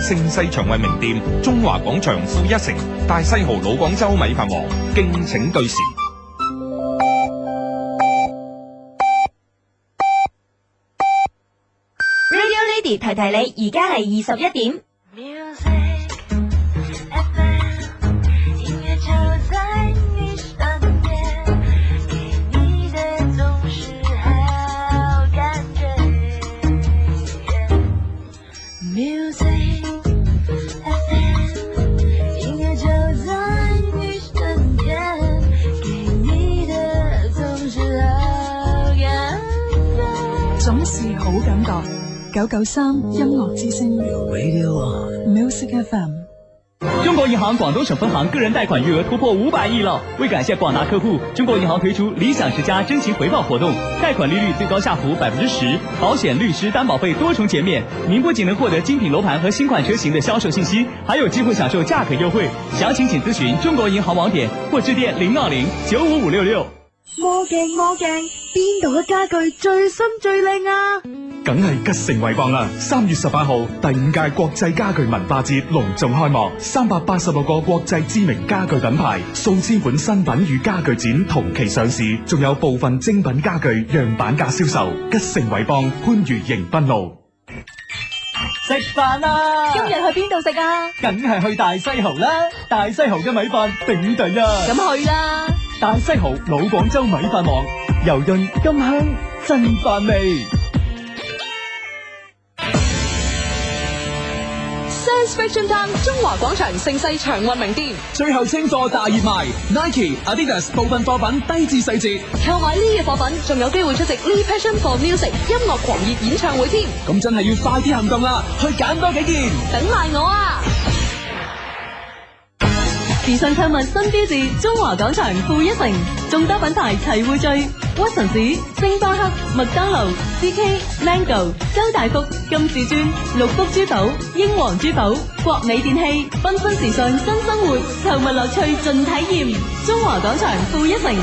盛世長運名店中華廣場負一城大西豪老廣州米飯王，敬請對時。 Radio Lady 提提你，而家係二十一點。 Music FM，音乐就在你身边，给你的总是好感觉。Music FM，音乐就在你身边，给你的总是好感觉。总是好感觉。九九三音乐之声，Music FM。中国银行广东省分行个人贷款余额突破五百亿了。为感谢广大客户，中国银行推出“理想十佳真情回报”活动，贷款利率最高下浮百分之十，保险、律师、担保费多重减免。您不仅能获得精品楼盘和新款车型的销售信息，还有机会享受价格优惠。详情请咨询中国银行网点或致电零二零九五五六六。魔镜魔镜，边度嘅家具最新最靓啊？梗係吉盛偉邦啦！三月十八號，第五屆國際家具文化節隆重開幕，三百八十六個國際知名家具品牌、數千款新品與家具展同期上市，仲有部分精品家具樣板價銷售。吉盛偉邦番禺迎賓路。食飯啦今日去邊度食啊？梗係去大西豪啦！大西豪嘅米飯頂第啊！咁去啦！大西豪老廣州米飯王，油潤甘香真飯味。 Sense Fiction Time 中華廣場盛世長運名店，最後清貨大熱賣，Nike、Adidas 部分貨品低至四折。購買呢嘅貨品仲有機會出席 Lee Passion for Music 音樂狂熱演唱會添，咁真係要快啲行動啦，去揀多幾件。等埋我啊！時尚購物新標誌，中華廣場負一城，眾多品牌齊匯聚，屈臣氏、星巴克、麥當勞、CK、Mango、周大福、金至尊、六福珠寶、英皇珠寶、國美電器，繽紛時尚新生活，購物樂趣盡體驗，中華廣場負一城。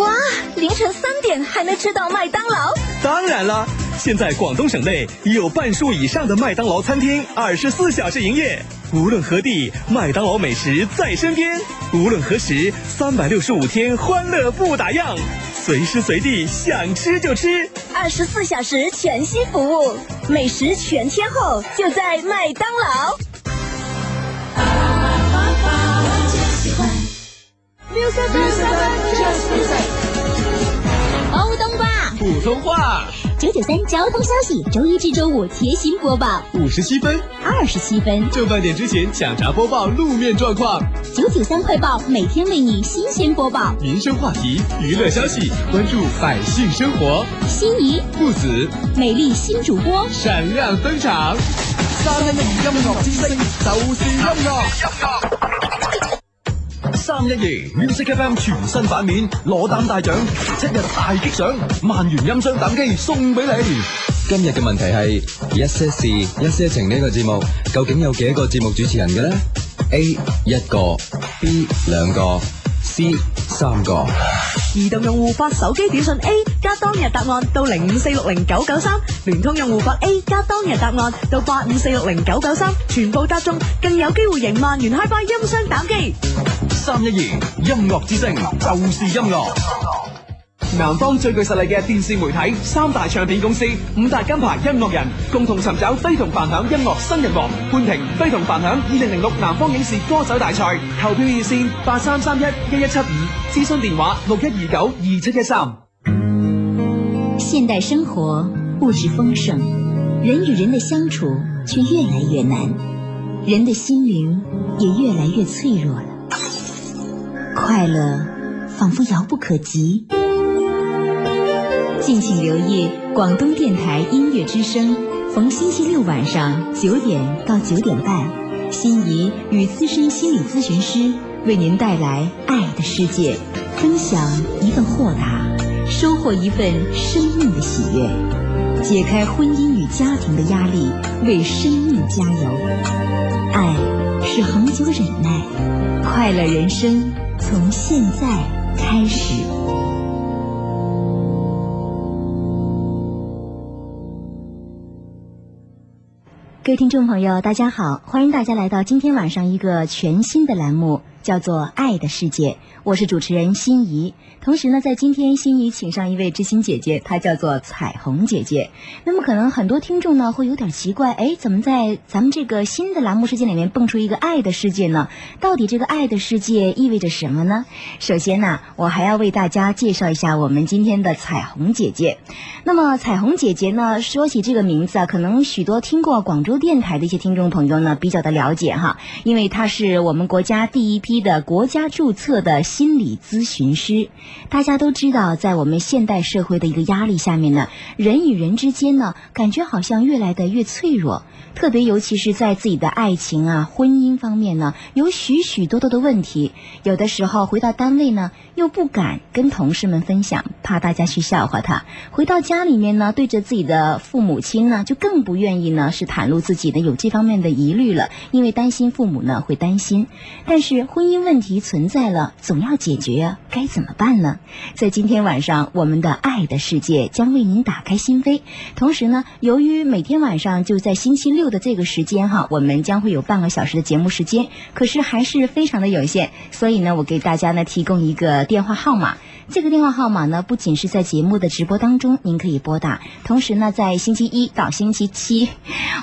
哇，凌晨三點還能吃到麥當勞？当然啦，现在广东省内已有半数以上的麦当劳餐厅二十四小时营业。无论何地，麦当劳美食在身边；无论何时，三百六十五天欢乐不打烊，随时随地想吃就吃。二十四小時全息服務，美食全天候，就在麥當勞。欧东吧，普通话九九三交通消息，周一至周五贴心播报，五十七分，二十七分，正饭点之前抢查播报路面状况、九九三快报每天为你新鲜播报，民生话题、娱乐消息，关注百姓生活。心仪父子美丽新主播，闪亮登场。三一一音樂之聲就是音樂。三一二 Music FM 全新版面攞膽大獎，七日大激賞，萬元音箱膽機送俾你。今日嘅問題係一些事一些情呢個節目究竟有幾多個節目主持人嘅呢 a 一個，B 兩個，C 三個。移動用戶發手機短信 A 加當日答案到零五四六零九九三，聯通用戶發 A 加當日答案到八五四六零九九三，全部答中更有機會贏萬元 HiFi 音箱膽機。三一二音樂之聲就是音樂。南方最具實力嘅電視媒體、三大唱片公司、五大金牌音樂人，共同尋找非同凡響音樂新人王。潘婷非同凡響二零零六南方影視歌手大賽，投票熱線八三三一一一七五，諮詢電話六一二九二七一三。现代生活物质丰盛，人与人的相处却越来越难，人的心灵也越来越脆弱了。快乐仿佛遥不可及。敬请留意广东电台音乐之声，逢星期六晚上九点到九点半，心仪与资深心理咨询师为您带来《爱的世界》，分享一份豁达，收获一份生命的喜悦，解开婚姻与家庭的压力，为生命加油。爱是恒久忍耐，快乐人生从现在开始。各位听众朋友，大家好，欢迎大家来到今天晚上一个全新的栏目，叫做《爱的世界》，我是主持人心怡。同时呢，在今天心怡请上一位知心姐姐，她叫做彩虹姐姐。那么可能很多听众呢会有点奇怪，哎，怎么在咱们这个新的栏目世界里面蹦出一个爱的世界呢？到底这个爱的世界意味着什么呢？首先呢、我还要为大家介绍一下我们今天的彩虹姐姐。那么彩虹姐姐呢，说起这个名字啊，可能许多听过广州电台的一些听众朋友呢比较的了解哈，因为她是我们国家第一批的国家注册的心理咨询师。大家都知道，在我们现代社会的一个压力下面呢，人与人之间呢，感觉好像越来的越脆弱，特别尤其是在自己的爱情啊、婚姻方面呢，有许许多多的问题，有的时候回到单位呢，又不敢跟同事们分享，怕大家去笑话他；回到家里面呢，对着自己的父母亲呢，就更不愿意呢是袒露自己的有这方面的疑虑了，因为担心父母呢会担心。但是婚姻问题存在了，总要解决呀、该怎么办呢？在今天晚上，我们的爱的世界将为您打开心扉。同时呢，由于每天晚上就在星期六的这个时间哈，我们将会有半个小时的节目时间，可是还是非常的有限，所以呢，我给大家呢提供一个电话号码。这个电话号码呢，不仅是在节目的直播当中您可以拨打，同时呢，在星期一到星期七，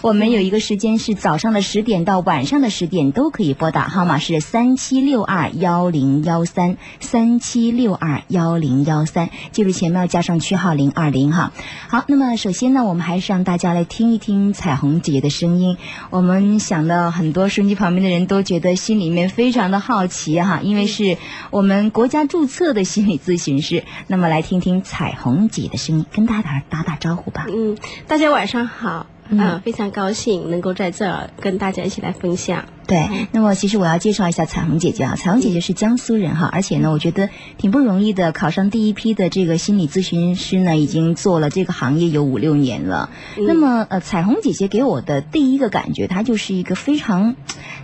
我们有一个时间是早上的十点到晚上的十点都可以拨打，号码是三七六二幺零幺三三七六二幺零幺三，记住前面要加上区号零二零哈。好，那么首先呢，我们还是让大家来听一听彩虹姐姐的声音。我们想到很多收音机旁边的人都觉得心里面非常的好奇哈，因为是我们国家注册的心理咨询师。那么来听听彩虹姐的声音，跟大家打打打招呼吧。嗯，大家晚上好，嗯嗯、非常高兴能够在这儿跟大家一起来分享。对，那么其实我要介绍一下彩虹姐姐啊，彩虹姐姐是江苏人哈，而且呢，我觉得挺不容易的，考上第一批的这个心理咨询师呢，已经做了这个行业有五六年了。那么呃，彩虹姐姐给我的第一个感觉，她就是一个非常，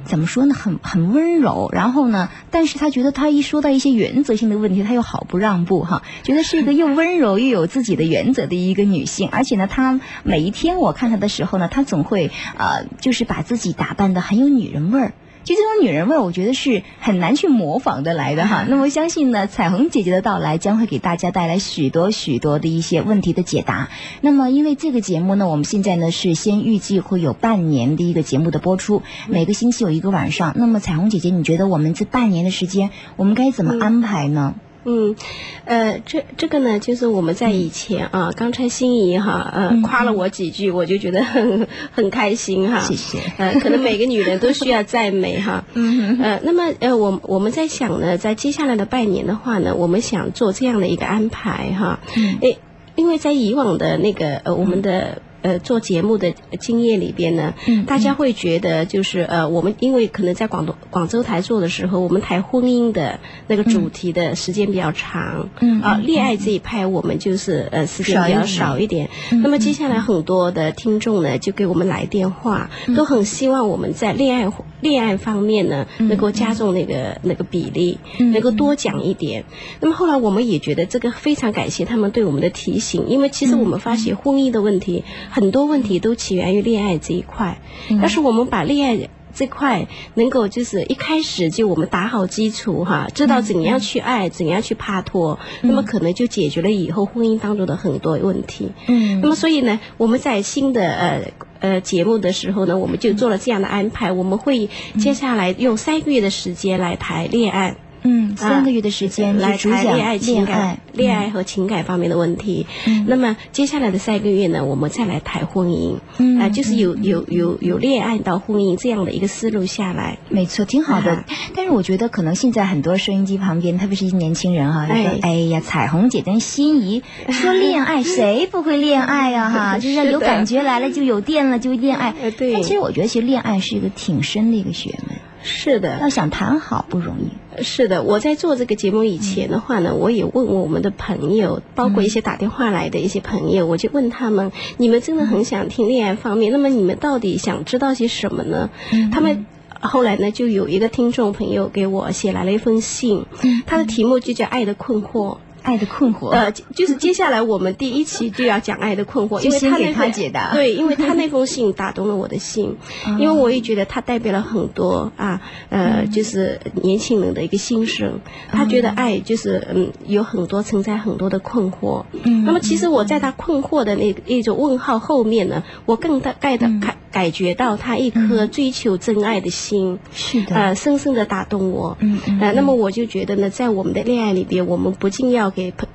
怎么说呢，很很温柔，然后呢，但是她觉得她一说到一些原则性的问题，她又好不让步哈，觉得是一个又温柔又有自己的原则的一个女性，而且呢，她每一天我看她的时候呢，她总会呃，就是把自己打扮的很有女人味儿。就这种女人味儿，我觉得是很难去模仿的来的哈。那么相信呢，彩虹姐姐的到来将会给大家带来许多许多的一些问题的解答。那么因为这个节目呢，我们现在呢是先预计会有半年的一个节目的播出，每个星期有一个晚上。那么彩虹姐姐，你觉得我们这半年的时间，我们该怎么安排呢？嗯，呃，这这个呢，就是我们在以前啊，刚才心仪哈，呃，嗯夸了我几句，我就觉得很很开心哈。谢谢呃，可能每个女人都需要赞美哈。嗯呃，那么呃，我我们在想呢，在接下来的半年的话呢，我们想做这样的一个安排哈。嗯诶，因为在以往的那个呃，我们的。呃，做节目的经验里边呢，嗯大家会觉得就是呃，我们因为可能在广东广州台做的时候，我们谈婚姻的那个主题的时间比较长，嗯啊、嗯恋爱这一派我们就是呃时间少比一较点少一点。嗯那么接下来很多的听众呢，就给我们来电话，都很希望我们在恋爱恋爱方面呢，能够加重那个那个比例，能够多讲一点。那么后来我们也觉得这个非常感谢他们对我们的提醒，因为其实我们发现婚姻的问题，很多问题都起源于恋爱这一块，嗯但是我们把恋爱。这块能够就是一开始就我们打好基础哈，知道怎样去爱，怎样去帕托，那么可能就解决了以后婚姻当中的很多问题。嗯那么所以呢，我们在新的呃呃节目的时候呢，我们就做了这样的安排，我们会接下来用三个月的时间来谈恋爱。嗯，三个月的时间啊来来主谈讲恋爱、情感、恋爱嗯和情感方面的问题。嗯那么接下来的三个月呢，我们再来谈婚姻。嗯啊，就是有有有有恋爱到婚姻这样的一个思路下来。没错，挺好的啊。但是我觉得可能现在很多收音机旁边，特别是一些年轻人哈、就说哎：“哎呀，彩虹姐跟心仪 说恋爱，谁不会恋爱呀、哈，就是是的呃有感觉来了就有电了就 恋爱。对但其实我觉得，其实恋爱是一个挺深的一个学问，是的，要想谈好不容易。是的，我在做这个节目以前的话呢，我也问我们的朋友，包括一些打电话来的一些朋友，我就问他们：你们真的很想听恋爱方面，那么你们到底想知道些什么呢？嗯他们。后来呢，就有一个听众朋友给我写来了一封信，他的题目就叫《爱的困惑》。嗯爱的困惑。呃，就是接下来我们第一期就要讲爱的困惑， 就因为先他给那他个解嗯 答对，因为他那封信打动了我的心，因为我也觉得他代表了很多啊，嗯呃，就是年轻人的一个心声。他觉得爱就是嗯，有很多存在很多的困惑。嗯那么其实我在他困惑的那那种问号后面呢，我更大概嗯的感感觉到他一颗追求真爱的心，是的呃，深深的打动我。嗯嗯呃，那么我就觉得呢，在我们的恋爱里边，我们不仅要给朋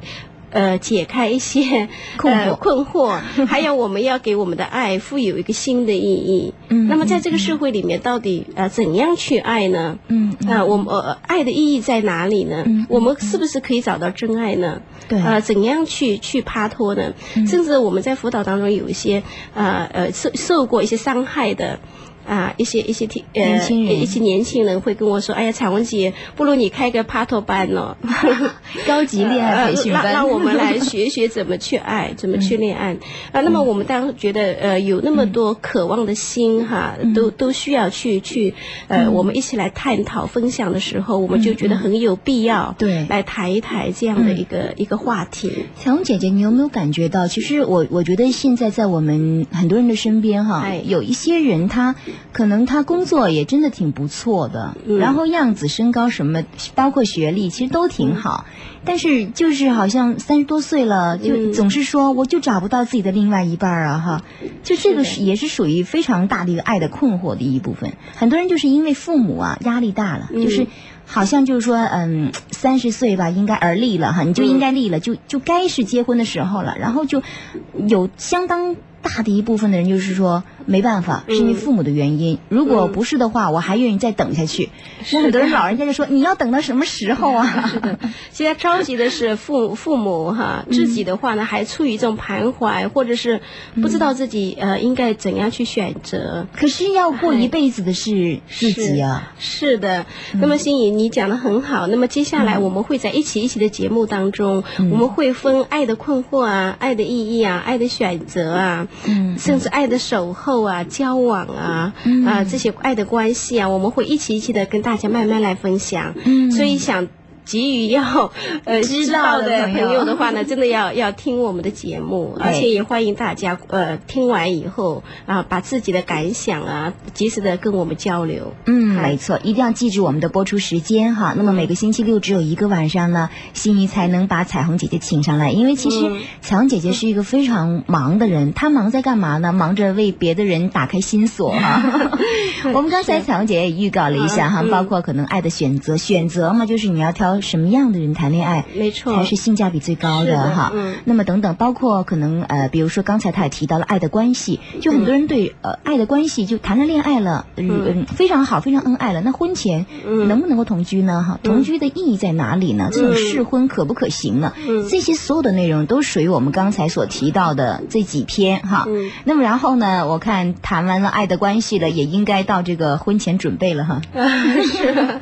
呃解开一些 困惑呃、困惑，还有我们要给我们的爱赋有一个新的意义。嗯那么在这个社会里面，到底呃怎样去爱呢？嗯啊、我们呃爱的意义在哪里呢？嗯我们是不是可以找到真爱呢？对嗯呃，怎样去去爬脱呢？甚至我们在辅导当中有一些呃呃受受过一些伤害的。啊，一些一些听呃年轻人一些年轻人会跟我说：“哎呀，彩虹姐，不如你开个帕托班哦， 高级恋爱培训班让让我们来学一学怎么去爱，怎么去恋爱啊。那么嗯我们当然觉得呃，有那么多渴望的心哈，都都需要去去呃，嗯我们一起来探讨分享的时候，我们就觉得很有必要对来谈一谈这样的一个一个话题。彩虹姐姐，你有没有感觉到？其实我我觉得现在在我们很多人的身边哈，有一些人他可能他工作也真的挺不错的，嗯然后样子、身高什么，包括学历，其实都挺好，但是就是好像三十多岁了，就嗯总是说我就找不到自己的另外一半儿啊哈，就这个是也是属于非常大的一个爱的困惑的一部分。很多人就是因为父母啊压力大了，嗯就是。好像就是说，嗯，三十岁吧，应该而立了哈，你就应该立了，就就该是结婚的时候了。然后就有相当大的一部分的人就是说，没办法，是因为父母的原因。如果不是的话，我还愿意再等下去。那很多人老人家就说，你要等到什么时 候啊？是的，现在着急的是父父母哈，嗯自己的话呢还处于一种徘徊，或者是不知道自己呃应该怎样去选择。可是要过一辈子的是自己啊。嗯是的，那么心怡，你讲的很好。那么接下来我们会在一期一期的节目当中，嗯我们会分爱的困惑啊、爱的意义啊、爱的选择啊，嗯甚至爱的守候啊、交往啊、嗯啊这些爱的关系啊，我们会一期一期的跟大家慢慢来分享。嗯所以想。急于要呃知道的的朋友朋友的话呢，真的要要听我们的节目，哎而且也欢迎大家呃听完以后啊，把自己的感想啊，及时的跟我们交流。嗯，没错，一定要记住我们的播出时间嗯哈。那么每个星期六只有一个晚上呢，心怡才能把彩虹姐姐请上来，因为其实嗯彩虹姐姐是一个非常忙的人，她忙在干嘛呢？忙着为别的人打开心锁 啊。 我们刚才彩虹姐姐也预告了一下哈，嗯嗯包括可能爱的选择，选择嘛，就是你要挑什么样的人谈恋爱，没错才是性价比最高是的哈。嗯那么等等，包括可能呃，比如说刚才她也提到了爱的关系，就很多人对、呃爱的关系就谈了恋爱了，嗯嗯嗯，非常好，非常恩爱了。那婚前嗯能不能够同居呢？哈、嗯同居的意义在哪里呢？这种嗯试婚可不可行呢？嗯这些所有的内容都属于我们刚才所提到的这几篇哈。嗯那么然后呢，我看谈完了爱的关系了，也应该到这个婚前准备了哈。 是，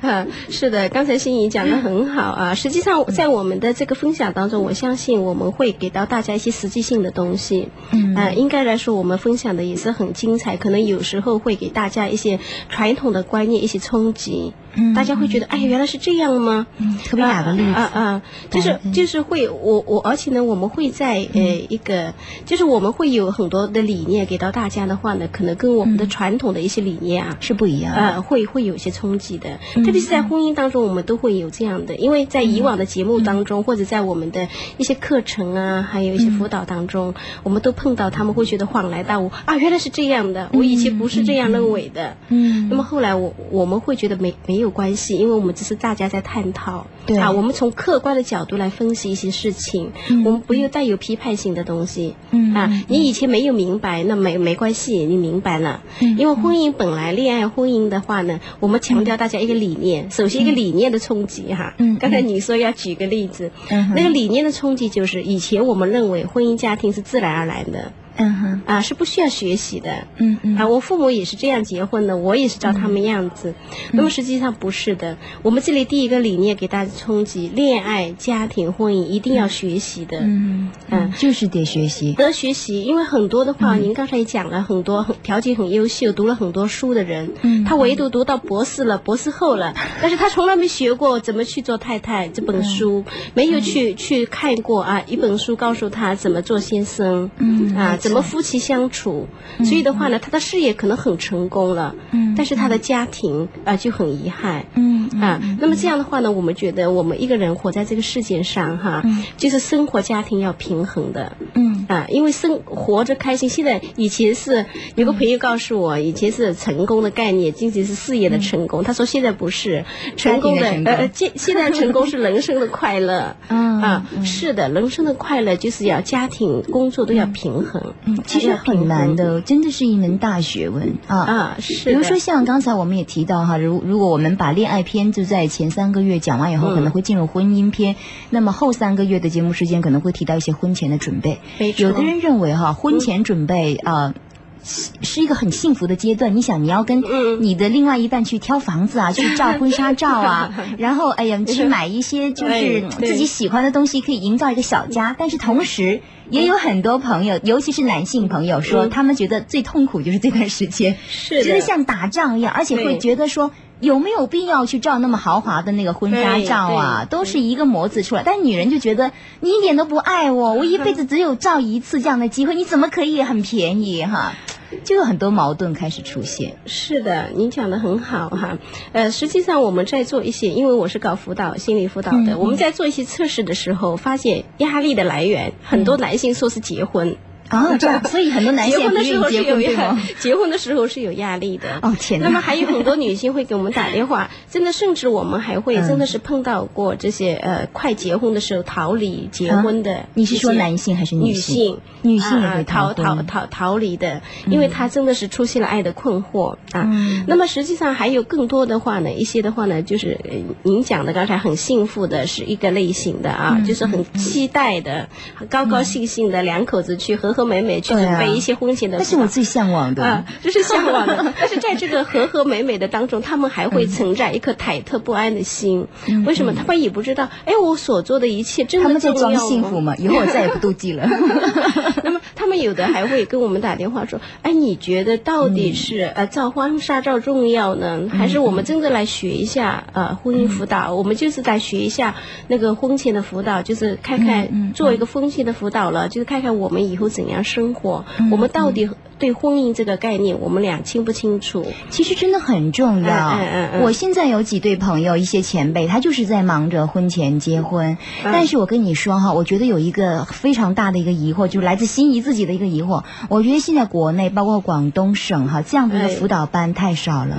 呃是的，刚才心怡讲的很好啊。实际上，在我们的这个分享当中，我相信我们会给到大家一些实际性的东西。嗯呃，应该来说，我们分享的也是很精彩，可能有时候会给大家一些传统的观念一些冲击。嗯大家会觉得，哎，原来是这样吗？嗯，特别打个例子，嗯啊啊啊，就是就是会，我我，而且呢，我们会在呃一个，就是我们会有很多的理念给到大家的话呢，可能跟我们的传统的一些理念啊，嗯是不一样的。呃，会会有一些冲击的，嗯特别是在婚姻当中，我们都会有这样的，因为在以往的节目当嗯中，或者在我们的一些课程啊，还有一些辅导当中，我们都碰到他们会觉得恍然大悟啊，原来是这样的，我以前不是这样认为的。嗯那么后来我我们会觉得没没有关系，因为我们只是大家在探讨，对啊，我们从客观的角度来分析一些事情，嗯我们不用带有批判性的东西，嗯啊，你以前没有明白，那没没关系，你明白了，嗯因为婚姻本来恋爱婚姻的话呢，我们强调大家一个理念，首先一个理念的冲击哈，嗯刚才你说要举个例子，嗯哼那个理念的冲击就是以前我们认为婚姻家庭是自然而然的，嗯哼，啊，是不需要学习的。嗯嗯，啊，我父母也是这样结婚的，我也是照他们样子。那么实际上不是的。我们这里第一个理念给大家冲击：恋爱、家庭、婚姻一定要学习的。嗯嗯，就是得学习。得学习，因为很多的嗯话，您刚才也讲了，很多很条件很优秀，读了很多书的人，嗯他唯独读到博士了、博士后了，但是他从来没学过怎么去做太太这本书，嗯没有去去看过啊，一本书告诉他怎么做先生，嗯啊，没错怎么夫妻相处，嗯所以的话呢，他的事业可能很成功了，嗯但是他的家庭啊就很遗憾，嗯啊，那么这样的话呢，我们觉得我们一个人活在这个世界上哈，嗯就是生活家庭要平衡的，嗯啊，因为生活着开心。现在以前是有个朋友告诉我，以前是成功的概念，仅仅是事业的成功。他说现在不是成功的嗯家庭，的成功呃，呃现现在成功是人生的快乐。 嗯啊，是的，人生的快乐就是要家庭、工作都要平衡。嗯，其实很难的，真的是一门大学问啊啊是的比如说像刚才我们也提到哈，如如果我们把恋爱篇就在前三个月讲完以后，嗯可能会进入婚姻篇，那么后三个月的节目时间可能会提到一些婚前的准备。没错嗯有的人认为哈，婚前准备啊。是是一个很幸福的阶段。你想，你要跟嗯你的另外一半去挑房子啊，去照婚纱照 啊，然后哎呀，去买一些就哎是 对自己喜欢的东西，可以营造一个小家。但是同时，也有很多朋友，尤其是男性朋友，说嗯他们觉得最痛苦就是这段时间，是的觉得像打仗一样，而且会对觉得说。有没有必要去照那么豪华的那个婚纱对照啊？都是一个模子出来，但女人就觉得你一点都不爱我，嗯我一辈子只有照一次这样的机会，你怎么可以很便宜哈？就有很多矛盾开始出现。是的，您讲的很好哈。呃，实际上我们在做一些，因为我是搞辅导、心理辅导的，嗯我们在做一些测试的时候，发现压力的来源，很多男性说是结婚。嗯哦这样所以很多男性结婚的时候是有不愿意结婚对压吗， 结婚的时候是有压力的。哦天哪那么还有很多女性会给我们打电 话，真的，甚至我们还会嗯真的是碰到过这些呃快结婚的时候逃离结婚的一些、啊你是说男性还是女女性性？女性也啊会啊逃逃婚逃逃逃离的，因为她真的是出现了爱的困惑啊。嗯那么实际上还有更多的话呢，一些的话呢，就是呃您讲的刚才很幸福的是一个类型的啊，嗯就是很期待的、高高兴兴的两口子去和和美美去对准啊备一些婚前的那是我最向往 的。啊，这是向往 的。但是在这个和和美美的当中，他们还会存在一颗忐忑不安的心。嗯为什么？他们也不知道，哎，我所做的一切真他的们在重装要幸 福吗？以后我再也不妒忌了。那么他们有的还会跟我们打电话说：“哎，你觉得到底是、嗯呃照婚纱照重要呢，还是我们真的来学一下呃婚姻辅导？嗯我们就是来学一下那个婚前的辅导，就是看看、嗯嗯做一个婚前的辅导了，就是看看我们以后怎样生活，嗯我们到底对婚姻这个概念我们俩清不清楚？其实真的很重要。嗯嗯嗯嗯我现在有几对朋友，一些前辈，他就是在忙着婚前结婚。嗯但是我跟你说哈，我觉得有一个非常大的一个疑惑，就是来自心仪自己的一个疑惑。我觉得现在国内，包括广东省哈，这样的一个哎辅导班太 少了，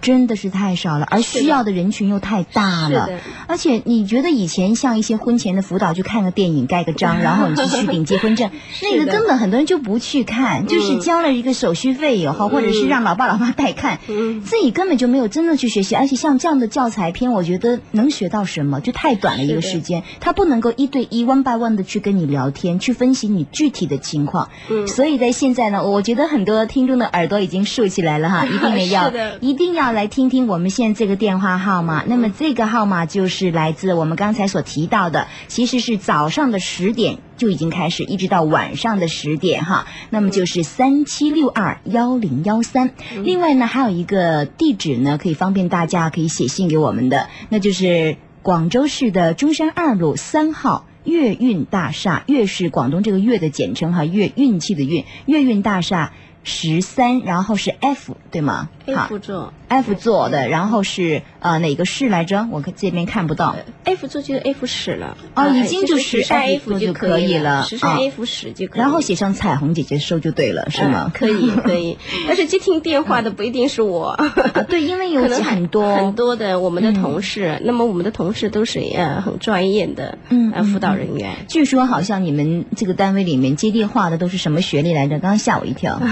真的是太少了，而是的需要的人群又太大了是的。而且你觉得以前像一些婚前的辅导，就看个电影、盖个章，然后你去续领结婚证，那是个的根本很多人就不去看，就是嗯交了一个手续费以后，或者是嗯让老爸老妈代看，嗯自己根本就没有真的去学习，而且像这样的教材片，我觉得能学到什么，就太短了一个时间，他不能够一对一 one by one 的去跟你聊天，去分析你具体的情况。嗯所以在现在呢，我觉得很多听众的耳朵已经竖起来了 哈，一定得要是的嗯一定要来听听我们现在这个电话号码。那么这个号码就是来自我们刚才所提到的，其实是早上的十点就已经开始，一直到晚上的十点哈。那么就是三七六二幺零幺三。嗯另外呢，还有一个地址呢，可以方便大家可以写信给我们的，那就是广州市的中山二路三号。粤韵大厦，粤是广东这个粤的简称哈，粤运气的运，粤韵大厦十三，然后是 F 对吗？好 F 座，F 座的，然后是呃哪个市来着？我看这边看不到。 ，F 座就是 F 十了。哦，哎已经就时是尚 F F 就就可以了，时尚啊 F 十就可以了。然后写上彩虹姐姐收就对了，是吗嗯？可 以可以，但是接听电话的不一定是我，啊对，因为 有可能很多很多的我们的同事，那么我们的同事都是呃很专业的嗯呃辅导人员。据说好像你们这个单位里面接电话的都是什么学历来着？刚刚吓我一跳。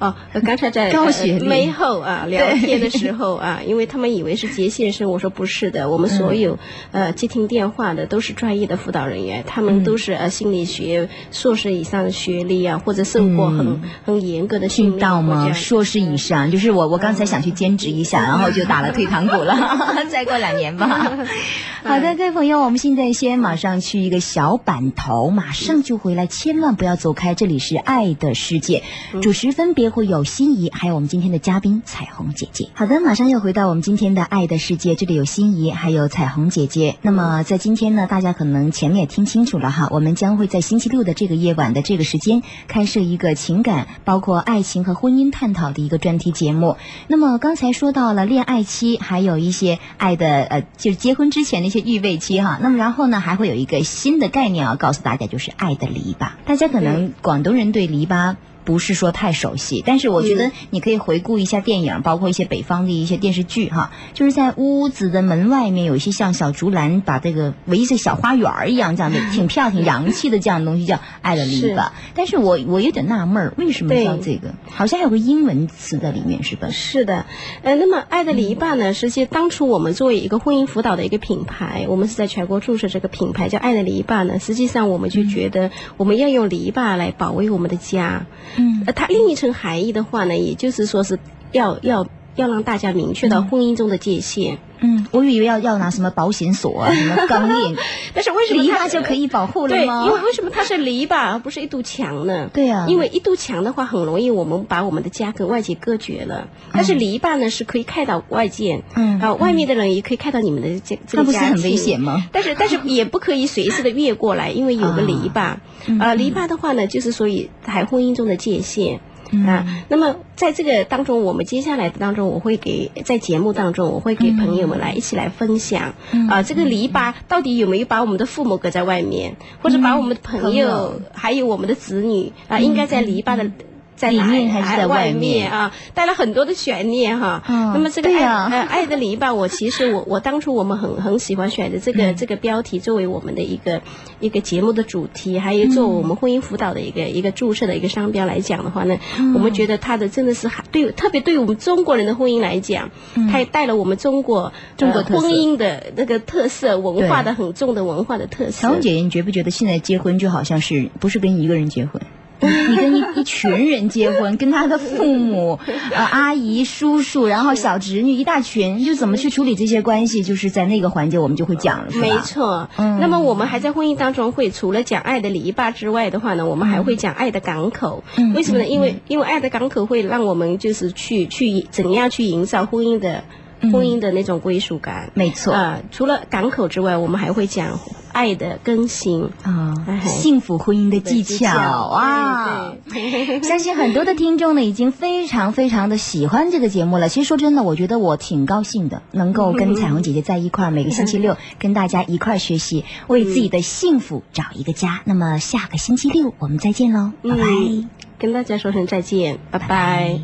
哦，刚才在高呃学历美后友啊聊天的时候啊， 因为他们以为是杰先生，我说不是的，我嗯们所有、呃接听电话的都是专业的辅导人员，他们嗯都是、呃心理学硕士以上的学历啊，或者受过很、嗯很严格的训听练到或这吗？样硕士以上，就是我，我刚才想去兼职一 下，然后就打了退堂鼓了， 再过两年吧。 好哎的，各位朋友，我们现在先马上去一个小板头，马上就回来，千万不要走开，这里是爱的世界，主持分别会有心仪，还有我们今天的嘉宾彩虹姐姐。好的，马上又回到我们今天的爱的世界，这里有心仪，还有彩虹姐姐。那么在今天呢，大家可能前面也听清楚了哈，我们将会在星期六的这个夜晚的这个时间开设一个情感，包括爱情和婚姻探讨的一个专题节目。那么刚才说到了恋爱期，还有一些爱的呃，就是结婚之前的一些预备期哈。那么然后呢，还会有一个新的概念要告诉大家，就是爱的篱笆。大家可能广东人对篱笆。不是说太熟悉，但是我觉得你可以回顾一下电影，包括一些北方的一些电视剧哈，就是在屋子的门外面有一些像小竹篮，把这个围着小花园儿一样，这 样的挺漂亮、挺洋气的这样的东 西叫爱的篱是笆。但是我我有点纳闷儿，为什么对叫这个？好像还有个英文词在里面是吧？是的，呃，那么爱的篱笆嗯呢，实际当初我们作为一个婚姻辅导的一个品牌，我们是在全国注册这个品牌叫爱的篱笆呢。实际上，我们嗯就觉得我们要用篱笆来保卫我们的家。嗯，呃，它另一层含义的话呢，也就是说是要要要让大家明确到婚姻中的界限。嗯，我以为要要拿什么保险锁啊，什么钢 链，但是为什么篱它笆就可以保护了吗？对，因为为什么它是篱笆而不是一堵墙呢？对啊因为一堵墙的话，很容易我们把我们的家跟外界隔绝了。但是篱笆呢，是可以看到外界，嗯啊，外面的人也可以看到你们的这这那个不是家庭，很危险吗？ 但是但是也不可以随意的越过来，因为有个篱笆，啊呃，篱嗯笆的话呢，就是所以还婚姻中的界限。啊，那么在这个当中，我们接下来的当中，我会给在节目当中，我会给朋友们来一起来分享，嗯啊，这个篱笆到底有没有把我们的父母隔在外面，或者把我们的朋嗯朋友友嗯还有我们的子女啊，应该在篱笆的。在里哪面还是哎在外外面啊？带了很多的悬念哈。嗯那么这个对爱、呀呃爱的篱笆，我其实我我当初我们很很喜欢选的这个、嗯这个标题作为我们的一个一个节目的主题，还有嗯做我们婚姻辅导的一个、一个注册的一个商标来讲的话呢，嗯我们觉得它的真的是还对特别对我们中国人的婚姻来讲，嗯它也带了我们中国中国呃特色婚姻的那个特色文化对的很重的文化的特色。彩虹姐姐，你觉不觉得现在结婚就好像是不是跟一个人结婚？你嗯你跟一一群人呃结婚，跟他的父母、呃阿姨、叔叔，然后小侄女一大群，就怎么去处理这些关系，就是在那个环节我们就会讲 了，是吧？没错，嗯那么我们还在婚姻当中会除了讲爱的篱笆之外的话呢，我们还会讲爱的港口。嗯为什么呢？嗯因为因为爱的港口会让我们就是去去怎样去营造婚姻的嗯婚姻的那种归属感。没错啊、除了港口之外，我们还会讲爱的更新。啊、哎幸福婚姻的技技巧巧啊！对对 相信很多的听众呢，已经非常非常的喜欢这个节目了。其实说真的，我觉得我挺高兴的，能够跟彩虹姐姐在一块儿，每个星期 六跟大家一块儿学习，为自己的幸福找一个家。那么下个星期六我们再见喽，拜拜。 嗯，跟大家说声再见，拜拜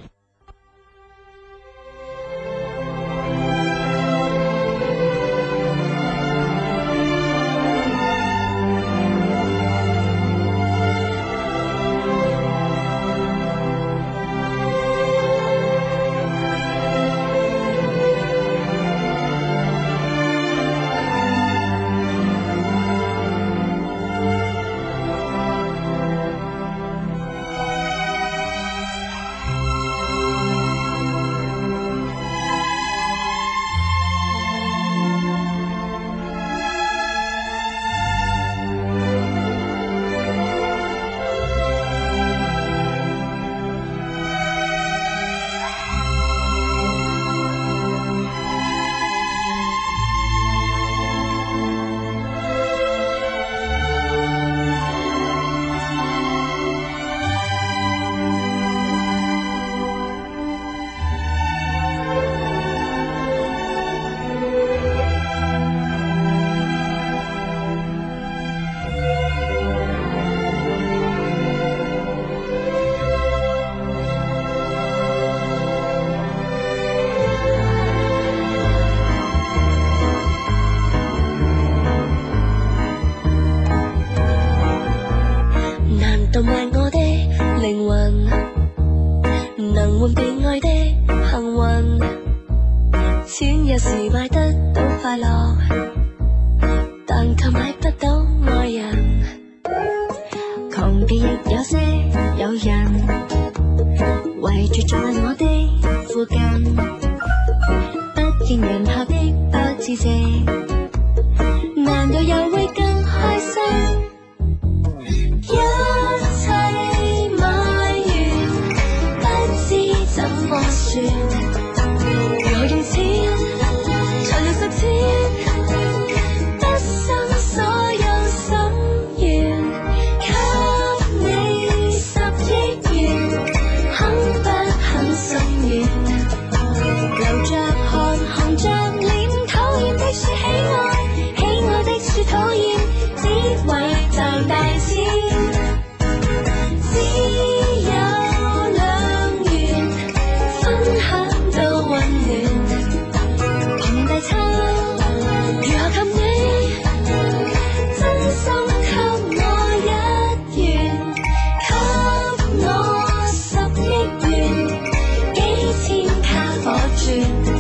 能换被爱的幸运，钱有时买得到快乐，但却买不到爱人。穷極亦有些有人圍住在我的附近，不見人下的不自制，難道又會更開心？一切買完，不知怎麼算，我用錢才能實踐，畢生所有心願。給你十億元，肯不肯心軟？留着看，紅着臉，討厭的說喜愛，喜愛的說討厭，只為賺大錢。只有兩元，分享到溫暖，窮大餐如何及你？真心給我一元，給我十億元，幾千卡我轉。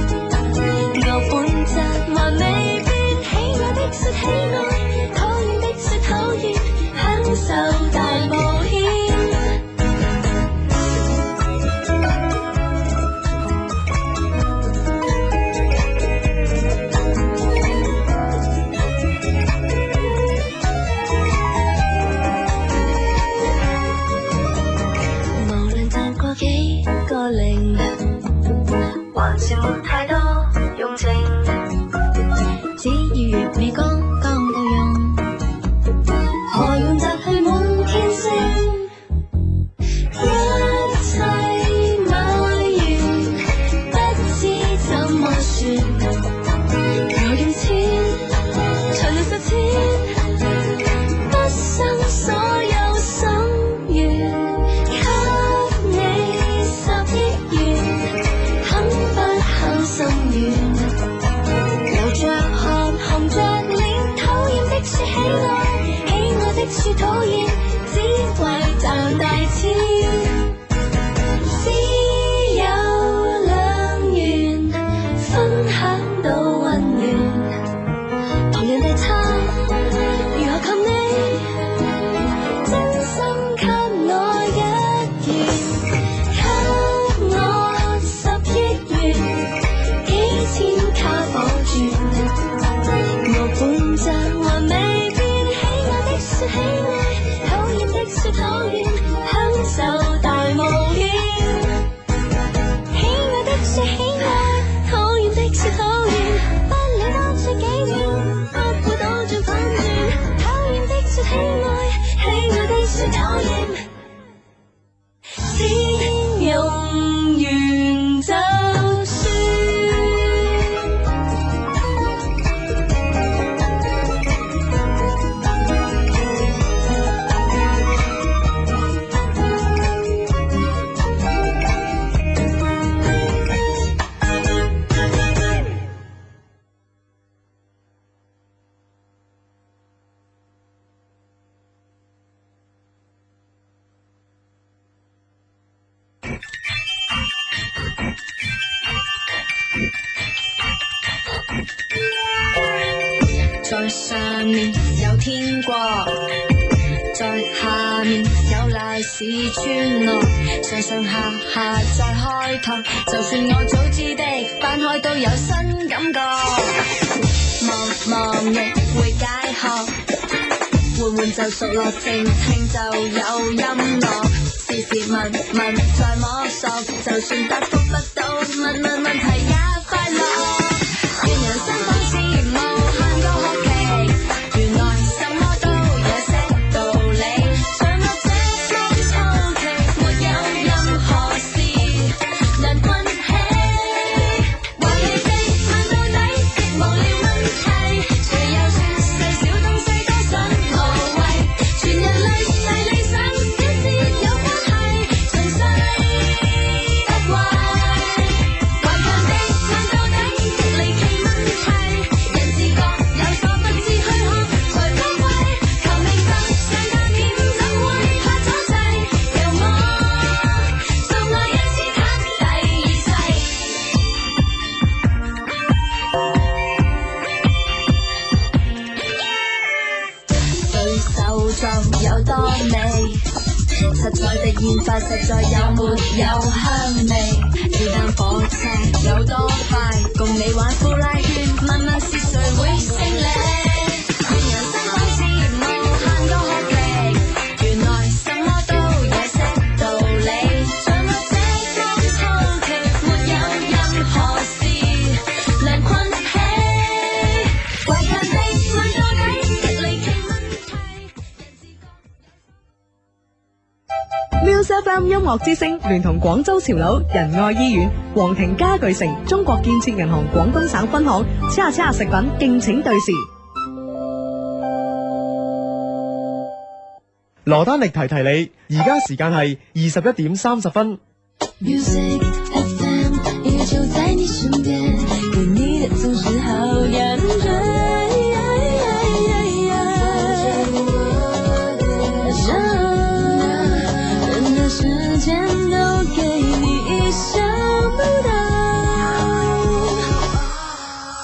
我本質還未變，喜愛的說喜愛，討厭的說討厭，享受大冒險。無論賺過幾個零，還是沒太多用情。只要月尾剛剛夠用，何用摘去滿天星？一切買完，不知怎麼算，靠用錢才能實踐，畢生所有心願。給你十億元，肯不肯心軟？留着看，紅着臉，討厭的說喜愛，喜愛的說討厭，只為賺大錢。只有兩元，分享到溫暖，同人哋差，如何及你？真心給我一元，給我十億元，幾千卡我轉。我本質還未變，喜愛的說喜愛，討厭的說討厭，享受大冒險。喜愛的說喜愛，討厭的說討厭，不理多轉幾秒，不會倒轉反轉。討厭的說喜愛，喜愛的說討厭。只用完就算。在上面有天国，在下面有賴屎川路，上上下下再開拓，就算我早知的翻開都有新感覺。望望亦會解渴，換換就熟落，靜聽就有音樂。時時問問再摸索，就算答覆不到，問問問題也快樂。願人生好似無限個學期，原來什麼都有些道理。上落這方秋期，沒有任何事難困起。懷疑地問到底，極無聊問題，誰又說細小東西多想無謂？全人類大理想，一節有關係，從細不壞。實在的煙花實在有沒有香味？是間火車有多快？共你玩呼啦圈，問問是誰會勝利？人生好似無限個學歷，原來什麼都也識道理。像我這種抽奇，沒有任何事難困起。為強地問到底，極離奇問。 Music FM 音樂之聲聯同廣州潮樓仁愛醫院、皇庭家具城、中國建設銀行廣東省分行、恰恰食品敬請對時。羅丹力提提你，而家時間係二十一點三十分。 Music FM 也就在你身邊，给你的总是好感觉。人的时间都给你意想不到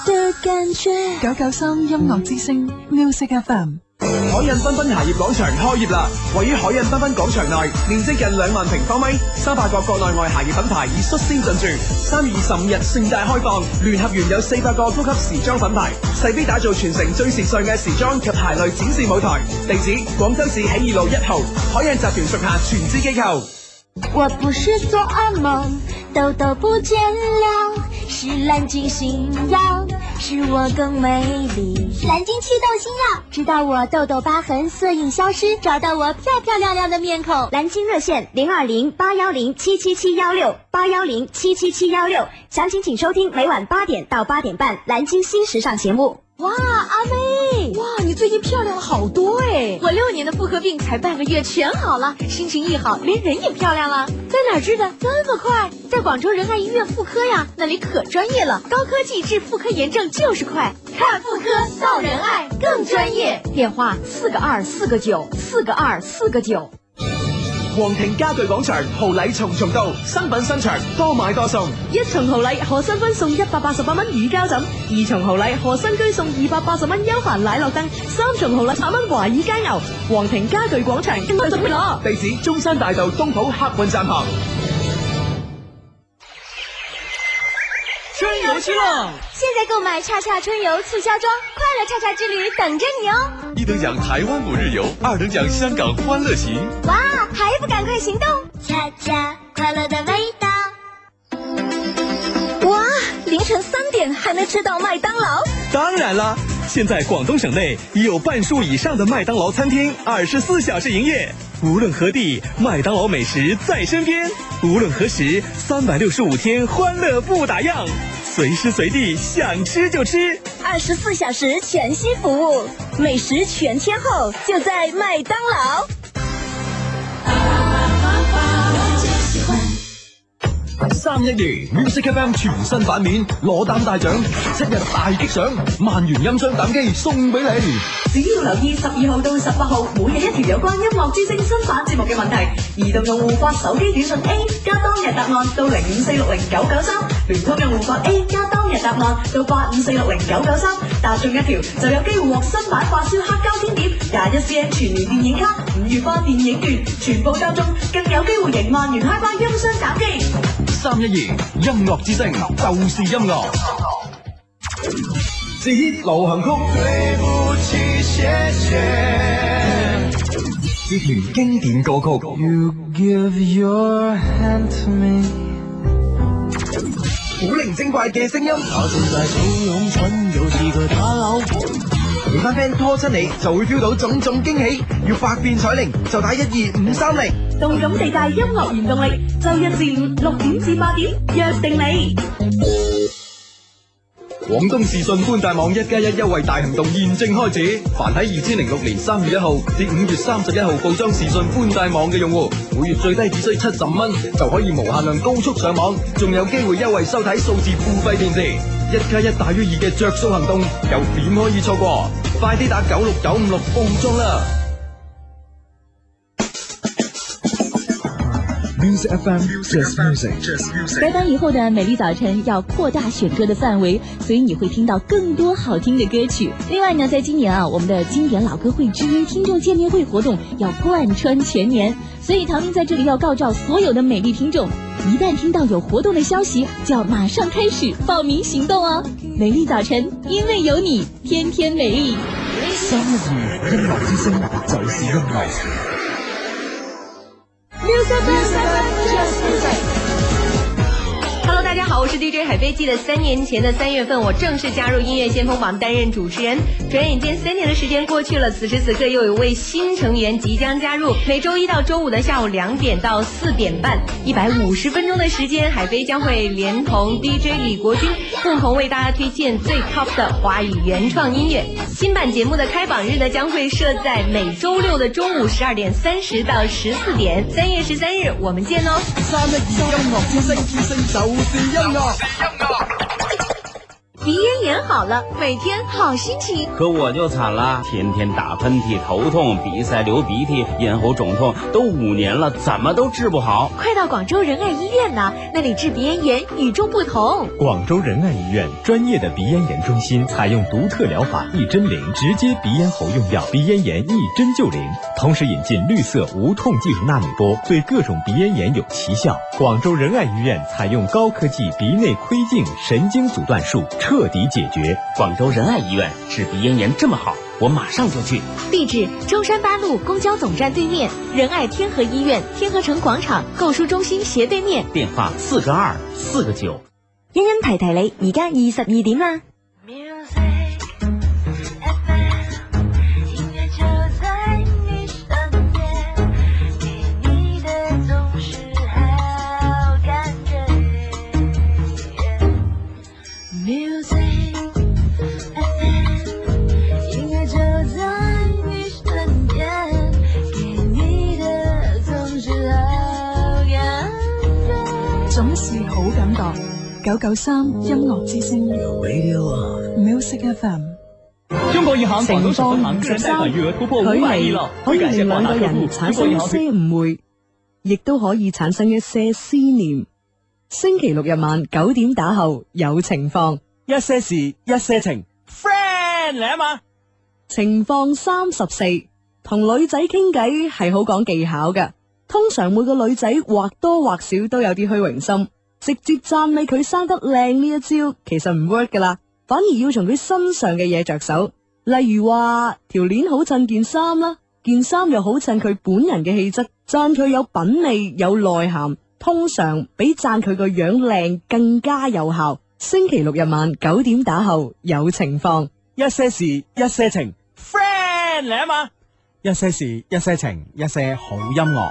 的感觉。九九三音樂之聲 Music FM。海印繽紛鞋業廣場開業啦！位於海印繽紛廣場內，面積近兩萬平方米，三百個國內外鞋業品牌已率先進駐。三月二十五日盛大開放，聯合原有四百個高級時裝品牌，勢必打造全城最時尚嘅時裝及鞋類展示舞台。地址：廣州市起義路一號，海印集團屬下全資機構。我不是做噩梦，痘痘不见了，是蓝鲸新药，使我更美丽。蓝鲸祛痘新药，直到我痘痘疤痕色印消失，找到我漂漂亮亮的面孔。蓝鲸热线零二零八幺零七七七幺六八幺零七七七幺六，详情请收听每晚八点到八点半蓝鲸新时尚节目。哇，啊阿妹！哇，你最近漂亮了好多哎！我六年的妇科病才半个月全好了，心情一好，连人也漂亮了。在哪儿治的这么快？在广州仁爱医院妇科呀，那里可专业了，高科技治妇科炎症就是快。看妇科到仁爱更专业，电话四个二四个九四个二四个九。皇庭家具廣場豪禮重重到，新品新場多買多送。一重豪禮何新君送一百八十八蚊乳膠枕，二重豪禮何新居送二百八十蚊優凡奶酪燈，三重豪禮百蚊華爾街牛。皇庭家具廣場跟佢做咩攞？地址中山大道東圃客運站旁。春游去了！现在购买恰恰春游促销装，快乐恰恰之旅等着你哦！一等奖台湾五日游，二等奖香港欢乐行。哇，还不赶快行动！恰恰快乐的味道。哇，凌晨三点还能吃到麦当劳，当然啦，现在广东省内已有半数以上的麦当劳餐厅二十四小时营业。无论何地，麦当劳美食在身边。无论何时，三百六十五天欢乐不打烊，随时随地想吃就吃。二十四小时全新服务，美食全天候就在麦当劳。三一二 Music FM 全新版面攞膽大獎，七日大激賞，萬元音箱膽機送俾你。只要留意十二號到十八號每日一條有關音樂之聲新版節目嘅問題，移動用戶發手機短信 A 加當日答案到零五四六零九九三，聯通用戶發 A 加當日答案到八五四六零九九三，答中一條就有機會獲新版發燒黑膠天碟、廿一 CM 全年電影卡、五月花電影券，全部答中更有機會贏萬元開花音箱膽機。三一二音樂之聲就是音樂，至 hit 流行曲。對不起，謝謝。之前經典歌曲。 You give your hand to me。古靈精怪嘅聲音。我正在小勇蠢，又是佢打扭。你班 friend 拖親你就會 feel 到種種驚喜，要百變彩鈴就打一二五三零。動感地帶音樂原動力，周一至五六點至八點，約定你。廣東視訊寬帶網一加一優惠大行動現正開始，凡喺二千零六年三月一號至五月三十一號報裝視訊寬帶網嘅用戶，每月最低只需七十蚊就可以無限量高速上網，仲有機會優惠收睇數字付費電視。一加一大於二嘅着數行動，又點可以錯過？快啲打九六九五六報裝啦！ Music FM Just Music。改版以后的每丽早晨要扩大选歌的范围，所以你会听到更多好听的歌曲。另外呢，在今年啊，我们的经典老歌会之一听众见面会活动要贯穿全年，所以唐宁在这里要告召所有的美丽听众，一旦听到有活动的消息，就要马上开始报名行动哦。美丽早晨，因为有你，天天美丽。三一二音乐之声就是音乐。 Music Just Music。 Hello，大家好，我是 DJ 海飞。记得三年前的三月份，我正式加入音乐先锋榜担任主持人。转眼间三年的时间过去了，此时此刻又有位新成员即将加入。每周一到周五的下午两点到四点半，一百五十分钟的时间，海飞将会连同 DJ 李国军共同为大家推荐最 top 的华语原创音乐。新版节目的开榜日呢，将会设在每周六的中午十二点三十到十四点。三月十三日，我们见哦。三一二音乐之声，之声就是音乐。鼻炎演好了，每天好心情。可我就惨了，天天打喷嚏、头痛、鼻塞、流鼻涕、咽喉肿痛，都五年了，怎么都治不好。快到广州仁爱医院呐，那里治鼻咽炎与众不同。广州仁爱医院专业的鼻咽炎中心，采用独特疗法一针灵，直接鼻咽喉用药，鼻咽炎一针就灵。同时引进绿色无痛技术纳米波，对各种鼻咽炎有奇效。广州仁爱医院采用高科技鼻内窥镜神经阻断术，彻底解决。广州仁爱医院治鼻咽炎这么好，我马上就去。地址：中山八路公交总站对面，仁爱天河医院天河城广场购书中心斜对面。电话四个二四个九。欣欣提提你，而家二十二点啦。音乐就在你身边，给你的总是好感觉。Music FM，音乐就在你身边，给你的总是好感觉。总是好感觉。九九三音乐之声，Music FM。中国银行广东省分行个人贷款余额突破五百亿了，可为以感谢令广兩大客户，個人中產国生银一行推些誤會，亦都可以產生一些思念。星期六日晚九點打後有情況，一些事，一些情。 friend 嚟啊嘛。情況三十四，同女仔傾偈係好講技巧嘅。通常每個女仔或多或少都有啲虛榮心，直接讚美佢生得靚呢一招其實唔 work 噶啦，反而要從佢身上嘅嘢着手，例如話條鏈好襯件衫啦，件衫又好襯佢本人嘅氣質，讚佢有品味有內涵，通常比讚佢個樣靚更加有效。星期六日晚九點打後有情況。一些事，一些情，friend 嚟啊嘛！一些事，一些情，一些好音樂。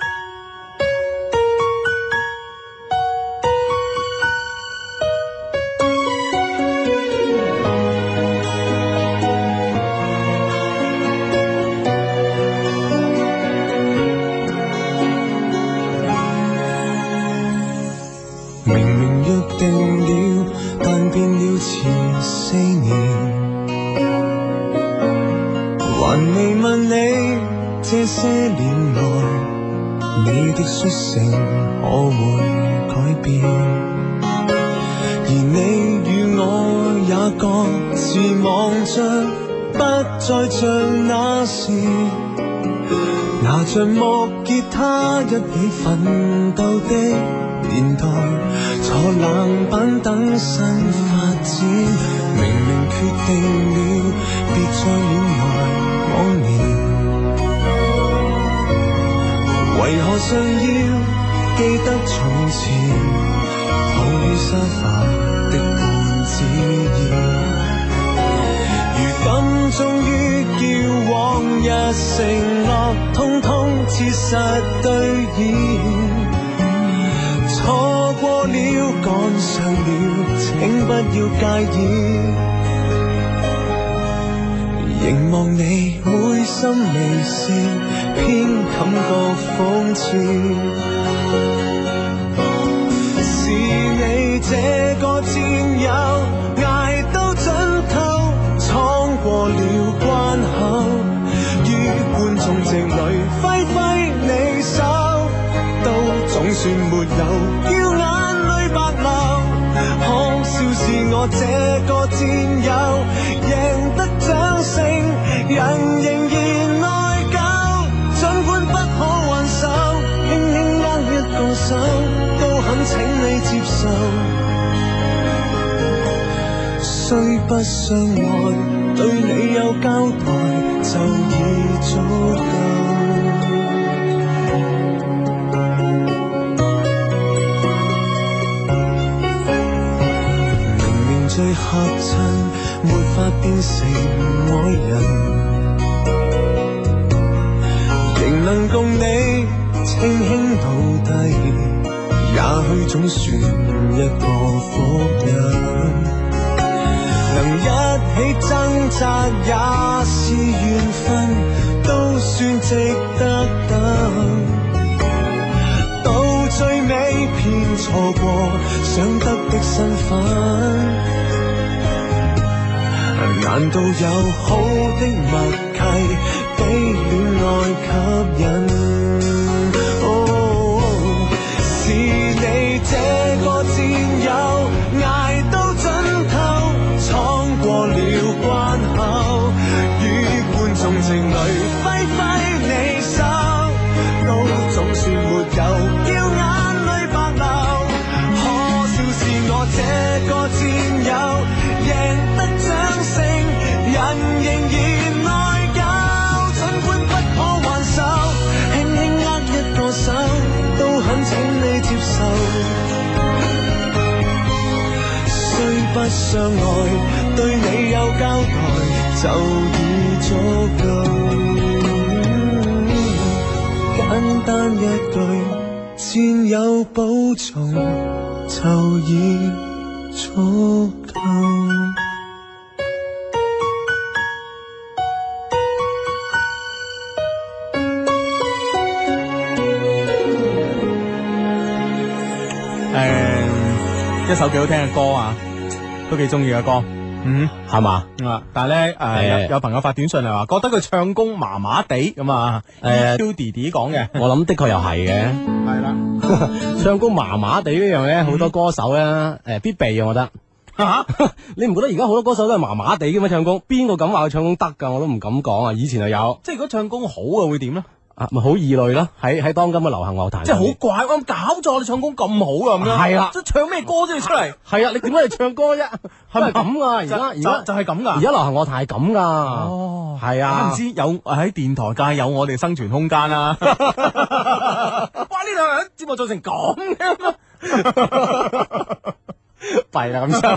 明明約定了，但變了前四年。还未问你这些年来，你的率性可会改变？而你与我也各自望着，不再像那时，拿着木吉他一起奋斗的年代，坐冷板等新发展。明明决定了，别再恋爱。往年。為何尚要記得從前躺於沙發的半子意？如今終於叫往日承諾，通通切實兑現。錯過了，趕上了，請不要介意。凝望你會心微笑，偏感覺諷刺。是你這個戰友，捱到盡頭，闖過了關口，於觀眾席裏揮揮你手，都總算沒有，叫眼泪白流。可笑是我这个战友，赢得掌声，人仍然內疚。儘管不可還手，輕輕握一共手，都很請你接受。雖不相愛，對你有交代，就已足夠。明明最嚇親，沒法變成愛人，仍能共你稱兄道弟，也許總算一個福音。能一起掙扎也是緣分，都算值得等。到最尾偏錯過想得的身份。難道有好的默契比戀愛吸引？哦，是你這個戰友捱到盡頭，闖過了關口，與觀眾情侶揮揮你手。都總算沒有叫眼淚白流。可笑是我這個戰友贏得掌聲，人仍然內疚。儘管不可還手，輕輕握一個手，都很請你接受。雖不相愛，對你有交代就已足夠。簡單一句，戰友保重就已足夠。诶，一首幾好聽嘅歌啊，都幾中意嘅歌。嗯，系嘛？啊！但系咧，誒诶，有有朋友發短信嚟話，覺得佢唱功麻麻地咁啊。誒诶，Q 弟弟講嘅，我諗的確又係嘅，係啦， 嗯唱歌麻麻地呢樣咧，好多歌手咧，诶、必備啊，我覺得。 你唔覺得而家好多歌手都係麻麻地嘅咩？唱功，邊個敢話佢唱功得㗎？我都唔敢講啊！以前就有，即係如果唱功好嘅會點咧？啊，咪好異類啦，喺喺當今嘅流行樂壇，即係好怪，我搞錯你唱功咁好啊噶咁樣。係啦即係唱咩歌啫？你出嚟係啊！你點解你唱歌啫？係咪咁啊？而家而就家就係咁噶。而家流行樂壇係咁噶，哦，係啊唔知有喺電台界有我哋生存空間啦。哇！呢兩個人節目做成咁嘅， 弊啦 咁就，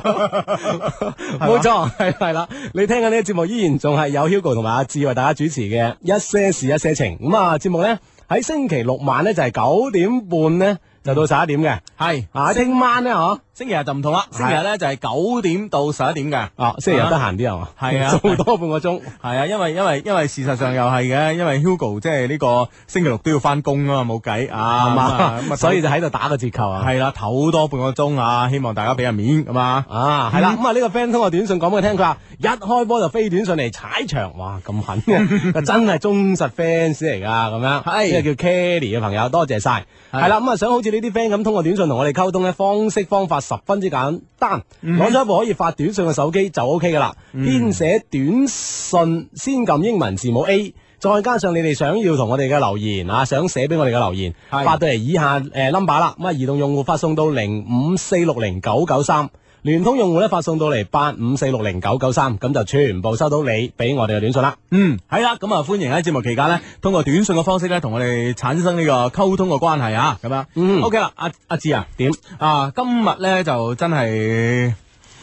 冇錯，係係啦。你聽緊呢個節目依然仲係有 Hugo 同埋阿志為大家主持嘅《一些事一些情》。咁啊，節目咧喺星期六晚咧就係九點半咧就到十一 點嘅，係啊，聽晚咧嗬，星期日就唔同啦。星期日咧就係九點到十一點嘅。啊，星期日得閒啲係嘛，係啊 做多半個鐘。系啊，因为因为因为事实上又系嘅，因为 Hugo 即系呢个星期六都要翻工啊嘛，冇计啊，係嘛咁啊所以就喺度打個折扣啊。系啦，唞多半个钟啊，希望大家俾人面咁啊。啊，係啦，咁啊呢個 friend 通過短信講俾我聽，佢話一開波就飛短信嚟踩場，哇咁 狠嘅，佢真係忠實 fans 嚟㗎，咁樣，係呢個叫 Kelly 嘅朋友，多謝晒。係啦，咁啊想好似呢啲 friend 咁通過短信同我哋溝通咧，方式方法十分之簡單，嗯攞咗一部可以發短信嘅手機就 OK 㗎啦，編寫短信先撳英文字母 A。再加上你哋想要同我哋嘅留言啊，想寫俾我哋嘅留言，發到嚟以下呃誒 number 啦。咁啊，移動用戶發送到零五四六零九九三，聯通用戶咧發送到嚟八五四六零九九三，咁就全部收到你俾我哋嘅短信啦。嗯，系啦，咁啊，欢迎喺节目期间咧，通过短信嘅方式咧，同我哋产生呢个沟通嘅关系啊，咁样。嗯，OK 啦，阿阿志啊，點啊？今日咧就真系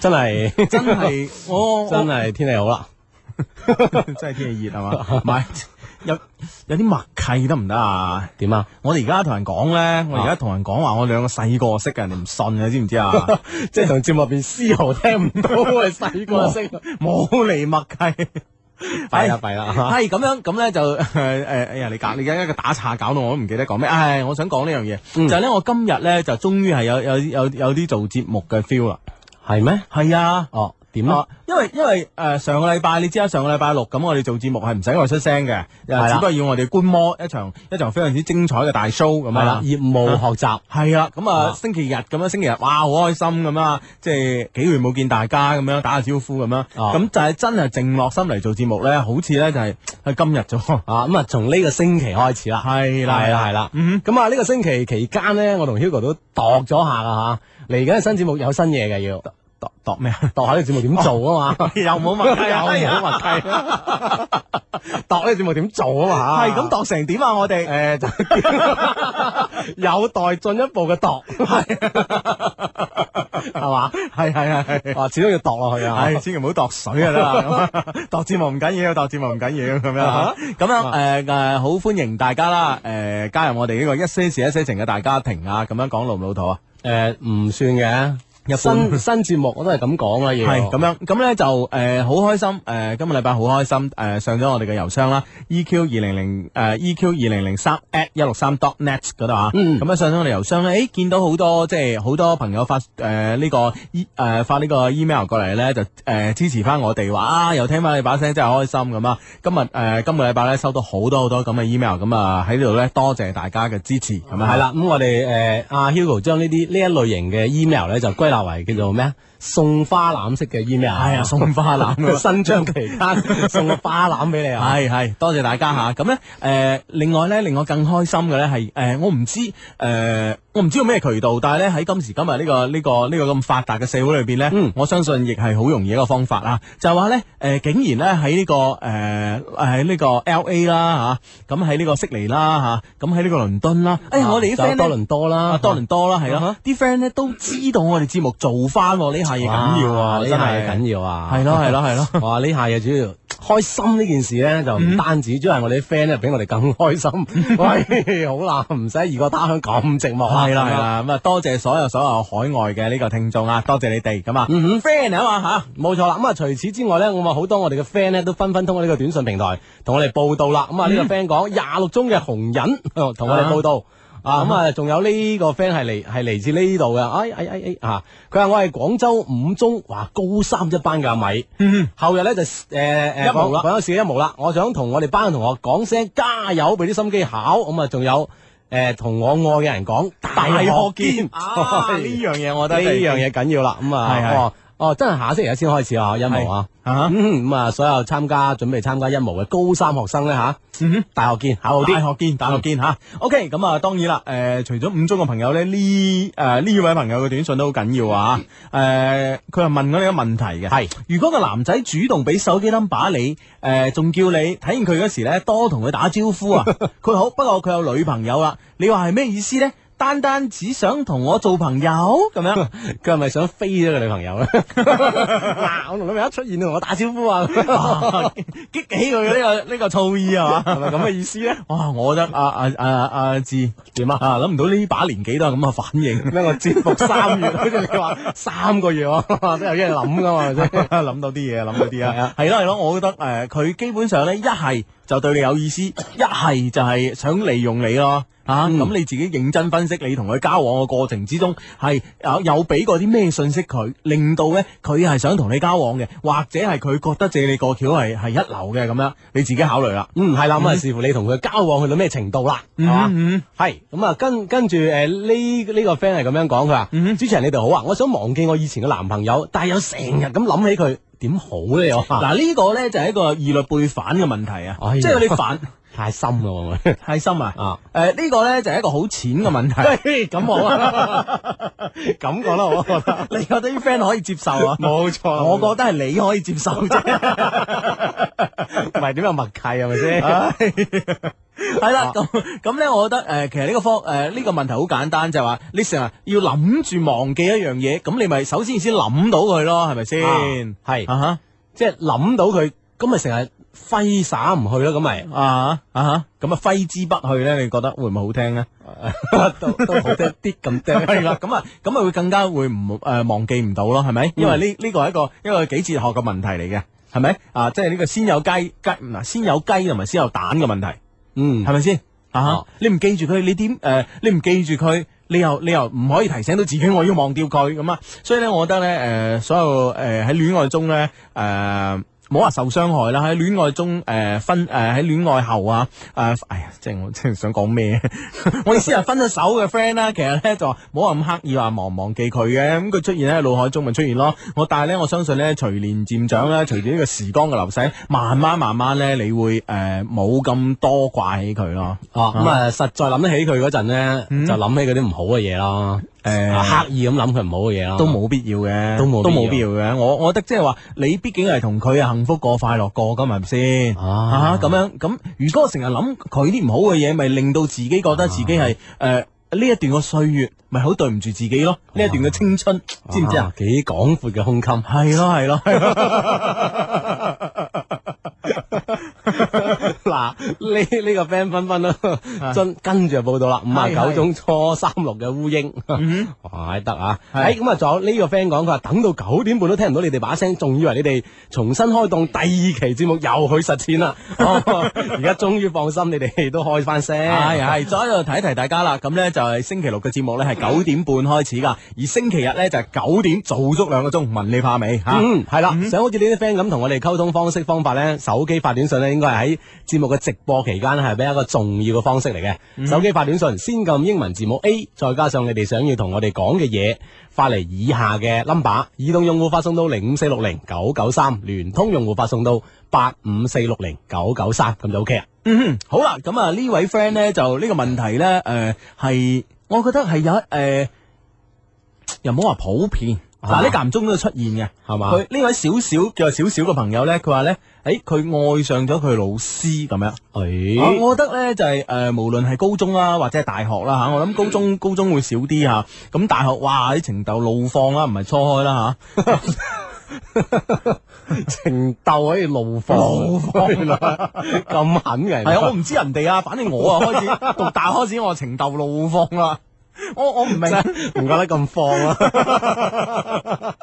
真係 真系我真係天氣好啦， 真系天气热系啊 嘛，唔系有有啲默契得唔得啊？點啊？我哋而家同人講咧，我而家同人講話，我兩個細個識嘅，人哋唔信嘅，知唔知啊？ 即係同節目入邊絲毫聽唔到嘅細個啊聲， 冇嚟默契， 弊啦弊啦，哎係咁樣咁咧就 誒誒，哎呀你搞你而家一個打岔搞到我都唔記得講咩，唉，我想講呢樣嘢，嗯就係咧我今日咧就終於係有有有有啲做節目嘅 feel 啦，係咩？係啊。哦，點咧？因為因為诶上個禮拜你知啦，上個禮拜六咁我哋做節目係唔使我哋出聲嘅，啦誒只不過要我哋觀摩一場一場非常之精彩嘅大 show 咁係啦啊，業務 學習係啦，咁啊啊星期日咁啊星期日，哇好開心咁啊，即係幾月冇見大家咁樣打下招呼咁樣，啊咁就係真係靜落心嚟做節目咧，好似咧就係係今日咗啊，咁啊從呢個星期開始啦，係啦嗯係啦係啦，咁啊呢個星期期間咧，我同 Hugo 都度咗下噶吓，嚟緊嘅新節目有新嘢嘅要度度咩啊？度下呢個節目點做啊嘛？ 又冇默契啊 又冇默契啊！ 度呢個節目點做啊嘛？係咁度成點啊？我哋诶，就 有待進一步嘅度，係嘛？係係係係啊，始終要度落去啊！唉，千祈唔 好度水啊 啦，度節目唔緊要，度節目唔緊要咁樣啊。咁樣诶诶，好歡迎大家啦！诶，加入我哋呢個一些事一些情嘅大家庭啊！咁樣講老唔老土啊？诶，唔算嘅，一般新新節目我都係咁講啦，系要咁樣，咁咧就誒好、開心誒、呃今個禮拜好開心誒、呃上咗我哋嘅郵箱啦，EQ 二零零誒 EQ 二零零三 at 一六三 dot net 嗰度啊，咁樣、上咗我哋郵箱咧，誒見到好多即係好多朋友發誒呢、個 E 誒、呃、發呢個 email 過嚟咧，就誒、呃支持翻我哋話啊，又聽翻你把聲真係開心咁啊！今日誒、呃今個禮拜咧收到好多好多咁嘅 email，咁啊喺呢度咧多謝大家嘅支持，咁啊樣系啦，咁我哋诶阿 Hugo 將呢啲呢一類型嘅 email 咧就歸納為叫做咩啊？送花籃式嘅 email，係啊送花籃 新章期間送個花籃俾 你啊！系系，多謝大家吓。咁咧，诶、另外咧，令我更開心嘅咧係诶，我唔知诶、誒我唔知道咩渠道，但係咧喺今時今日呢、個呢、個呢、個咁發達嘅社會裏边咧，我相信亦係好容易一個方法啦。就係話咧，诶、竟然咧喺呢個诶喺呢個 L A 啦吓，咁喺呢個悉尼啦吓，咁喺呢個倫敦啦，哎呀，我哋啲仲 friend 啊有多倫多啦啊，多倫多啦，係啦，啲 friend 咧都知道我哋節目做翻喎，呢下嘢緊要啊，哇呢真下係嘢緊要啊！係咯係咯係咯。嗯咯， 哇！呢下嘢主要。開心呢件事咧，就唔單止，主要係我哋啲 friend 咧，比我哋更開心。喂，好啦，唔使異國他鄉咁寂寞系啦系啦，咁啊多謝所有所有海外嘅呢個聽眾啊，多謝你哋咁啊。嗯 friend 啊嘛吓，冇錯啦。咁啊，除此之外咧，我咪好多我哋嘅 friend 咧都紛紛通過呢個短信平台同我哋報道啦。咁啊，呢嗯個 friend 講廿六中嘅紅人哦同我哋報道。啊咁啊，仲有呢個 friend 係嚟係嚟自呢度嘅，哎哎哎哎啊！佢話我係廣州五中，哇高三一班嘅阿米，後日咧就誒誒嗯一模啦講講咗試一模啦，我想同我哋班嘅同學講聲加油，俾啲心機考，咁啊仲有誒同我愛嘅人講大大學學見見哎啊！ 呢樣嘢我覺得呢樣嘢緊要啦。咁係係啊，哦哦，真係下星期一先開始啊，一模啊。嗯咁啊，所有參加準備參加一模嘅高三學生咧吓，大學見，考好啲。嗯嗯大學見，大學見吓。OK，咁啊，當然啦，诶、除咗五中嘅朋友咧，呢诶呢位朋友嘅短信都好緊要啊。诶、嗯佢係問我哋一個問題嘅，系如果個男仔主動俾手機 number 你，诶、仲叫你睇見佢嗰時咧，多同佢打招呼 啊。佢好，不過佢有女朋友啦。你話係咩意思咧？單單只想同我做朋友咁樣，佢係咪想飛咗個女 朋友咧？嗱，我同女朋友一出現，同我打招呼啊！激起佢嘅呢個 呢、個醋意係嘛？係咪咁嘅意思咧？哇！我覺得阿阿阿阿志點啊？啊諗唔到呢把年紀都係咁嘅反應。咩？我節目三 月，好似你話三個月喎， 都有啲嘢諗噶嘛，係咪先？ 諗到啲嘢，諗到啲啊，係咯係咯，我覺得誒，佢、基本上咧一係就對你有 意思，一係就係想利用你咯。啊，咁、你自己認真分析你同佢交往嘅過程之中，係有有俾過啲咩信息佢，令到咧佢係想同你交往嘅，或者係佢覺得借你過橋係係一流嘅咁樣，你自己考慮啦。嗯，係啦，咁啊視乎你同佢交往去到咩程度啦，嗯係嘛？嗯係咁啊，跟跟住誒呢呢個 friend 係咁樣講，佢話：嗯主持人你哋好啊，我想忘記我以前嘅男朋友，但係有成日咁諗起佢，點好咧？我 嗱呢個咧就係一個義律背反嘅問題啊， 哎呀即係你反。太深啦喎， 太深啊！啊，誒呢個咧就係一個好淺嘅問 題，咁好啊， 咁講啦，我覺得。你覺得啲 friend 可以接受啊？冇錯我覺得係你可以接受啫。 唔係點有默契啊係咪 先？ 係啊啦，咁咁咧，我覺得呃誒，其實呢個方誒呢個問題好簡單，就係話你成日要諗住忘記一樣嘢，咁你咪首先先諗到佢咯，係咪先？係啊哈，即係諗到佢，咁咪成日揮灑唔去咯，咁咪啊哈啊哈，咁啊揮之不去咧，你覺得會唔會好聽咧？ 都都好得啲咁多。系啦，咁啊，咁啊會更加會唔诶、呃忘記唔到咯，係咪？因為呢呢個係一個一個幾哲學嘅問題嚟嘅，係咪？啊，即係呢個先有雞雞嗱，先有雞同埋先有蛋嘅問題，嗯係咪先？啊，你唔記住佢，你點诶、呃你唔記住佢，你又你又唔可以提醒到自己，我要忘掉佢咁啊。所以咧，我覺得咧，诶、所有诶喺戀愛中咧，诶、唔好話受傷害啦，喺戀愛中誒、分誒喺戀愛後啊誒、哎呀，即係我 即係想講咩？我意思係分咗手嘅 friend 啦，其實咧就話唔好話咁刻意話忘唔忘記佢嘅，咁佢出現喺腦海中咪出現咯。我但係咧，我相信咧，隨年漸長咧，隨住呢個時光嘅流逝，慢慢慢慢咧，你會誒冇咁多掛起佢咯。嗯哦，咁啊，實在諗得起佢嗰陣咧，就諗起嗰啲唔好嘅嘢咯。啊誒刻意咁諗佢唔好嘅嘢咯，都冇必要嘅，都冇都冇必要嘅。我我覺得即係話，你畢竟係同佢啊幸福過、快樂過咁，係咪先？啊咁樣咁，如果成日諗佢啲唔好嘅嘢，咪令到自己覺啊得自己係誒呢一段嘅歲月，咪好對唔住自己咯。呢一段嘅青春，知唔知啊？啊幾廣闊嘅胸襟，係咯係咯係咯。 嗱，呢呢個 friend 紛紛啊啦，跟跟住就報道啦，五啊九中初三六嘅烏蠅，嗯 哇得啊！誒咁啊，仲有呢個 friend 講，佢話等到九點半都聽唔到你哋把聲，仲以為你哋重新開檔第二期節目又去實 踐啦， 哦而家終於放心，你哋都開翻聲，係係，再喺度提一提大家啦。咁咧就係星期六嘅節目咧嗯係九點半開始噶，而星期日咧就係九點做足兩個鐘，問你怕未吓？嗯，係啦，想好似呢啲 friend 咁同我哋溝通方式方法咧，手機發短信咧，應該係喺節目嘅直播期間咧，係比較一個重要嘅方式嚟嘅。手機發短信先撳英文字母 A，再加上你哋想要同我哋講嘅嘢，發嚟以下嘅 number。移動用戶發送到零五四六零九九三，聯通用戶發送到八五四六零九九三，咁就 OK 啊。嗯哼，好啦，咁啊呢位 friend 咧就呢個問題咧，誒、 係，我覺得係有誒、呃又唔好話普遍，嗱呢間唔中都出現嘅，係啊嘛佢呢位少少叫少少嘅朋友咧，佢話咧，誒、佢愛上咗佢老師咁樣，誒、啊我覺得咧就係、誒、無論係高中啦或者係大學啦嚇、我諗高 中高中會少啲嚇，咁大學哇啲情竇怒放啊啦，唔係初開啦嚇。 情鬥可以怒放，怒放 咁狠嘅，系啊，我唔知人哋啊，反正我啊開始讀大開始，我情竇怒放啦。我我唔明，唔覺得咁放啊！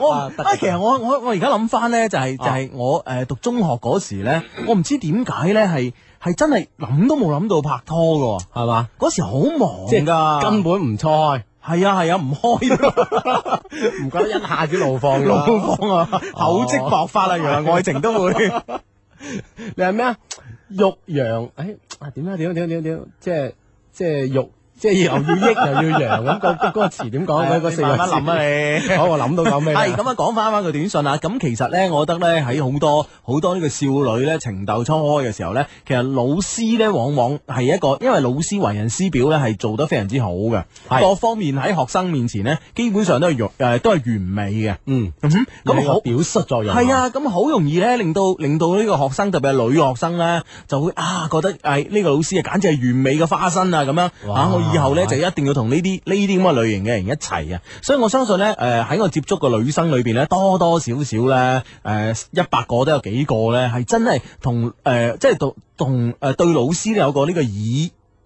我唔啊，其實我我我而家諗翻咧，就係、就啊係、我誒、呃、讀中學嗰時咧，我唔知點解咧係係真係諗都冇諗到拍拖嘅喎，係嘛？嗰時好忙即係㗎，根本唔錯。係啊係啊，唔開，唔覺得一下子怒放㗎哦怒放啊，厚積薄發啦，原 來愛情都會。你係咩啊？欲揚，哎啊點啊點啊點啊點啊點啊，即係即係欲，即係又要抑又要揚咁，個嗰個詞 點講咧？嗰四個字慢慢諗啊你 好，我諗到講咩？係咁啊，講翻翻個短信啊。咁其實咧，我覺得咧喺好多好多呢個少女咧情竇初開嘅時候咧，其實老師咧往往係一個，因為老師為人師表咧係做得非常之好嘅，各方面喺學生面前咧，基本上都係完誒都係完美嘅。嗯，有咁個好表率作用係啊，咁好容易咧，令到令到呢個學生，特別係女學生咧，就會啊覺得誒呢個老師啊，簡直係完美嘅花生啊咁樣哇啊！我以後咧就一定要同呢啲呢啲咁嘅類型嘅人一齊啊！所以我相信咧，誒、喺我接觸嘅女生裏邊咧，多多少少咧，誒、一百個都有幾個咧係真係同誒即係同同誒對老師有個呢個耳。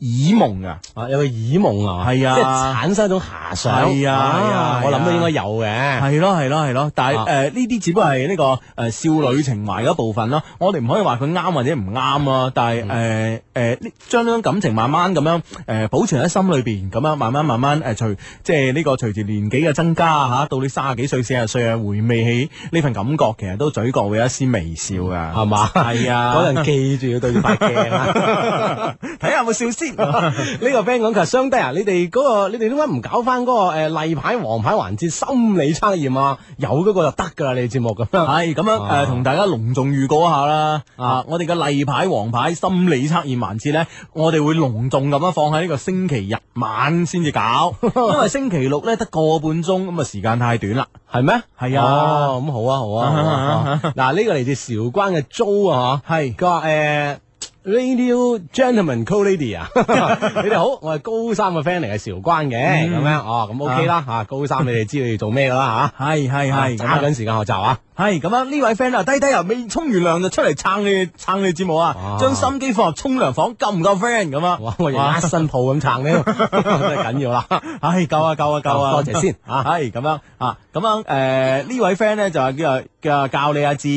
耳夢啊，啊有個耳夢啊，係啊即係產生一種遐想。係啊係啊我諗係都啊應該有嘅。系咯系咯系咯，但系啊诶呢啲只不過係呢、個个呃少女情懷嗰部分啦，我哋唔可以話佢啱或者唔啱啊，但係嗯诶诶呢將呢種感情慢慢咁樣诶、呃保存喺心裏边，咁樣慢慢慢慢诶隨即係呢個隨住年紀嘅增加吓、到你三十幾歲四十歲啊，回味起呢份感覺，其實都嘴角會有一絲微笑噶，係嘛係啊， 嗰陣記住要對住塊鏡啊！ 睇下有冇笑 先。呢個 friend 講佢話雙低啊，你哋嗰、個你哋點解唔搞翻嗰、個呃例牌黃牌環節心理測驗啊？有嗰個就得㗎啦，你哋節目咁樣。系咁樣啊诶，同大家隆重預告一下啦。啊，我哋嘅例牌、黃牌心理測驗環節呢，我哋會隆重咁樣放喺呢個星期日晚先至 搞，因為星期六呢得個半鐘，咁啊時間太短啦。係咩？係啊哦咁好啊，好啊，好 啊。好啊嗱，呢個嚟自韶關嘅 Jo 啊，係佢話誒。Radio gentleman, cool lady 啊！你哋好，我係高三嘅 friend 嚟，係韶關嗯啊嘅咁樣哦，咁 OK 啦吓，高三你哋知你哋做咩噶啦啊 係係吓，係，揸緊時間學習啊！系系咁啊！呢位 friend 啊，低低啊，未沖完涼就出嚟撐你撑你節目啊，將心機放入沖涼房，夠唔夠 friend 咁啊？我哇哋一身抱咁撐呢，真係緊要 啦。唉，夠啊，夠啊，夠啊！多謝先啊，係咁樣啊，咁樣呃诶，呢位 friend 咧就話叫叫教你阿志，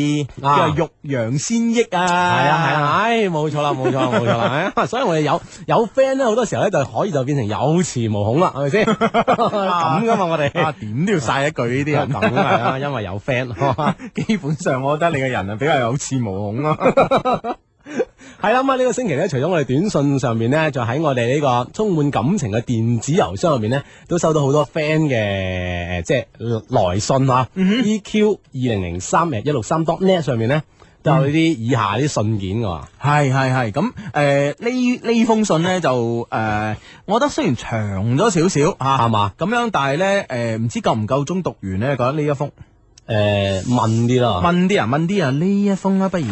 叫做玉陽先益啊，係系啊系啊，唉，冇錯啦冇錯啦冇錯啦， 唉所以我哋有有 friend 咧，好多時候咧就可以就變成有恃無恐啦，係咪先？咁 噶嘛，我哋啊點都要晒一句呢 啲啊咁係啊，因為有 friend，基本上我覺得你個人啊比較有恃無恐啊 咯。系啦，咁啊呢個星期咧，除咗我哋短信上面咧，就喺我哋呢個充滿感情嘅電子郵箱入面咧，都收到好多 friend 嘅呃即係來信啊。EQ 嗯二零零三誒一六三 dot net 上面咧，都有呢啲以下啲信件㗎喎。系系系咁诶呢呢封信咧就诶、呃我覺得雖然長咗少少吓，係嘛咁樣，但係咧诶唔知夠唔夠鐘讀完咧？覺得呢一封诶、呃問啲啦，問啲啊問啲啊呢一封啦，不如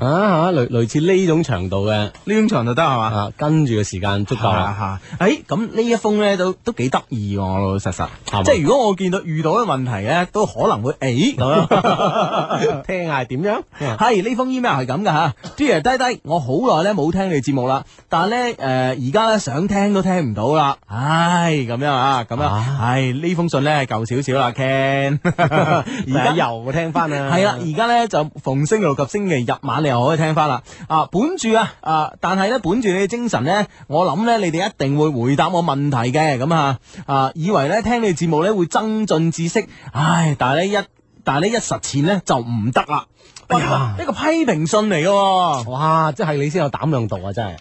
啊類類似呢種長度嘅，呢種長度得係嘛？啊啊，跟住嘅時間足夠啦。吓诶哎咁呢一封咧都都幾得意喎，老老實實，即係如果我見到遇到嘅問題咧，都可能會誒咁 樣 聽下係 點樣。係呢封 email 係咁噶吓，Dear 低低，我好耐咧冇聽你節目啦，但係咧誒而家咧想聽都聽唔到啦，唉咁樣啊，咁樣，唉呢封信咧係舊少少啦，Ken，而家又聽啊翻啦係啊啦，而家咧就逢星期六及星期日晚你又可以聽翻啦，啊本住啊啊，但係咧本住你嘅精神咧，我諗咧你哋一定會回答我問題嘅，咁啊啊以為咧聽你節目咧會增進知識，唉，但係咧一但係咧一實踐咧就唔得啦。哎呀，呢個批評信嚟嘅喎，哇！即係你先有膽量讀啊，真係。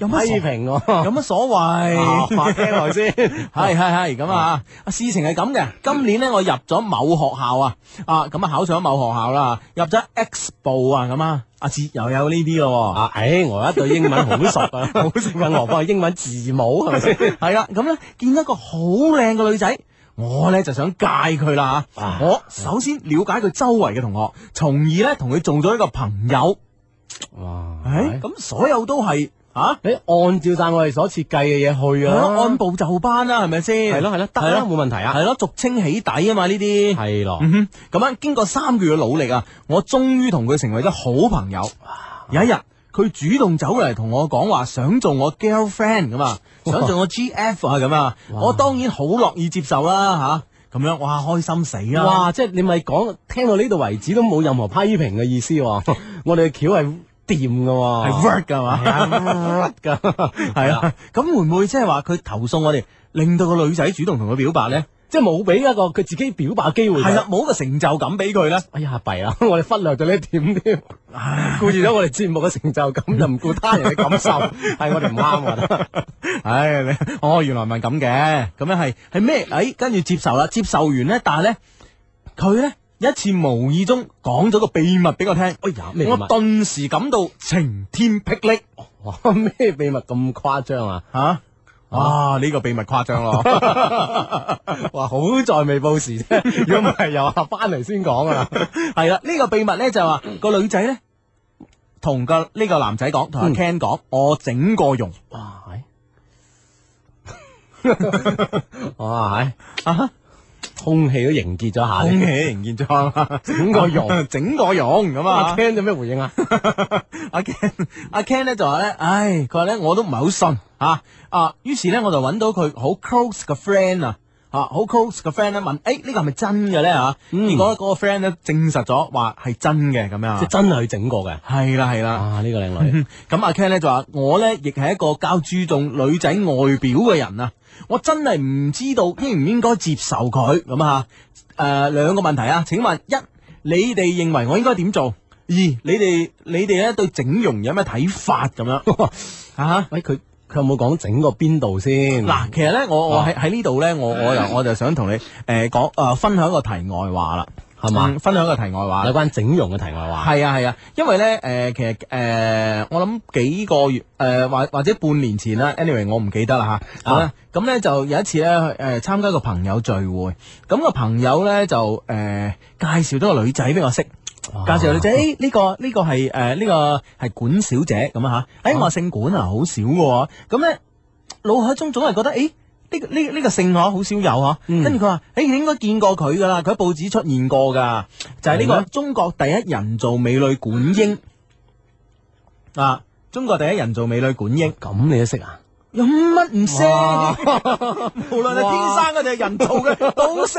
有乜所批評我有乜所謂？啊聽落先 係係係咁啊！事情係咁嘅，今年呢，我入咗某學校啊，啊咁啊考上咗某學校啦，入咗 X 部啊咁啊，阿哲又有呢啲咯喎啊！唉，我一對英文好熟 啊，好熟啊，何況係英文字母係咪先？係啦，咁咧見到一個好靚嘅女仔。 我呢就想戒佢啦吓，啊我首先了解佢周圍嘅同學，從而呢同佢做咗一個朋友。哇！誒咁所有都係吓，你按照晒我哋所設計嘅嘢去係啊，咯按部就班啦，係咪先？係咯係咯得啦冇問題啊係咯，俗稱起底啊嘛，呢啲係咯嗯哼，咁樣經過三個月嘅努力啊，我終於同佢成為咗好朋友。有一日，佢主動走過嚟同我講話，想做我 girlfriend 咁啊，哇想做我 GF 啊咁啊，我當然好樂意接受啦吓，咁樣哇開心死啦！哇！即係你咪講聽到呢度為止都冇任何批評嘅意思喎， 我哋嘅橋係掂嘅喎，係 work 㗎嘛係啊 work 㗎， 係啊，咁會唔會即係話佢投訴我哋，令到個女仔主動同佢表白咧？即係冇俾一個佢自己表白嘅機會。係啦，，冇一個成就感俾佢咧。哎呀弊啦， 我哋忽略咗呢一點添，顧住咗我哋節目嘅成就感，就唔顧他人嘅感受， 哎係我哋唔啱啊我覺得。唉，你哦，原來唔係咁嘅，咁樣係係咩？哎，跟住接受啦，接受完咧，但係咧，佢咧一次無意中講咗個秘密俾我聽，哎呀，咩秘我密？頓時感到晴天霹靂 哇！咩秘密咁誇張啊？吓！哇！呢、個秘密誇張 咯，哇！好在未報時啫，如果唔係又話翻嚟先講啊。係啦，呢、個秘密咧就係話個女仔咧同個呢個男仔講，同阿 Ken 講，我整過容。嗯哇！ 係哇！係啊！空氣都凝結咗下空咧，氣凝結咗，啊整個 容整個容咁阿啊！ Ken 有咩回應啊？阿 Ken 阿 Ken 咧就話咧，唉，佢話咧我都唔係好信啊啊，於是咧我就揾到佢好 close 嘅 friend 啊。啊，好 close 嘅 friend 咧問，誒、呢個係咪真嘅咧嚇？結果嗰個 friend 咧證實咗話係真嘅咁樣啊嗯即係，真係去整過嘅。係啦係啦。啊！呢個靚女， 咁阿 Ken 咧就話：我咧亦係一個較注重女仔外表嘅人啊，我真係唔知道應唔應該接受佢咁啊。誒、兩個問題啊，請問一，你哋認為我應該點做？二，你哋你哋咧對整容有咩睇法咁 樣啊？喂佢佢有冇講整過邊度先？啊嗱，其實咧，我我喺喺呢度咧，我我又我就想同你誒講誒分享一個題外話啦，係嘛嗯分享一個題外話啦有關整容嘅題外話。係啊係啊，因為咧誒、呃其實誒、呃我諗幾個月誒、呃或或者半年前啦，anyway 我唔記得啦嚇。好啦咁咧就有一次咧誒、呃、參加一個朋友聚會，咁、個朋友咧就誒、呃介紹咗個女仔俾我識。介紹女仔，誒呢、個呢、個係誒呢個係管小姐咁啊嚇，誒、我姓管啊，好少嘅喎，咁咧腦海中總係覺得誒呢個呢個呢個姓可好少有嗬。跟住佢話：，誒你應該見過佢噶啦，佢喺報紙出現過噶，就係呢係個咩中國第一人造美女管英啊！中國第一人造美女管英，咁你都識 啊？有乜唔識？ 無論係天生嘅定係人造 嘅都識。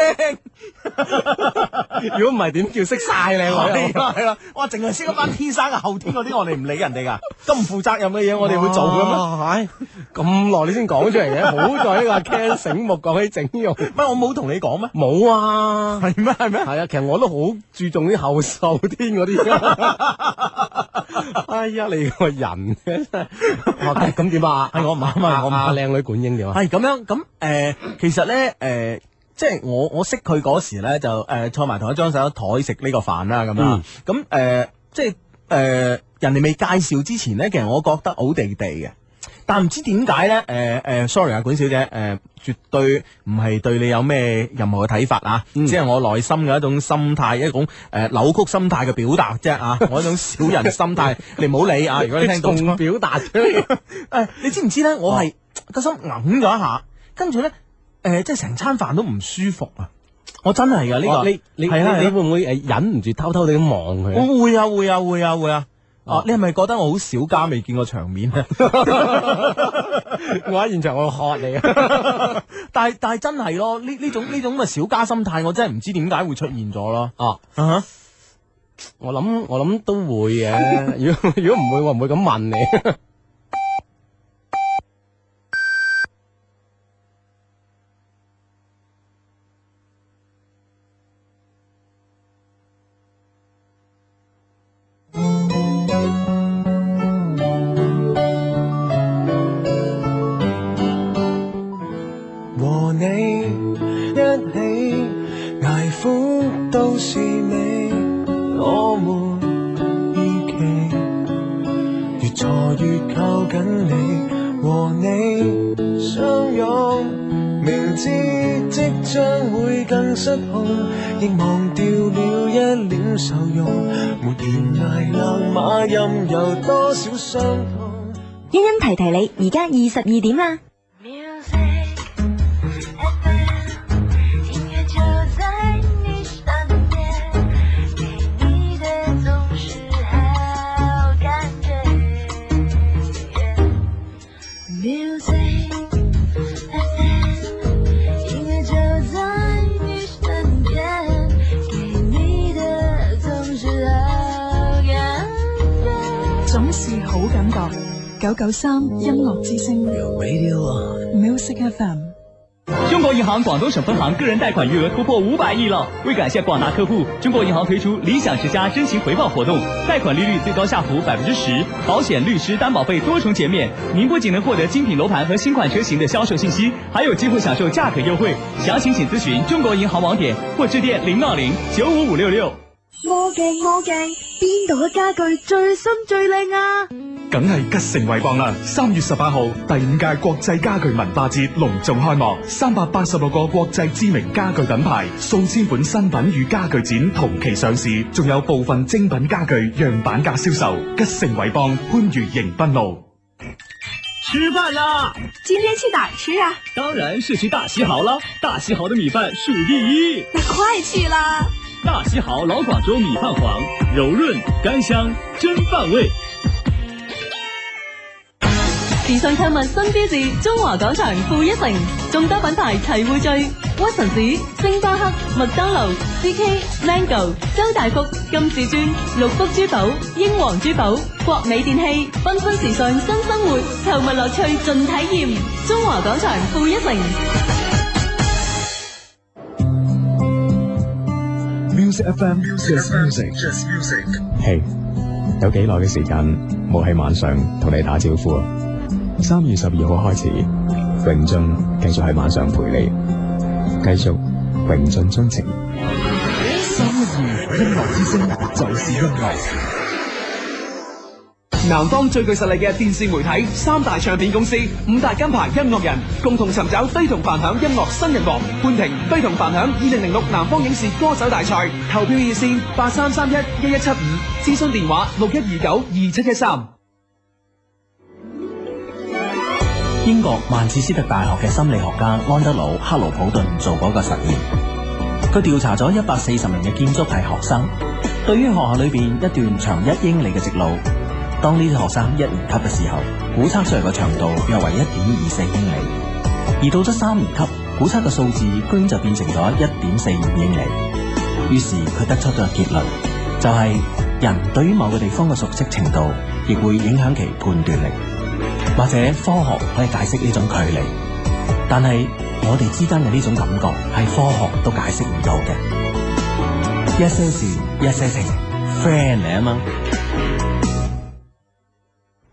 如果唔係點叫識晒你位係啊啦係啦，哇！淨係識一班天生嘅，後天嗰啲我哋唔理人哋噶，咁唔負責任嘅嘢我哋會做嘅咩？咩？咁耐你先講出嚟嘅， 好在呢個阿 Ken 醒目講起整容。乜我冇同你講咩？冇啊，係咩係咩？係啊，其實我都好注重啲後後天嗰啲。 哎呀，你個人 嘅真係，哇咁咁點啊？係我唔啱啊我唔啱啊靚女管英點啊？係咁樣咁誒、呃其實咧誒、呃即係我我識佢嗰時咧就誒、呃坐埋同一張手台食呢個飯啦咁樣，嗯咁誒、呃即係誒、呃人哋未介紹之前咧，其實我覺得好地地嘅。但唔知點解咧？誒、呃、誒，sorry 啊，管小姐，誒、絕對唔係對你有咩任何嘅睇法啊，嗯只係我內心嘅一種心態，一種誒、呃扭曲心態嘅表達啫 啊，我一種小人心態，你唔好理啊！如果你聽到你 仲表達出 你知唔知咧？我係個心揞咗一下，跟住咧，誒，即係成餐飯都唔舒服啊！我真係噶呢哇個，哦你你你係啊係啊你會唔會誒忍唔住偷偷地咁望佢啊？我會啊會啊會啊會啊！哦，你係咪覺得我好少家未見過場面啊 咧？ 我喺現場我喝你啊！但係但係真係咯，呢呢種呢種咁嘅小家心態，我真係唔知點解會出現咗咯。啊哦，我諗我諗都會 嘅。如果如果唔會，我唔會咁問你。和你一起捱苦都是美，我們依期越坐越靠近你，和你相擁，明知即將會更失控，亦忘掉了一臉愁容，沒懸崖勒馬任由多少傷痛。欣欣提提你，而家二十二點啦。音乐就在你身边，给你的总是好感觉。Music FM，音乐就在你身边，给你的总是好感觉。总是好感觉。九九三音乐之声，Music FM。中国银行广东省分行个人贷款余额突破五百亿了。为感谢广大客户，中国银行推出“理想之家”真情回报活动，贷款利率最高下浮百分之十，保险、律师、担保费多重减免。您不仅能获得精品楼盘和新款车型的销售信息，还有机会享受价格优惠。详情请咨询中国银行网点或致电零二零九五五六六。魔镜魔镜，边度嘅家具最新最靓啊？梗係吉盛偉邦啦！三月十八號，第五屆國際家具文化節隆重開幕，三百八十六個國際知名家具品牌、數千款新品與家具展同期上市，仲有部分精品家具樣板價銷售。吉盛偉邦番禺迎賓路。吃饭啦！今天去哪儿吃啊？当然是去大西豪啦！大西豪的米饭数第一，那快去啦！大西豪老广州米饭皇，柔润甘香，真饭味。时尚购物新标志，中华广场负一城，众多品牌齐汇聚，屈臣氏、星巴克、麦当劳、CK、Mango、周大福、金至尊、六福珠宝、英皇珠宝、国美电器，缤纷时尚新生活，购物乐趣尽体验。中华广场负一城。 Music FM just music just music。嘿有幾耐嘅時間冇喺晚上同你打招呼啊？三月十二號開始，榮俊繼續喺晚上陪你，繼續榮俊鍾情。三二音樂之聲就是音樂。南方最具實力嘅電視媒體、三大唱片公司、五大金牌音樂人，共同尋找低同凡響音樂新人王。潘婷低同凡響二零零六南方影視歌手大賽，投票熱線八三三一一一七五，諮詢電話六一二九二七一三。英國曼徹斯特大學嘅心理學家安德魯克勞普頓做過一個實驗，佢調查咗一百四十名嘅建築系學生，對於學校裏邊一段長一英里嘅直路，當呢啲學生一年級嘅時候，估測出嚟嘅長度約為一點二四英里，而到咗三年級，估測嘅數字居然就變成咗一點四五英里。於是佢得出咗個結論，就係、人對於某個地方嘅熟悉程度，亦會影響其判斷力，或者科學可以解釋呢種距離，但係我哋之間嘅呢種感覺係科學都解釋唔到嘅。一些事，一些情，friend 嚟啊嘛〜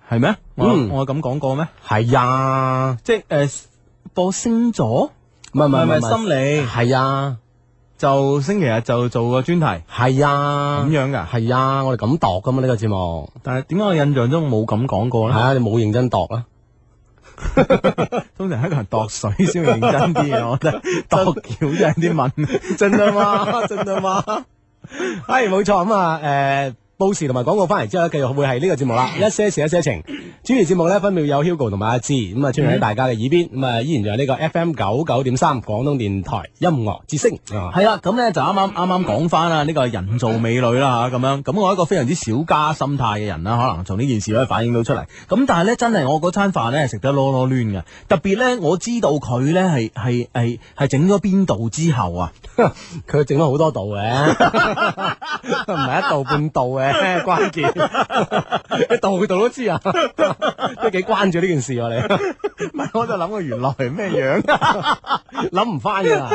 系咩？我嗯嗯我咁講過咩？係啊，即係诶，播星座，唔係唔係唔係心理，係啊。就星期日就做個專題，係啊，咁樣噶，係啊，我哋咁度噶嘛呢個節目。但係點解我印象中冇咁講過咧？係啊，你冇認真度 啦。通常一個人度水先會認真啲嘅，我 覺得度橋真係啲問， 真啊嘛，真啊嘛。 系冇错咁啊，诶。報時同埋廣告翻嚟之後咧，繼續會係呢個節 目啦，一些事一些情。主持節目咧分別有 Hugo 同埋阿志，咁啊出嗯現喺大家嘅耳邊，咁啊依然就係呢個 FM 九九點三廣東電台音樂之啊聲。系啦，咁咧就啱啱啱啱講翻啦，呢個人造美女啦吓，咁樣咁我一個非常之小家心態嘅人啦，可能從呢件事可以反映到出嚟。咁但係咧，真係我嗰餐飯咧食得囉囉攣嘅，特別咧我知道佢咧係係係係整咗邊度之後啊， 佢整咗好多度嘅， 唔係一度半度嘅 關鍵，你度度都知啊， 都幾關注呢件事啊你。唔係我就諗佢原來係咩樣， 諗唔翻㗎 啦，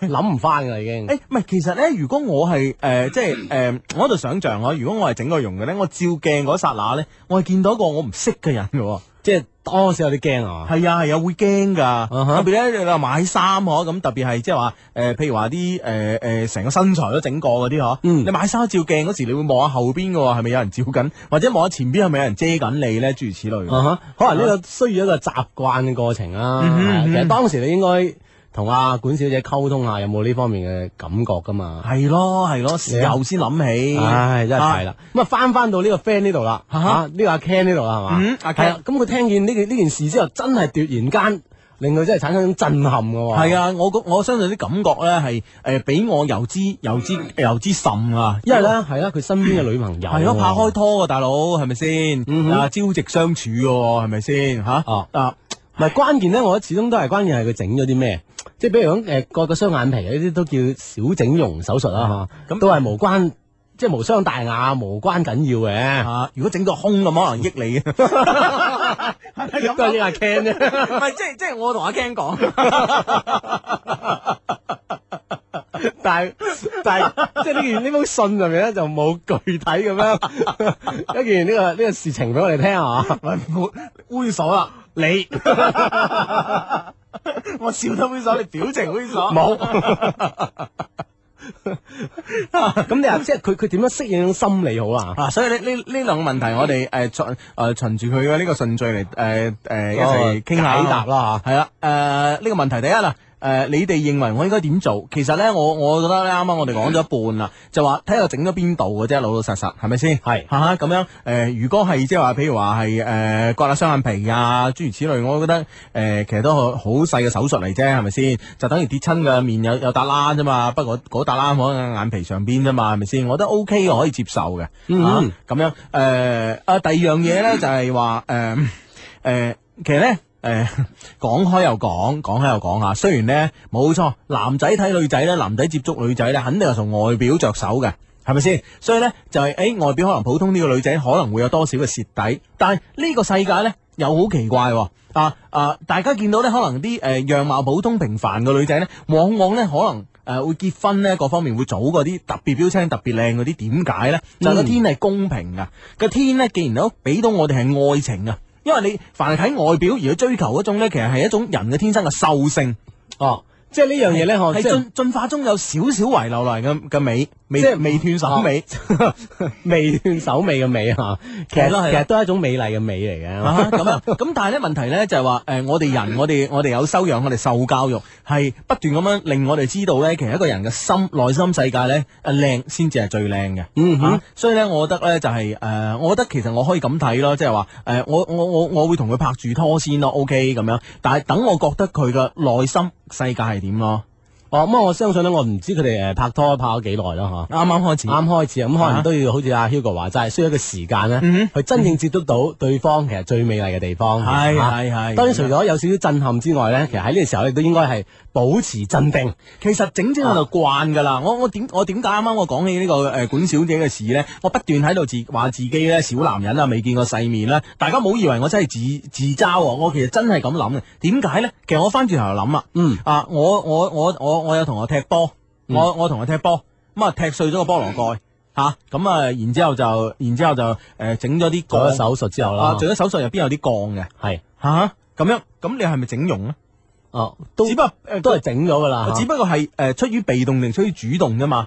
諗唔翻㗎啦已經。誒唔係，其實咧，如果我係誒、呃即係誒、呃我喺度想像我，如果我係整個容嘅咧，我照鏡嗰剎那咧，我係見到一個我唔識嘅人嘅喎。即係當時有啲驚啊！Uh-huh 係啊係啊，會驚㗎。特別咧，你話買衫嗬，咁特別係即係話誒，譬如話啲誒誒成個身材都整過嗰啲嗬。嗯你買衫照鏡嗰時，你會望下後邊㗎喎，係咪有人照緊，或者望下前邊係咪有人遮緊你咧？諸如此類。啊哈可能呢個需要一個習慣嘅過程啦。嗯哼係啊嗯哼其實當時你應該同阿管小姐溝通下，有冇呢方面嘅感覺噶嘛？啊係咯係咯，事後先諗起。唉，真係係啦。咁啊，翻翻到呢個 friend 呢度啦，啊哈啊呢個阿 Ken 呢度啦，係嘛？嗯阿 Ken 係啊咁佢聽見呢件呢件事之後，真係突然間令佢真係產生一種震撼嘅喎。係啊，我覺我相信啲感覺咧係誒俾我由之由之由之甚啊，因為咧係啦，佢身邊嘅女朋友係咯，拍開拖啊，大佬係咪先？哼啊，朝夕相處嘅喎，係咪先？嚇啊！唔係關鍵咧，我覺得始終都係關鍵係佢整咗啲咩，即係比如講誒割個雙眼皮呢啲都叫小整容手術啊啦嚇，咁都係無關即係無傷大雅、無關緊要嘅嚇。啊如果整個胸咁，可能益你嘅。咁 都係 益阿 Ken 啫。唔係，即係即係我同阿 Ken 講， 但係但係即係呢件呢封信上面咧就冇具體咁 樣一件呢、個呢、個事情俾我哋聽啊，冇猥瑣啦，你 我笑得猥瑣，你表情猥瑣，冇。咁你話即係佢佢點樣適應心理好啊？啊，所以呢呢呢兩個問題，我哋誒循誒循住佢嘅呢個順序嚟誒誒一哦齊傾下解答啦嚇。係啦，誒呢個問題第一啦。誒、你哋認為我應該點做？其實咧，我我覺得咧，啱啱我哋講咗一半啦，就話睇下整咗邊度嘅啫，老老實實係咪先？係嚇嚇咁樣誒、如果係即係話，譬如話係誒割下雙眼皮啊，諸如此類，我覺得誒、其實都好好細嘅手術嚟啫，係咪先？就等於跌親嘅面有有笪啦啫嘛，不過嗰笪啦可能眼皮上邊啫嘛，係咪先？我覺得 O K，我可以接受嘅。嗯啊咁樣誒、呃啊，第二樣嘢咧就係話誒 誒，其實咧。誒講開又講，講開又講嚇。雖然咧冇錯，男仔睇女仔咧，男仔接觸女仔咧，肯定係從外表着手嘅，係咪先？所以咧就係、誒、外表可能普通呢個女仔可能會有多少嘅蝕底，但係呢個世界咧又好奇怪喎、啊啊！大家見到咧，可能啲誒、呃、樣貌普通平凡嘅女仔咧，往往咧可能誒、呃、會結婚咧，各方面會早過啲特別標青、特別靚嗰啲。點解咧？就係個天係公平噶，個天咧既然都俾到我哋係愛情啊，因為你凡係睇外表而去追求嗰種咧，其實係一種人嘅天生嘅獸性。哦，即係呢樣嘢咧，我係即係進進化中有少少遺留落嚟嘅嘅美。未即係未斷手尾， 未斷手尾嘅尾啊，其哦實係咯係咯其實都係一種美麗嘅美嚟嘅。啊咁啊，咁但系咧問題咧就係話誒，我哋 人我哋我哋有修養，我哋受教育係不斷咁樣令我哋知道咧，其實一個人嘅心內心世界咧誒靚先至係最靚嘅。嗯哼，所以咧，我覺得咧就係、誒、我覺得其實我可以咁睇咯，即係話誒，我我我我會同佢拍住拖先咯，OK 咁樣。但係等我覺得佢嘅內心世界係點咯。哦，咁我相信咧，我唔知佢哋誒呃拍拖拍咗幾耐啦嚇。啱啱開始，啱開始啊，咁可能都要好似阿 Hugo 話齋，需要一個時間嗯咧，去真正接觸到對方其實最美麗嘅地方。係嚇係係當然除咗有少少震撼之外咧，其實喺呢個時候你都應該係保持鎮定。其實整整我就慣㗎啦，我我點我點解啱啱我講起呢、個誒、呃管小姐嘅事呢？我不斷喺度自話自己呢，小男人啊，未見過世面啦。大家唔好以為我真係自自嘲喎，我其實真係咁諗嘅。點解呢？其實我翻轉頭諗啊，嗯啊，我我我我我有同學踢波，嗯我我同佢踢波，咁啊踢碎咗個菠蘿蓋。吓咁啊，然之後就，然之後就誒整咗啲做咗鋼手術之後啦啊做咗手術入邊有啲鋼嘅，係吓咁樣，咁你係咪整容咧？哦，都只不過誒都係整咗㗎啦。只不過係誒、呃出於被動定出於主動啫嘛。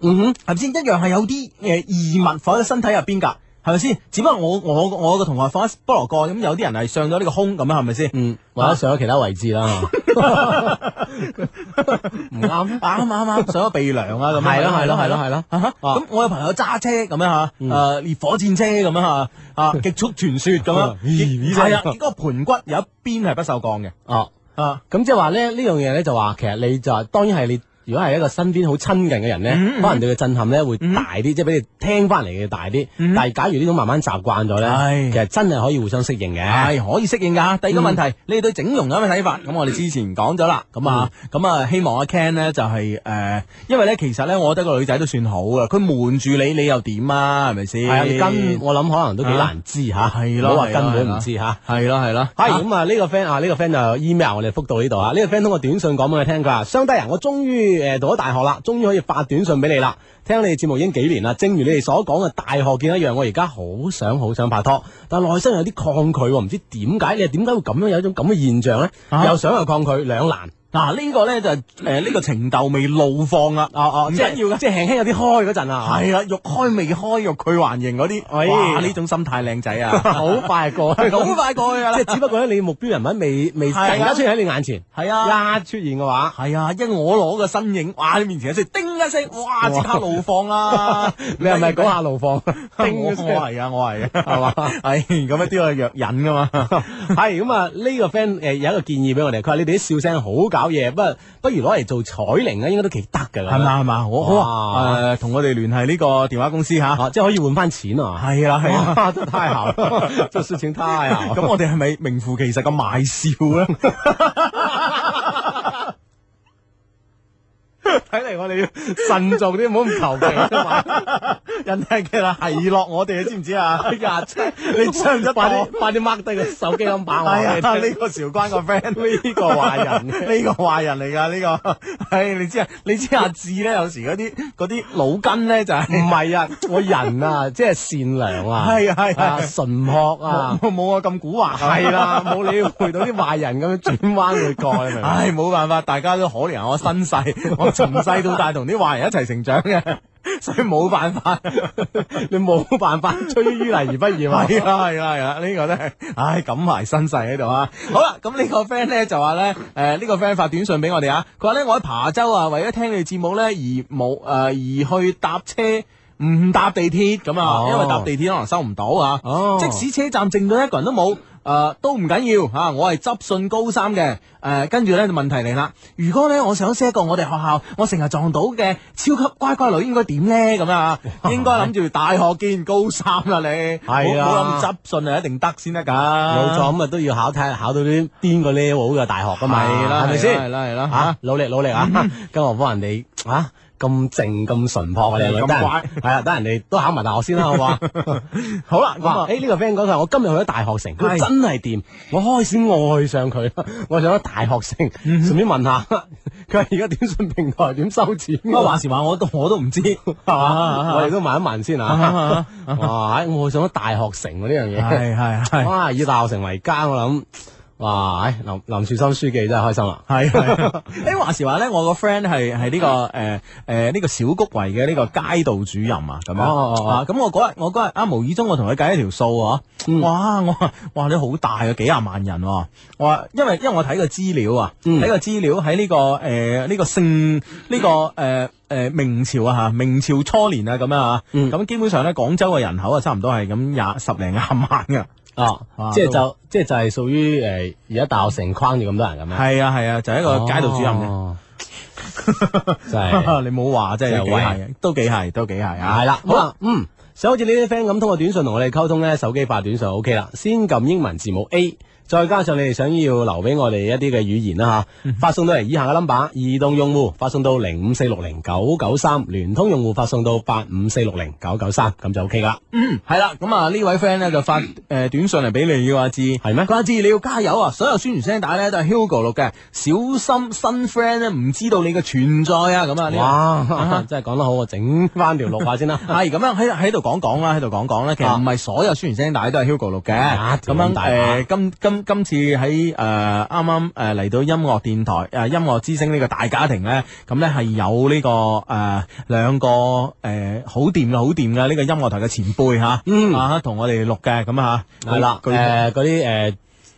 嗯哼，係咪先？一樣係有啲誒異物放喺身體入邊㗎。係咪先？只不過我我我個同學放喺菠蘿蓋，咁有啲人係上咗呢個胸咁啊，係咪先？嗯，或者上咗其他位置 啦，唔啱啱 啱啱上咗鼻梁啊，咁樣係咯係咯係咯係咯嗯啊哈啊咁我有朋友揸車咁樣嚇，誒烈火戰車咁樣嚇， 啊極速傳説咁樣，咦咦聲係啊，嗰個盤骨有一邊係不鏽鋼嘅。哦，啊，咁即係話咧呢樣嘢咧就話，其實你就話當然係你。如果係一個身邊好親近嘅人咧，嗯嗯可能對佢震撼咧會大啲，即係俾你聽翻嚟嘅大啲。嗯但係假如呢種慢慢習慣咗咧，其實真係可以互相適應嘅。係可以適應㗎。第二個問題，嗯你哋對整容有咩睇法？咁我哋之前講咗啦，咁啊，嗯咁啊，希望阿 Ken 呢就係、呃因為咧其實咧，我覺得個女仔都算好啊，佢瞞住你，你又點啊？係咪先？啊係啊，你根我諗可能都幾難知嚇，係唔咯，好話根本唔知嚇。係咯係咯，啊係咁啊！呢個 friend 啊，呢個 friend 就 email 我哋覆到呢度啊。呢個 friend 通過短信講俾我聽，佢話：雙低啊人，我終於誒讀咗大學啦，終於可以發短信俾你啦。聽你哋節目已經幾年啦，正如你哋所講嘅大學見一樣，我而家好想好想拍拖，但內心有啲抗拒喎，唔知點解你係點解會咁樣有一種咁嘅現象咧？啊又想又抗拒，兩難。嗱呢個咧就誒呃呢個情竇未怒放啊！哦哦，即係即係輕輕有啲開嗰陣啊係啊，欲開未開，欲拒還迎嗰啲，哎哇！呢種心態靚仔啊， 好快過， 好快過去㗎啦即係只不過咧，你目標人物未未突係啊然間出現喺你眼前，係啊一出現嘅話，係啊，因我攞個身影，哇！你面前一聲，叮一聲，哇！即刻怒放啦！ 你係咪嗰下怒 放？我叮我一聲係 啊，我係啊，係 嘛係咁一啲係藥引噶 嘛，系咁啊！呢個 friend 诶有一個建議俾我哋，佢話你哋啲笑聲好搞嘢，不不如攞嚟做彩鈴啊，應該都幾得㗎係啦。嘛係嘛，我好啊，誒，同我哋聯繫呢個電話公司吓，啊，即係可以換翻錢啊！係啦係啦。哇，真係太好啦， 做事情太好。 咁我哋係咪名副其實嘅賣笑咧？ 睇嚟我哋要慎重啲，唔好咁求其啊嘛。人哋其實係落我哋，知唔知 啊？哎呀，真 係你真唔得快當啲快啲 mark 低個手機 number 係我話你 啊，聽。呢個韶關個 friend， 呢個壞人 呢個壞人嚟㗎，呢個 係你知啊，你知阿志咧，有時嗰啲嗰啲腦筋咧就係唔係啊，我 人啊，即係善良啊，係啊係啊啊 純樸啊冇，冇我咁古惑啊，係啦， 冇理會到啲壞人咁樣轉彎會過，你明唔 明？唉，冇辦法，大家都可憐啊我身 世，我從細到大同啲壞人一齊成長嘅，所以冇辦 法，你冇辦法追於泥而不染 啊！係啦係啦係啦，呢、個真係，唉，感埋身世喺度啊！好啦，咁呢個 friend 咧就話咧，誒、呢、個 friend 發短信俾我哋啊，佢話咧我喺琶洲啊，為咗聽你哋節目咧而冇誒、而去搭車。唔搭地鐵咁啊，哦因為搭地鐵可能收唔到啊。哦即使車站剩到一個人都冇，誒、都唔緊要嚇、啊我係執信高三嘅，誒、跟住咧就問題嚟啦。如果咧我想識一個我哋學校我成日撞到嘅超級乖乖女，應該點咧咁啊？應該諗住大學見高三啦，你係冇啊冇諗執信啊，一定得先得㗎。冇冇錯，咁啊都要考睇下考到啲邊個 level 嘅大學噶嘛，係啦係咪先？係啦係啦嚇努力努力啊！更何況人哋啊咁靜咁純樸嘅你，咁得人乖係啊，等人哋都考埋大學先啦，好 嘛？好啦，咁哇！啊，誒呢個 friend 講佢話我今日去咗大學城，佢係真係掂，我開始愛上佢 啦。我上咗大學城，順便問下 佢話而家短信平台點收錢㗎？乜話時話我都我都 唔知係我哋嘛，都問一問先啊！哇！唉我上咗大學城喎呢樣嘢。係係係。哇！以大學城為家，我諗哇！唉林林樹森書記真係開心啦，係係。誒話時話咧，我個 friend 係係呢個誒誒呢個小谷圍嘅呢個街道主任啊，咁樣哦哦哦啊咁我嗰日我嗰日啊無意中我同佢計一條數啊，嗯哇！我話哇你好大啊，幾廿萬人喎，我話因為因為我睇個資料啊，嗯睇個資料喺呢個誒呢個姓呢個誒。誒明朝啊嚇，明朝初年啊咁樣啊，嗯咁基本上咧廣州嘅人口啊，差唔多係咁廿十零廿萬噶，啊哇即係都就即係就係屬於誒而家大學城框住咁多人咁樣。係啊係啊，就係一個街道主任嘅。哦真 係你冇話真係有真係幾位係，都幾係，都幾係啊！系啦，好好啦啦，，嗯，想好似呢啲 friend 咁通過短信同我哋溝通咧，手機發短信就 O K 啦，先撳英文字母 A。再加上你哋想要留俾我哋一啲嘅語言啦吓，嗯發送到嚟以下嘅 number，移動用戶發送到零五四六零九九三，聯通用戶發送到八五四六零九九三，咁就 OK 噶啦。嗯嗯，系啦，咁啊呢位 friend 咧就發诶短信嚟俾你嘅阿志，系咩？阿志你要加油啊！所有宣傳聲帶咧都係 Hugo 錄嘅，小心新 friend 咧唔知道你嘅存在啊！咁啊，呢個哇， 真係講得好，我整翻條錄 下先啦。啊系咁樣喺喺度講講啦，喺度講講咧，其實唔係所有宣傳聲帶都係 Hugo 錄嘅，咁咁樣大誒今今今次喺誒啱啱誒嚟到音樂電台誒音樂之星呢個大家庭咧，咁咧係有呢個誒兩個誒好掂嘅好掂嘅呢個音樂台嘅前輩嚇，啊同我哋錄嘅咁啊，係啦，佢誒嗰啲誒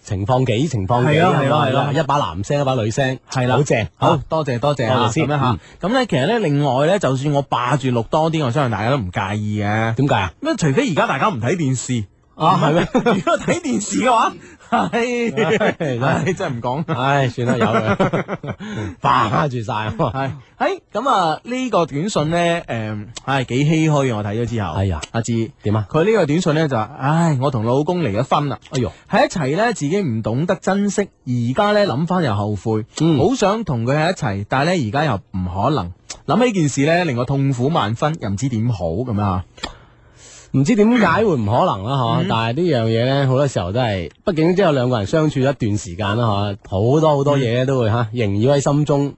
情況幾情況幾係啦係啦咁樣係啦一把男聲一把女聲，係啦好正，好多謝多謝多啊謝先咁樣嚇，咁咧其實咧另外咧，就算我霸住錄多啲，我相信大家都唔介意嘅。點解啊？咩？除非而家大家唔睇電視啊係咩？如果睇電視嘅 話，係 唉唉真係唔講。唉，算啦，有啦， 霸住晒。係喺咁啊！呢個短信咧，誒，唉幾唏噓啊！我睇咗之後，係啊，阿志點啊？佢呢個短信咧就話：唉，我同老公離咗婚啦，哎呦，喺一齊咧自己唔懂得珍惜，而家咧諗翻又後悔，好想同佢喺一齊，但係咧而家又唔可能。諗起件事咧，令我痛苦萬分，又唔知點好咁樣啊！唔知點解會唔可能啦嗬，嗯但係呢樣嘢咧，好多時候都係，畢竟即係兩個人相處一段時間啦嗬，好多好多嘢咧都會吓縈繞喺心中，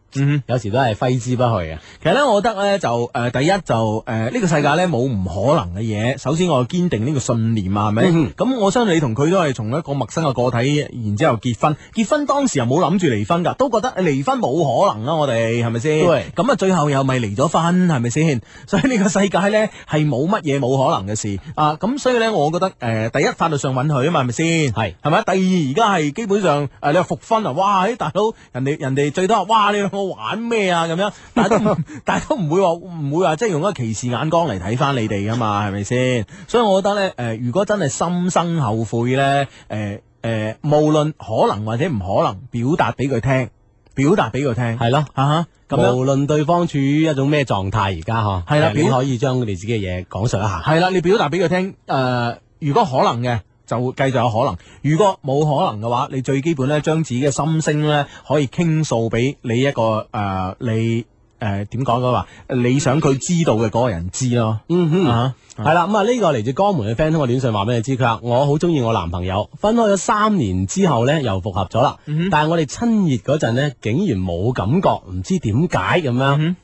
有時都係揮之不去嘅。其實咧，我覺得咧就誒、呃第一就誒呢、個世界咧冇唔可能嘅嘢。首先我堅定呢個信念啊，係咪？嗯咁、我相信你同佢都係從一個陌生嘅個體，然之後結婚。結婚當時又冇諗住離婚㗎，都覺得呃離婚冇可能啦，我哋係咪先對？咁啊，最後又咪離咗婚，係咪先？ 所以呢個世界咧係冇乜嘢冇可能嘅事啊。咁所以咧，我覺得誒、呃第一法律上允許啊嘛，係咪先？係係咪？第二而家係基本上誒、呃你話復婚啊，哇！喺大佬人哋人哋最多話哇，你兩個玩咩啊咁樣， 但係都唔但係都唔會話唔會話即係用一個歧視眼光嚟睇翻你哋噶嘛，係咪先？所以我覺得咧誒、呃如果真係心生後悔呃咧誒誒，無論可能或者唔可能，表達俾佢聽，表達俾佢聽，係咯，啊哈咁樣無論對方處於一種咩狀態而家嗬，係啦其實你表可以將你自己嘅嘢講述一下。係啦，你表達俾佢聽，誒、如果可能嘅。就會繼續有可能。如果冇可能嘅話，你最基本咧，將自己嘅心聲咧，可以傾訴俾你一個誒、呃你誒點講嘅話，你想佢知道嘅嗰個人知咯。嗯啊哼，係啦，咁啊呢個嚟自江門嘅 friend 通過短信話俾你知，佢話我好中意我男朋友，分開咗三年之後呢，又復合咗啦，但係我哋親熱嗰陣呢，竟然冇感覺，唔知點解咁 樣，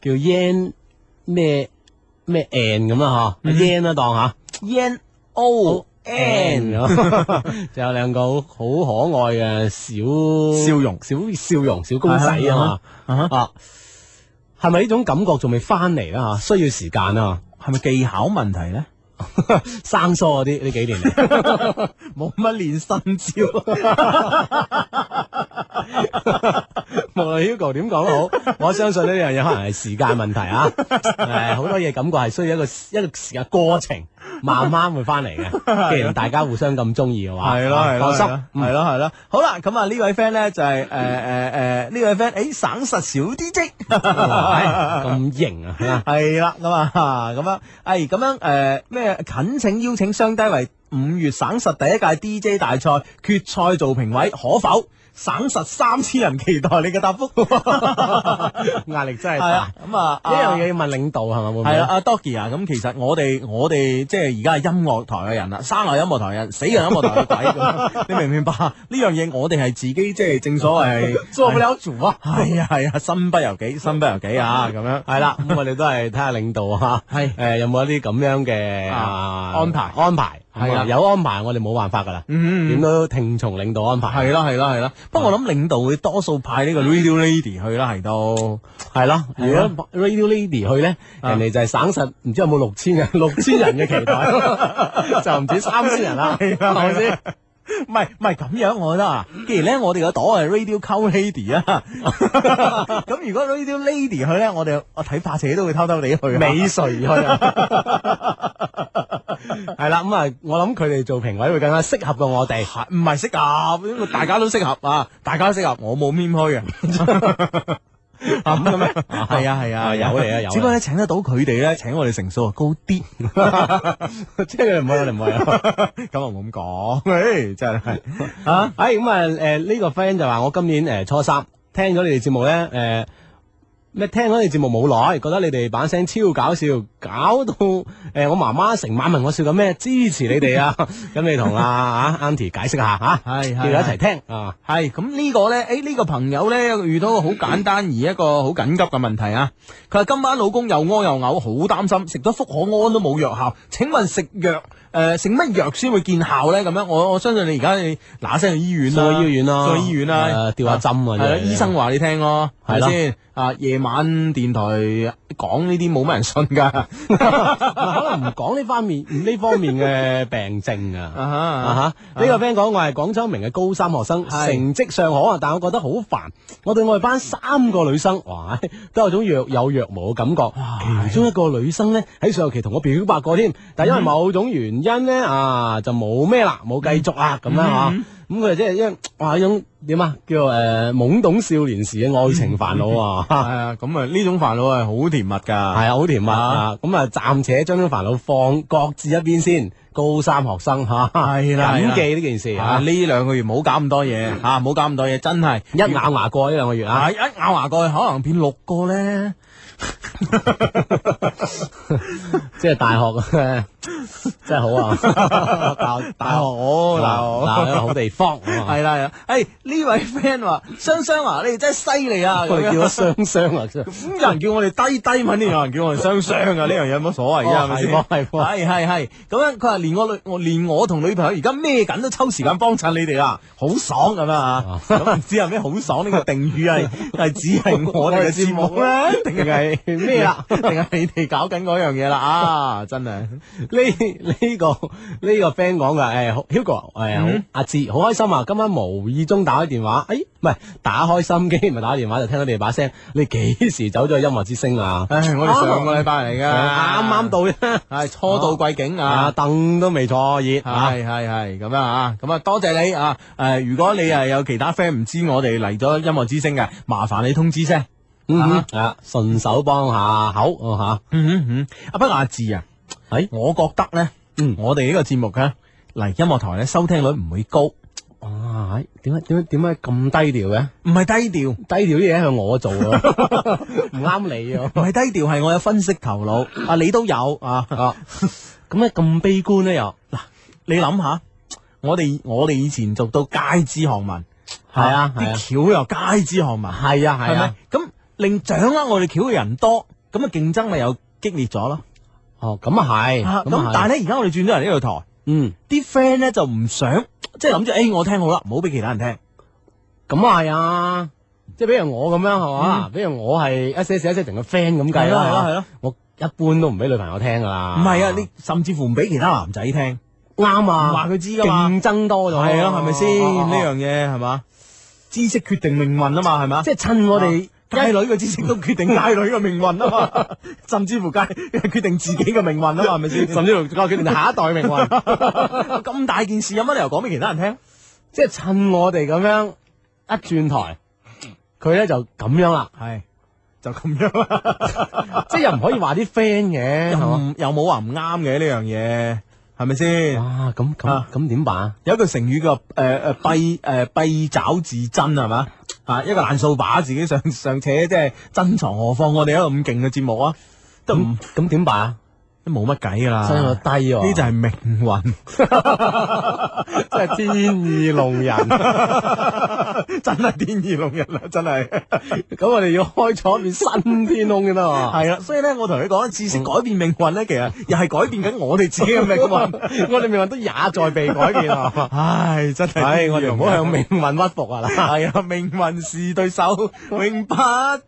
叫 yen 咩咩 n 咁啦嗬，yen 啦當吓嗯 yen o n 哦咁，就有兩個好好可愛嘅小笑容、小笑容、小公仔啊嘛，嗯啊，係咪呢種感覺仲未翻嚟啦吓？需要時間啊。係咪技巧問題咧？ 生疏嗰啲呢幾年嚟， 冇乜練新招。 無論 Hugo 點講都 好，我相信呢樣嘢可能係時間問題啊。誒，好多嘢感覺係需要一個一個時間過程，慢慢會翻嚟 嘅。既然大家互相咁中意嘅話，係咯係咯，嗯放心係咯，啊係咯係咯。好啦，咁啊呢位 friend 咧就 係誒誒誒呃呢位 friend，誒省實少啲啫，咁型 啊！係啦咁啊咁樣，誒咁樣誒咩懇請邀請雙低為五月省實第一屆 DJ 大賽決賽做評委，可否？省實三千人期待你嘅答覆， 壓力真係係啊大。咁啊呢樣嘢要問領導係咪？會唔會系啦，阿 Doggy 啊，咁其實我哋我哋即係而家係音樂台嘅人啦，生係音樂台嘅人，死係音樂台嘅鬼 咁，你明唔明白？呢樣嘢我哋係自己即係正所謂 做不了主 啊！係啊係啊，身不由 己，身不由己啊，咁樣係 啦，咁我哋都係睇下領導啊，係誒有冇一啲咁樣嘅啊啊安排安排係咁啊啊，有安排我哋冇辦法噶啦，點都聽從領導安排。嗯啊係啦係啦係啦，不過我諗領導會多數派呢個 radio lady 去啦，係都係啊啦。如果 Radio Lady 去咧，人哋就係省實，唔知有冇六千人， 六千人嘅期 待，就唔止三千人啦，係啊係咪先？唔係唔係咁樣，我覺得啊，既然咧我哋個朵係 Radio Cow Lady 啊， 咁如果 Radio Lady 去咧，我哋我睇怕自己都會偷偷地去啊美垂去啊， 係啦，咁啊，我諗佢哋做評委會更加適合過我哋，唔係適合，因為大家都適合啊，大家都適合，我冇面虛啊。 咁嘅咩？係啊係啊，啊有嚟啊有嚟只不過咧請得到佢哋咧，請我哋成數啊高啲， 即係佢哋唔去，我哋唔去 啊。咁啊冇咁講，誒哎真係啊，哎咁啊，诶呢個 friend 就話我今年诶初三聽咗你哋節目咧，诶咩聽咗你哋節目冇耐，覺得你哋把聲超搞笑，搞到 诶我媽媽成晚問我笑緊咩，支持你哋啊！咁你同啊啊 Auntie 解釋下吓，係叫佢一齊聽啊。系咁呢個呢，诶、呢、個朋友呢，遇到個好簡單而一個好緊急嘅問題啊！佢話今晚老公又屙又嘔，好擔心，食咗福可安都冇藥效。請問食藥诶食乜藥先會見效呢？咁樣我我相信你而家你嗱聲去醫院啦，上醫院啦上醫院啦誒，吊下針啊係啦真係醫生話你聽咯，係咪係啦先？啊，夜晚電台講呢啲冇乜人信 㗎。可能唔講呢方面呢方面嘅病症啊。 啊哈啊哈！呢個 friend 講我係廣州明嘅高三學生，係成績尚可啊，但我覺得好煩。我對我哋班三個女生，哇，都有種若有若無嘅感覺。其中一個女生呢，喺上學期同我表白過添，但嗯因為某種原因呢，啊，就冇咩啦，冇繼續嗯啦，咁啦嚇。咁佢哋即係因為哇，一種點啊，叫誒、呃、懵懂少年時嘅愛情煩 惱啊！係啊，咁啊呢種煩惱係好甜蜜㗎，係啊，好甜蜜啊！咁啊，暫且將啲煩惱放各自一邊先。高三學生嚇，係啦係啦謹記呢件事啊！啊！嗯呢兩個月唔好搞咁多嘢吓，唔好搞咁多嘢，真係一咬牙過呢兩個月啊！啊！一咬牙過去，可能變六個咧。 即係大學嘅， 真係好 啊！大學大學好嗱嗱一個好 地方，係啦係啦，誒哎呢位 friend 話：雙雙啊，你哋真係犀利 啊！我哋叫咗雙雙 啊，真係咁有人叫我哋低低文，有人叫我哋雙雙啊！呢樣嘢有乜所謂哦啫？係咪先？係喎係喎係係係咁樣，佢話連我女我連我同女朋友而家咩緊都抽時間幫襯你哋啊，好爽咁哦啊！咁唔知有咩好爽呢個定語係係只係我哋嘅節 目咧，定係啊定係咩啦定係你哋搞緊嗰樣嘢啦啊！真係呢呢個呢個 friend 講嘅，誒 Hugo 嗯誒好阿志好開心啊！今晚無意中打開電話，誒唔係打開心機，唔係打電話就聽到你哋把聲。你幾時走咗去音樂之星啊？唉，我哋上個禮拜嚟噶，啱啊啱到啫，係初到貴境啊啊！凳都未坐熱啊！系系系咁樣啊，咁啊多謝你啊！诶、如果你係有其他 friend 唔知我哋嚟咗音樂之星嘅，麻煩你通知聲。嗯哼，啊，順手幫下口啊吓。嗯哼嗯，啊不過阿志啊，诶，我覺得咧，嗯，我哋呢個節目咧嚟音樂台咧收聽率唔會高，唔哇！點解點解點解咁低調嘅？係低調。低調啲嘢向我 做啊， 唔啱你啊！唔係低調，係我有分析頭腦， 啊你都有啊，咁咧咁悲觀咧又，你諗下，我哋我哋以前做到街知巷聞，係啊係啊啲橋又街知巷聞，係啊係係啊咪，？咁令掌握我哋橋嘅人多，咁啊競爭咪又激烈咗咯。哦咁啊係，啊啊咁係但係咧，而家我哋轉咗嚟呢度台，嗯啲 friend 咧就唔想，即係諗住，誒我聽好啦，唔好俾其他人聽。咁啊係啊，即係比如我咁樣係嘛，比如我係一些事一些情嘅 friend 咁嗯計啦，係咯係咯係咯，我一般都唔俾女朋友聽㗎啦，唔係啊，你甚至乎唔俾其他男仔聽，啱啊，話佢知㗎嘛競爭多咗，哦係咯，係咪先？呢樣樣嘢係嘛？知識決定命運啊嘛，係嘛？啊即係趁我哋街女嘅知識都決定街女嘅命運啊嘛， 甚至乎街決定自己嘅命運啊嘛，係咪先？ 甚至乎決定下一代命 運。咁大件事有乜理由講俾其他人聽？即係趁我哋咁樣一轉台，佢咧就咁樣啦，係就咁樣啦。 即係又唔可以話啲 friend 嘅，又係嘛？唔又冇話唔啱嘅呢樣嘢，係咪先？哇，咁咁啊咁點辦啊？有一句成語叫诶诶跛诶跛爪自珍係嘛？啊，一個爛掃把自己尚尚且即係珍藏，何況我哋一個咁勁嘅節目啊，都唔咁咁點辦啊？都冇乜計㗎啦。生 率低喎，啊呢就係命 運，真係天意弄人。 真系天意弄人啦，真系。咁我哋要开咗一片新天空嗯先得喎。系啦，所以咧，我同你讲，知識改變命運咧，其實又係改變緊我哋自己嘅命運， 我哋命運都也在被改變啊！唉，真係，唉我哋唔好向命運屈服啊！ 係啊，命運是對 手，永不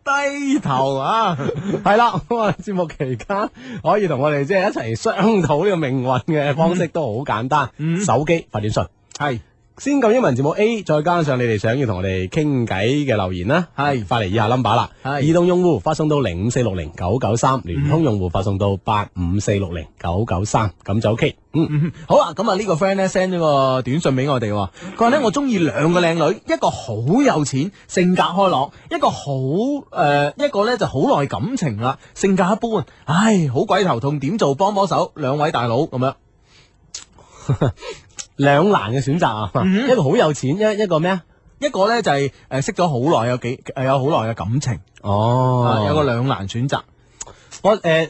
低頭啊！系啦，咁啊，節目期間可以同我哋即係一齊商討呢個命運嘅方式都好簡單，嗯手機發短信系。先撳英文字母 A，再加上你哋想要同我哋傾偈嘅留言啦，係發嚟以下 number 啦。係移動用戶發送到零五四六零九九三，聯通用戶發送到八五四六零九九三，咁就 OK。嗯嗯，好啊，咁啊呢個 friend 咧 send 咗個短信俾我哋喎，佢話咧我中意兩個靚女，一個好有錢，性格開朗，一個好誒、呃一個咧就好耐感情啦，性格一般，唉，好鬼頭痛，點做幫幫手，兩位大佬咁樣。兩難嘅選擇啊，嗯一個好有錢，一一個咩啊？一個咧就係、呃識咗好耐，有幾呃誒有好耐嘅感情，哦啊有個兩難選擇。我誒。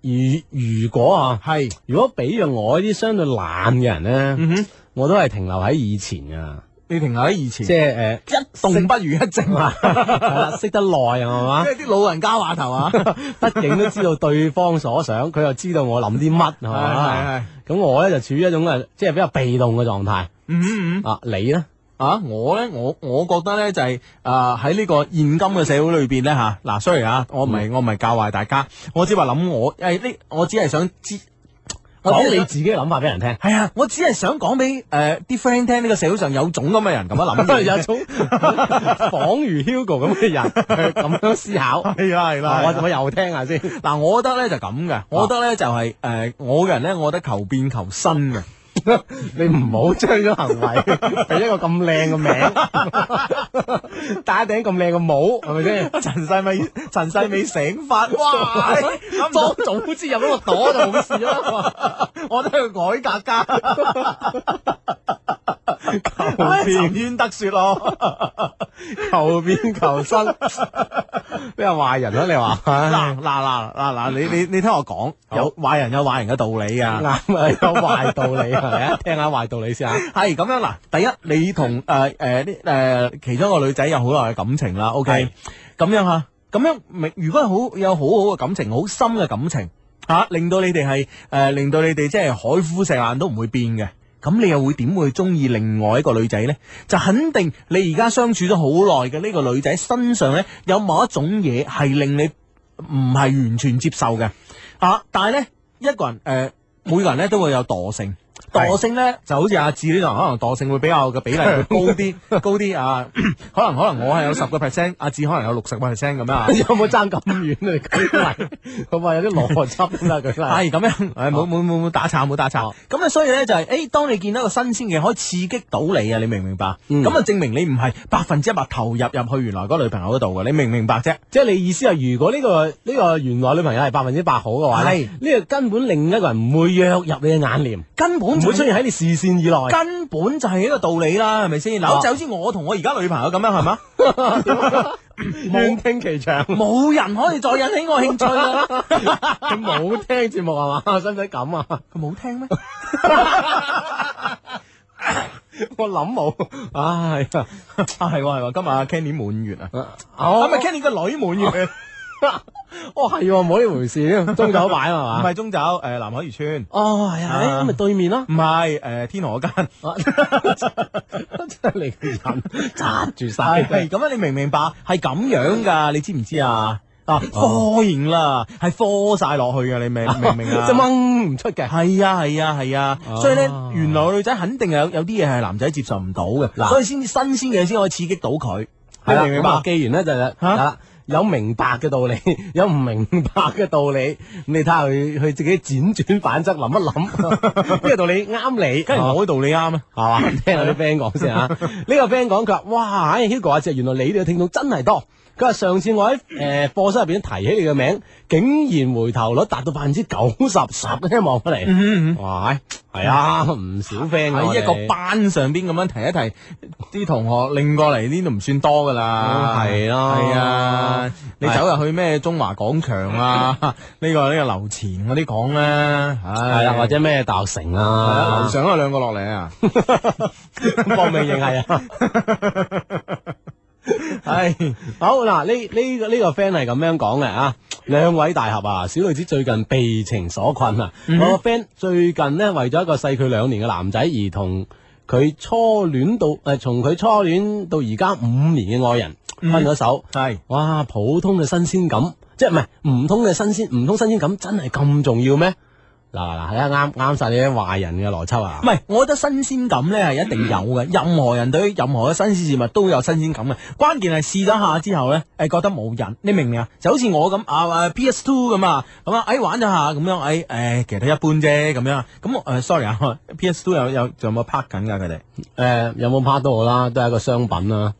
如如果啊，係如果俾咗我呢啲相對懶嘅人咧，我都係停留喺以前噶，嗯你停留喺以前，即係誒一動不如一 靜啊，係啦，識得耐啊，係嘛即？係啲老人家話頭 啊，畢竟都知道對方所想，佢又知道我諗啲乜，係係係嘛？咁我咧就處於一種誒，即係比較被動嘅狀態。嗯嗯啊，你咧？啊，我咧，我我覺得咧就係啊喺呢個現今嘅社會裏邊咧吓，嗱、sorry 啊，我唔嗯係、我唔係教壞大家，我只話諗我誒呢、我只係想知。我只講係你想自己嘅諗法俾人聽。系啊，我只係想講俾诶啲 friend 聽，呢個社會上有種咁嘅人咁樣諗 嘢， 有種仿如 Hugo 咁嘅人咁樣思考。係啦係啦係啦我我又聽下先。嗱，我覺得咧就咁嘅，我覺得咧就係、诶我嘅人咧，我覺得求變求新嘅。 你唔好將咗行為 俾一個咁 靚嘅名，戴一頂咁靚嘅帽，係咪先？ 陳世美，陳世美醒法， 哇！ 諗唔到早早知入咗個朵就冇事啦。 我都係改革家，沉冤得雪 咯。求變求生，咩壞人啊？你話？嗱嗱嗱嗱嗱，你你你聽我講，有壞人有壞人嘅道理啊。啱啊，有壞道 理係咪啊？聽下壞道理先啊！系咁样嗱，第一你同诶诶呢诶其中一個女仔有好耐嘅感情啦，OK，咁樣吓，咁樣明如果係好有好好嘅感情，好深嘅感情吓、啊令到你哋係诶令到你哋即係海枯石爛都唔會變嘅。咁你又會點會中意另外一個女仔呢？就肯定你而家相處咗好耐嘅呢個女仔身上呢，有某一種嘢係令你唔係完全接受嘅啊！但係呢，一個人诶、呃每個人呢都會有惰性。係惰性咧就好似阿志呢度，可能惰性會比較嘅比例會高啲，高啲啊。 可能可能我係有十個 percent，阿志可能有六十個 percent 咁樣 啊。有冇爭咁遠啊？你舉 例，咁啊有啲邏輯啦，舉例。係咁樣，哦誒冇冇冇冇打岔冇打岔。咁啊，所以咧就係、誒，當你見到一個新鮮嘅，可以刺激到你啊，你明唔明白？咁啊、證明你唔係百分之一百投入入去原來嗰個女朋友嗰度嘅，你明唔明白啫？即係你意思係，如果呢、個呢、個原來女朋友係百分之百好嘅話咧，呢個根本另一個人唔會躍入你嘅眼簾，根本唔就會係出現喺你視線以內。根本就係一個道理啦，係咪先？啊嗱，就好似我同我而家女朋友咁樣，係嘛？願聽其詳，冇人可以再引起我興趣啦。佢 冇聽節目係嘛？使唔使咁啊？佢冇聽咩？ 我諗冇，唉，啊，係喎係喎，今日阿 Kenny 滿月啊，咁哦咪 Kenny 個女滿 月，哦係喎，冇呢回事，中酒擺啊係唔嘛？係中酒，誒南海漁村，哦係啊，誒咁咪對面咯。唔係誒天河間， 啊真係你個人揸住晒係，係咁啊！你明唔明白？係咁樣㗎，你知唔知啊？啊，科型啦，係科晒落去㗎，你 明明唔明啊？哦即係掹唔出嘅。係啊係啊係啊，啊所以咧，原來女仔肯定有有啲嘢係男仔接受唔到嘅，所以先至新鮮嘅嘢先可以刺激到佢，系你啦，明唔明咁啊白，？既然咧就係嚇啊有明白嘅道理， 有唔明白嘅道理，咁你睇下佢佢自己輾轉反側諗 一諗，呢個道理啱你，跟住我嘅道理啱啊！ 係嘛？ 聽下啲 friend 講先啊，呢個 friend 講佢話：，哇，唉，Hugo 啊，即係原來你哋嘅聽眾真係多。佢話上次我喺诶课室入边提起你嘅名，竟然回頭率達到百分之九十十 嘅望出嚟，哇！係啊，唔少 friend 㗎我喺哋一個班上邊咁樣提一提啲同學，拎過嚟呢度唔算多噶嗯啦，係咯係啊，你係走入去咩中華廣場 啊，呢個呢個樓前嗰啲講咧，係係啦或者咩大學城啊樓上有兩個落 嚟啊，搏命認係 啊。系好嗱，呢呢個呢个 friend 系咁样讲嘅啊，两位大侠啊，小女子最近被情所困啊，嗯我个 friend 最近呢，为咗一个细佢两年嘅男仔而同佢初恋到诶，从佢初恋到而家五年嘅爱人分咗手，系、哇，普通嘅新鲜感，即系唔系唔通嘅新鲜，唔通新鲜感真系咁重要咩？嗱嗱嗱，睇下啱啱晒你啲坏人嘅逻辑啊！嗯唔係，我覺得新鮮感咧係一定有嘅，任何人對於任何嘅新鮮事物都有新鮮感嘅。關鍵係試咗下之後咧，誒覺得冇癮，你明唔明啊？就好似我咁啊，PS Two 咁啊，咁啊，誒玩咗下咁樣，誒誒其實都一般啫咁樣。咁誒，sorry 啊，PS Two 有有仲有冇拍緊㗎佢哋？誒有冇拍到我啦？都係一個商品啦。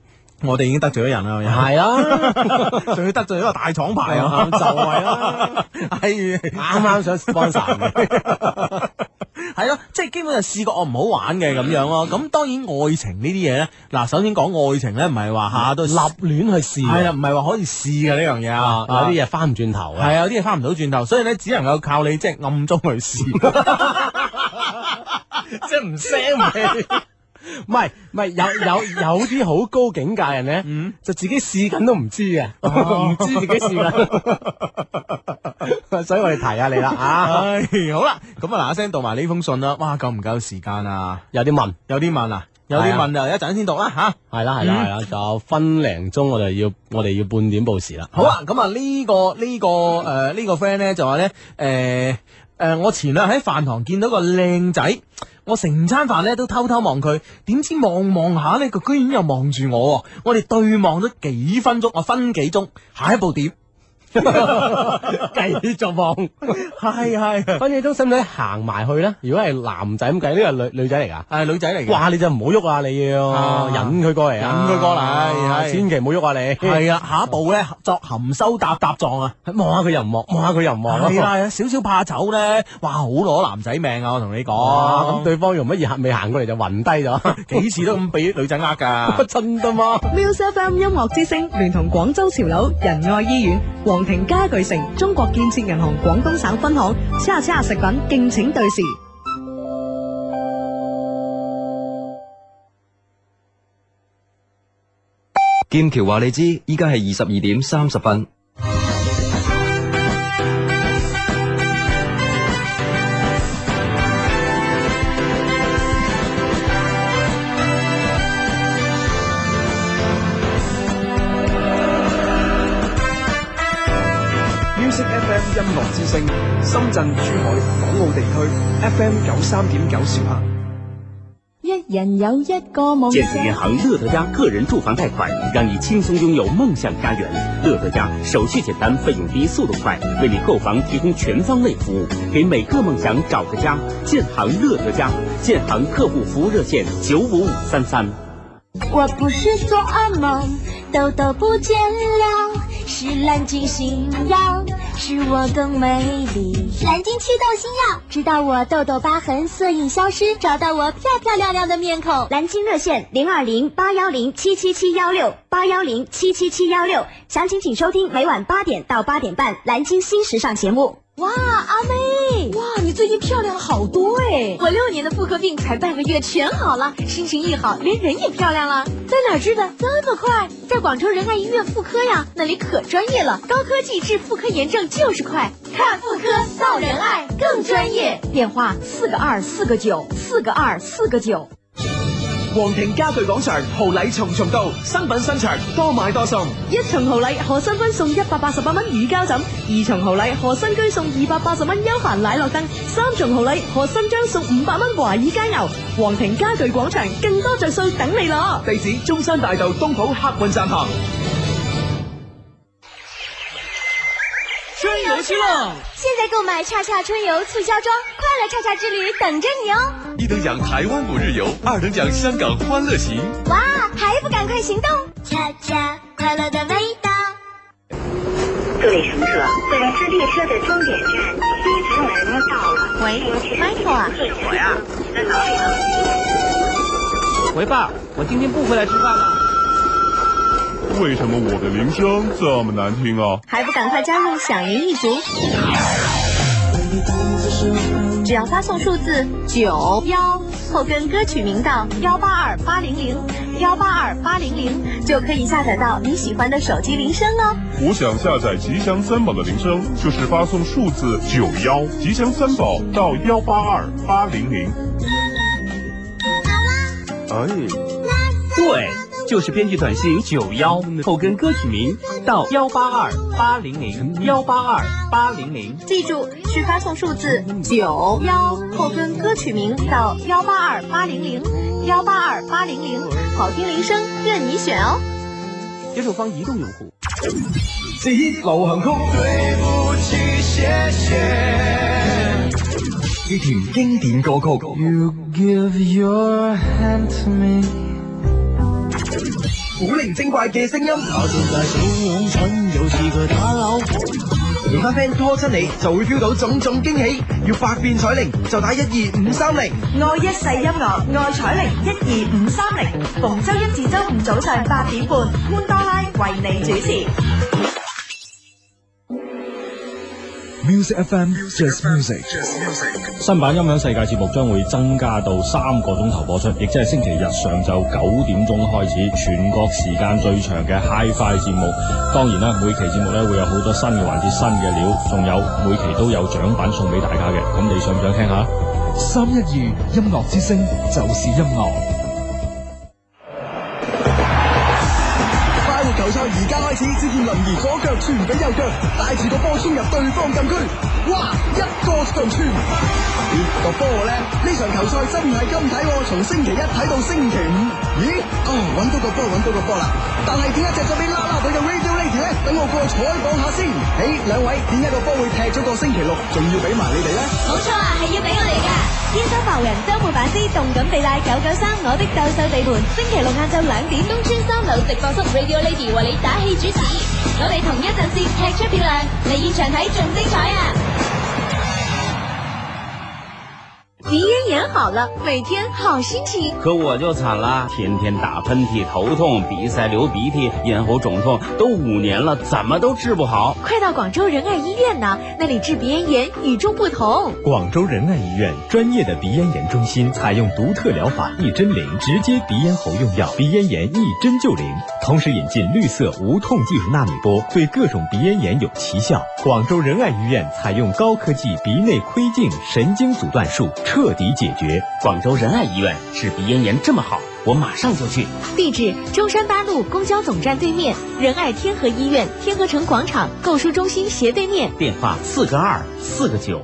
我哋已經得罪咗人 啦，係啊， 仲要得罪咗個大廠牌啊， 就哎係 啦，係啱啱想 sponsor 係咯，即係基本上試過我唔好玩嘅咁樣嗯咯。咁當然愛情呢啲嘢咧，嗱首先講愛情咧，唔係話啊嗯下下都立亂去試係啦，唔係話可以試嘅呢樣嘢啊，啊有啲嘢 翻唔轉頭啊係啊，有啲嘢翻唔到轉頭，所以咧只能夠靠你即係暗中去 試。 即系唔聲唔氣。唔係唔係，有有有啲好高境界人咧，就自己試緊都唔知嘅，啊 唔知自己試緊。所以我哋提下你 啦啊！唉，好啦，咁啊嗱嗱聲讀埋呢封信啦。哇，夠唔夠時間啊？有啲問，有啲問啊，有啲問就一陣先讀啊嗯啦吓。係啦係啦係啦，就分零鐘我就要我哋要半點報時啦。好啦，咁啊呢個呢、個诶呢、個 friend 咧就話咧诶诶，誒我前兩日喺飯堂見到個靚仔，我成餐飯咧都偷偷望佢，點知望望下咧，佢居然又望住我喎，我哋對望咗幾分鐘，我分幾鐘，下一步 點？繼續望，係係，分幾鐘使唔使行埋去咧？如果係男仔咁計，呢個女女仔嚟㗎。啊係女仔嚟嘅。哇！你就唔好喐啊！你要啊引佢過嚟啊，引佢過嚟係千祈唔好喐啊！你 係啊，下一步咧作含羞答答狀啊！望下佢又唔望，望下佢又唔望 啊。係啦，有少少怕醜咧，哇，好攞男仔命啊！我同你哇！講咁，對方用乜嘢行未行過嚟就暈低咗， 幾次都咁俾女仔呃 㗎。真噶嘛？啊 Music FM 音樂之聲聯同廣州潮樓仁愛醫院、皇庭家具城、中國建設銀行廣東省分行、叉叉食品敬請對時。剑桥话你知，依家系二十二点三十分。 Music FM 音樂之聲，深圳、珠海、港澳地區 FM 九三點九兆赫。一人有一个梦建设银行乐德家个人住房贷款，让你轻松拥有梦想家园。乐德家手续简单，费用低，速度快，为你购房提供全方位服务，给每个梦想找个家。建行乐德家，建行客户服务热线九五五三三。我不是做噩梦，痘痘不见了，是蓝鲸新药，使我更美丽。蓝鲸祛痘新药，知道我痘痘疤痕色印消失，找到我漂漂亮亮的面孔。蓝鲸热线零二零八幺零七七七幺六八幺零七七七幺六，详情请收听每晚八点到八点半蓝鲸新时尚节目。哇，阿妹，哇，你最近漂亮了好多哎！我六年的妇科病才半个月全好了，心情一好，连人也漂亮了。在哪知的这么快？在广州仁爱医院妇科呀，那里可专业了，高科技治妇科炎症就是快，看妇科造仁爱更专业。电话四个二四个九四个二四个九。皇庭家具廣場豪禮重重到，新品新場多買多送。一重豪禮何新婚送一百八十八蚊乳膠枕，二重豪禮何新居送二百八十蚊優凡奶酪燈，三重豪禮何新章送五百蚊華爾街牛。皇庭家具廣場更多着數等你攞。地址中山大道東圃客運站旁。春游去了，现在购买叉叉春游促销装，快乐叉叉之旅等着你哦！一等奖台湾五日游，二等奖香港欢乐行。哇，还不赶快行动！恰恰快乐的味道。各位乘客，本次列车的终点站西直门到了。喂，Michael 啊！我呀，在哪里呢？喂，爸，我今天不回来吃饭了。为什么我的铃声这么难听啊？还不赶快加入响铃一族！只要发送数字九幺后跟歌曲名到幺八二八零零幺八二八零零，就可以下载到你喜欢的手机铃声哦。我想下载吉祥三宝的铃声，就是发送数字九幺吉祥三宝到幺八二八零零。哎，对，就是编辑短信九幺后跟歌曲名到幺八二八零零幺八二八零零。记住，是发送数字九幺后跟歌曲名到幺八二八零零幺八二八零零，好听铃声任你选哦。接受方移动用户。第一流行曲。對不起，謝謝。呢條經典歌曲。 You give your hand to me。古靈精怪嘅聲音。搞掂大小鵪鶉，又是個打扭。其他 friend 拖親你，就會 feel 到種種驚喜。要百變彩鈴，就打一二五三零。愛一世音樂，愛彩鈴一二五三零，逢周一至周五早上八點半，潘多拉為你主持。 Music FM Just Music。新版音響世界節目將會增加到三個鐘頭播出，亦即係星期日上晝九點鐘開始，全國時間最長嘅 HiFi 節目。當然啦，每期節目咧會有好多新嘅環節、新嘅料，仲有每期都有獎品送俾大家嘅。咁你想唔想聽下？三一二音樂之聲就是音樂，快活球賽而家開始，只見林兒左腳傳俾右腳，帶住個波衝入對方禁區，哇！一個長傳，咦個波呢？呢場球賽真係咁睇喎，從星期一睇到星期五。咦？哦，揾到個波，揾到個波啦！但係點解隻咗俾啦啦隊嘅 Radio Lady 呢？等我過去採訪下先。誒，兩位點解個波會踢咗個星期六，仲要俾埋你哋呢？冇錯啊，係要俾我哋噶。天生浮人周末版之動感地帶九九三，我的鬥獸地盤，星期六晏晝兩點，東村三樓直播室 Radio Lady 為你打氣主持。我哋同一陣線踢出漂亮，嚟現場睇仲精彩啊！鼻炎演好了，每天好心情。可我就惨啦，天天打喷嚏、头痛、鼻塞、流鼻涕、咽喉肿痛，都五年了，怎么都治不好。快到广州仁爱医院呢，那里治鼻咽炎与众不同。广州仁爱医院专业的鼻咽炎中心，采用独特疗法一针灵，直接鼻咽喉用药，鼻咽炎一针就灵。同时引进绿色无痛技术纳米波，对各种鼻咽炎有奇效。广州仁爱医院采用高科技鼻内窥镜神经阻断术，彻底解决。广州仁爱医院治鼻咽炎这么好，我马上就去。地址：中山八路公交总站对面，仁爱天河医院天河城广场购书中心斜对面。电话：四个二四个九。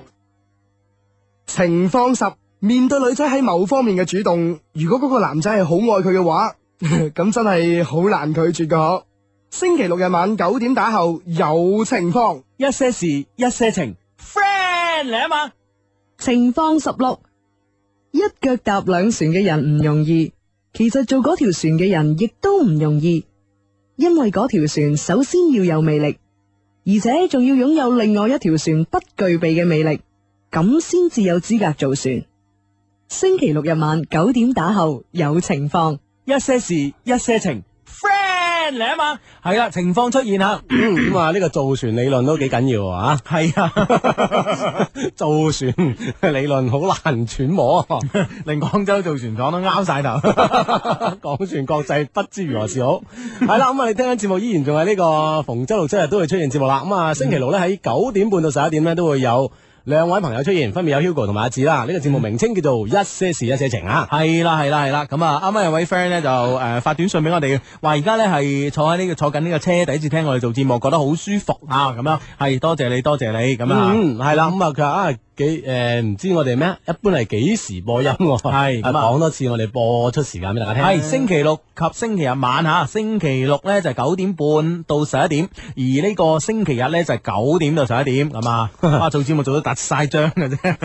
情況十，面對女仔喺某方面嘅主動，如果嗰個男仔係好愛佢嘅話， 咁真係好難拒絕噶。星期六日晚九點打後有情況，一些事，一 些情，friend 嚟啊嘛！情況十六，一腳踏兩船嘅人唔容易，其實做嗰條船嘅人亦都唔容易，因為嗰條船首先要有魅力，而且仲要擁有另外一條船不具備嘅魅力，咁先至有資格做船。星期六日晚九點打後有情況，一些事，一些情，friend 嚟啊嘛！係啦，情況出現啦，咁啊，呢個造船理論都幾緊要啊！係啊， 造船理論好難揣 摩，令廣州造船廠都拗晒 頭。港船國際不知如何是好。係啦，咁啊，你聽緊節目依然仲係呢個逢周六周日都會出現節目啦。咁啊，星期六咧喺九點半到十一點咧都會有。兩位朋友出現，分別有 Hugo 同埋阿志啦。呢、這個節目名稱叫做《一些事一些情》啊。係啦，係啦，係啦。咁啊，啱啱有位 friend 咧就誒、呃、發短信俾我哋，話而家咧係坐喺呢、這個坐緊呢個車底，至聽我哋做節目，覺得好舒服啊。咁樣係多謝你，多謝你咁啊。嗯，係啦。咁啊，佢話啊。幾誒唔知我哋咩？一般係幾時播音樂？ 係咁啊講多次，我哋播出時間俾大家聽。係星期六及星期日晚嚇，星期六咧就九點半到十一點，而呢個星期日咧就九點到十一點，咁 啊，啊做節目做到突晒張嘅啫，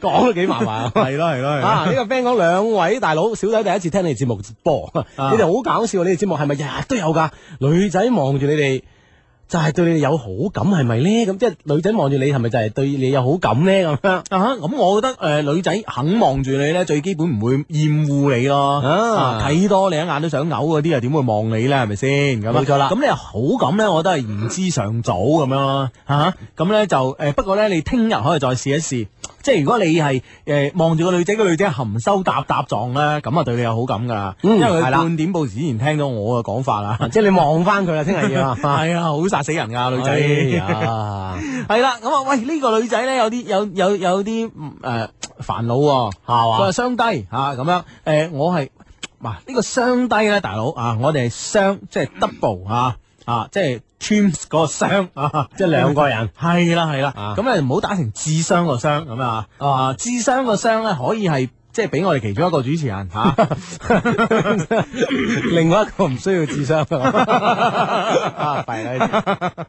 講都幾麻 煩。 係咯係咯啊！呢個 friend 講兩位大佬小弟第一次聽你哋 節目播，你哋好搞笑，你哋節目係咪日日都有㗎？女仔望住你哋。就係對你有好感係咪咧？咁即係女仔望住你係咪就係對你有好感咧？咁樣啊咁我覺得诶女仔肯望住你咧，最基本唔會厭惡你咯。啊睇多你一眼都想嘔嗰啲，又點會望你咧？係咪先？咁啊冇錯啦咁你好感咧，我覺得係言之尚早咁樣咯。吓咁咧就诶，不過咧你聽日可以再試一試。即係如果你係诶望住個女仔，個女仔含羞答答狀咧，咁啊對你有好感噶啦。嗯因為係佢啦啊半點報時之前聽到我嘅講法啦，即係你望翻佢啦，聽日要 係啊，好殺死人噶女仔。 哎呀系啦，咁啊，喂，呢、個女仔咧有啲有有有啲嗯诶烦恼喎，系嘛佢話雙低吓咁樣，诶、我係嗱呢個雙低咧，大佬啊，我哋係雙即係 double 啊啊，即係 twins 嗰個雙啊，即係兩個人 係啦係啦，咁你唔好打成智商個商咁啊，啊智商個商咧可以係。即係俾我哋其中一個主持人吓，啊 另外一個唔需要智商。啊，弊啦！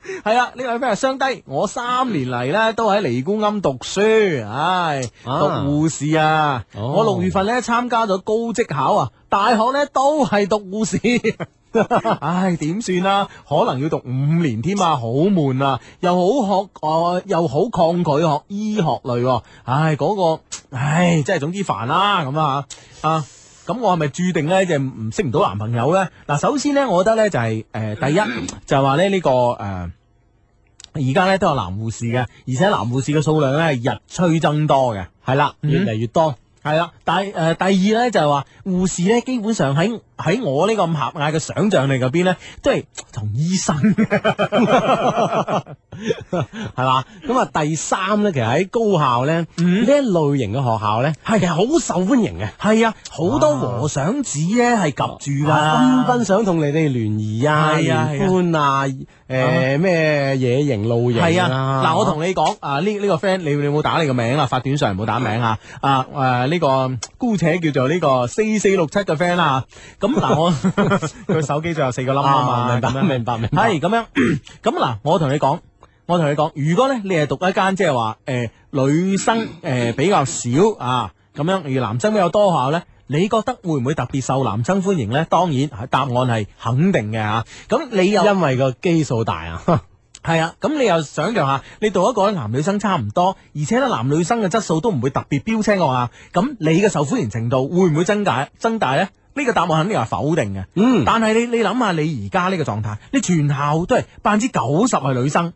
系啦，啊呢位 friend 相低，我三年嚟咧都喺尼姑庵讀書，唉，啊讀護士啊，我六月份咧參加咗高職考啊，大學咧都係讀護士。唉，點算啊？可能要讀五年添啊，好悶啊，又好學，呃、又好抗拒學醫學類喎、唉，嗰、個，唉，即係總之煩啦、咁啊，啊。咁我係咪注定咧就唔識唔到男朋友咧？嗱，首先咧，我覺得咧就係、呃第一就係話咧呢個誒。呃而家咧都有男護士嘅，而且男護士嘅數量咧係日趨增多嘅，係啦，越嚟越多。系啦，但係呃誒第二咧就係話護士咧，基本上喺喺我呢個咁狹隘嘅想像力入邊咧，都係同醫生 系嘛？咁啊，第三咧，其實喺高校咧，呢、一類型嘅學校咧，係其實好受歡迎嘅。嗯係啊，好多和尚子咧係及住紛㗎。紛想同你哋聯誼啊、啊係啊聯歡啊、誒咩野營露營系啊，嗱，我你同你講啊，呢呢個 friend 你你冇打你個名啦，發短信唔好打名啊，啊誒呢個姑且叫做呢個四四六七嘅 friend 啦，咁嗱我佢手機仲有四個冧啊嘛，明白咁樣明白明白係咁樣， 咁嗱，我同你講，我同你講，如果咧你係讀一間即係話誒女生誒、呃比較少啊，咁樣而男生比較多嘅校咧。你覺得會唔會特別受男生歡迎呢？當然，答案係肯定嘅嚇。咁你又因為個基數大啊，係啊。咁你又想象下，你讀一個男女生差唔多，而且咧男女生嘅質素都唔會特別標青嘅話，咁你嘅受歡迎程度會唔會增大增大呢？呢個答案肯定係否定嘅。嗯，但係你你諗下你而家呢個狀態，你全校都係百分之九十係女生。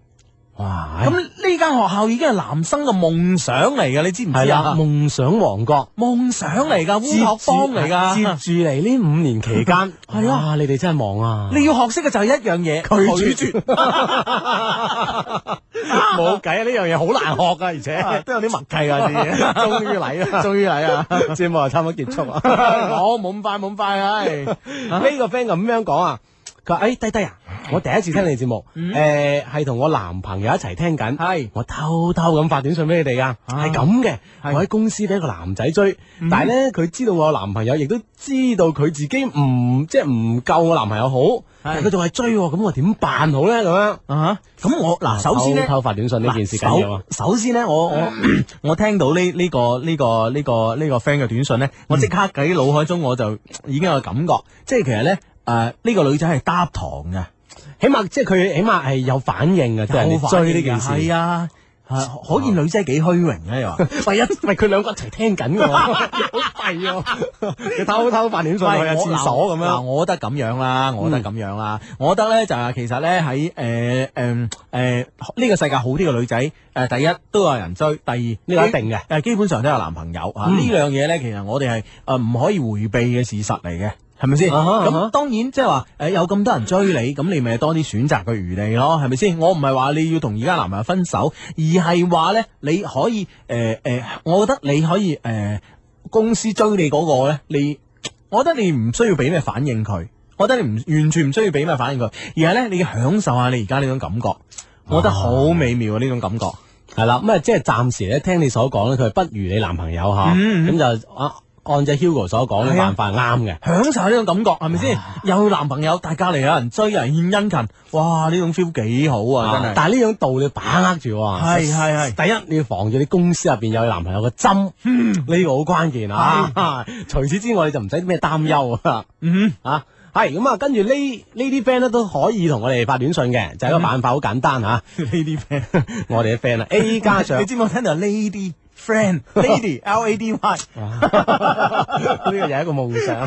哇！咁呢間學校已經係男生嘅夢想嚟嘅，你知唔知係啦啊？夢想王國。夢想嚟㗎，烏托邦嚟㗎。接住嚟呢五年期間， 係啊哇，你哋真係忙啊！你要學識嘅就係一樣嘢， 拒絕絕。 冇計啊！呢樣嘢好難學噶，而啊且都有啲默契㗎啲嘢 終於嚟 啦，終於嚟啊！ 節目又差唔多結束 啊！ 冇冇咁快，冇咁快，唉，呢個 friend 咁樣講啊，佢話：，誒低低啊，我第一次聽你節目，誒係同我男朋友一齊聽緊，嗯係我偷偷咁發短信俾你哋噶，係嗯咁嘅，我喺公司俾一個男仔追，但係咧佢知道我男朋友，亦都知道佢自己唔即係唔夠我男朋友好，但係佢仲係追喎，咁我點辦好咧？咁樣啊，咁我嗱，首先咧，偷偷發短信呢件事緊要啊首，首先咧，我我嗯 我聽到呢呢個呢個呢個呢個 friend 嘅短信嗯咧，我即刻喺腦海中我就已經有感覺，即係其實咧誒呢個女仔係搭堂嘅，起碼即係佢起碼係有反應嘅，即係人哋追呢件事，係 啊。係可見女仔幾虛榮啊咧，又話喂一喂佢兩個一齊聽 緊嘅喎， 好弊啊！佢 偷偷發短信去啊喂下我廁所咁嗱嗱樣。嗯我覺得咁樣啦，我覺得咁樣啦，我覺得咧就係其實咧喺誒誒誒呢個世界好啲嘅女仔，誒、第一都有人追，第二呢個一定嘅誒基本上都有男朋友啊，嗯呢樣嘢咧其實我哋係呃誒唔可以迴避嘅事實嚟嘅。係咪先？啊哈啊咁、哈當然即係話，誒、呃有咁多人追你，咁你咪多啲選擇嘅餘地咯，係咪先？我唔係話你要同而家男朋友分手，而係話咧，你可以誒誒、呃我覺得你可以誒、呃公司追你嗰個咧，你我覺得你唔需要俾咩反應佢，我覺得你唔完全唔需要俾咩反應佢，而係咧你享受下你而家呢種感覺，我覺得好美妙啊呢種感覺。系啦，咁啊，即係暫時咧，聽你所講咧，佢係不如你男朋友吓，嗯咁就啊按照 Hugo 所講咧，係啊辦法係啱嘅。啊享受下呢種感覺係咪先？有男朋友，但係隔離有人追，有人獻殷勤，哇！呢種 feel 幾好啊，真係。但係呢種道理把握住喎，係係係第一你要防住你公司入邊有男朋友嘅針，嗯 呢個好關鍵啊！除此之外你就唔使咩擔憂啊，嗯啊系咁啊，跟住呢呢啲 friend 咧都可以同我哋發短信嘅，就係一個辦法好簡單 吓。呢啲 friend， 我哋啲 friend 啦，A E 加 上你知唔知我聽到 lady friend lady L A D Y， 呢個又係一個夢想，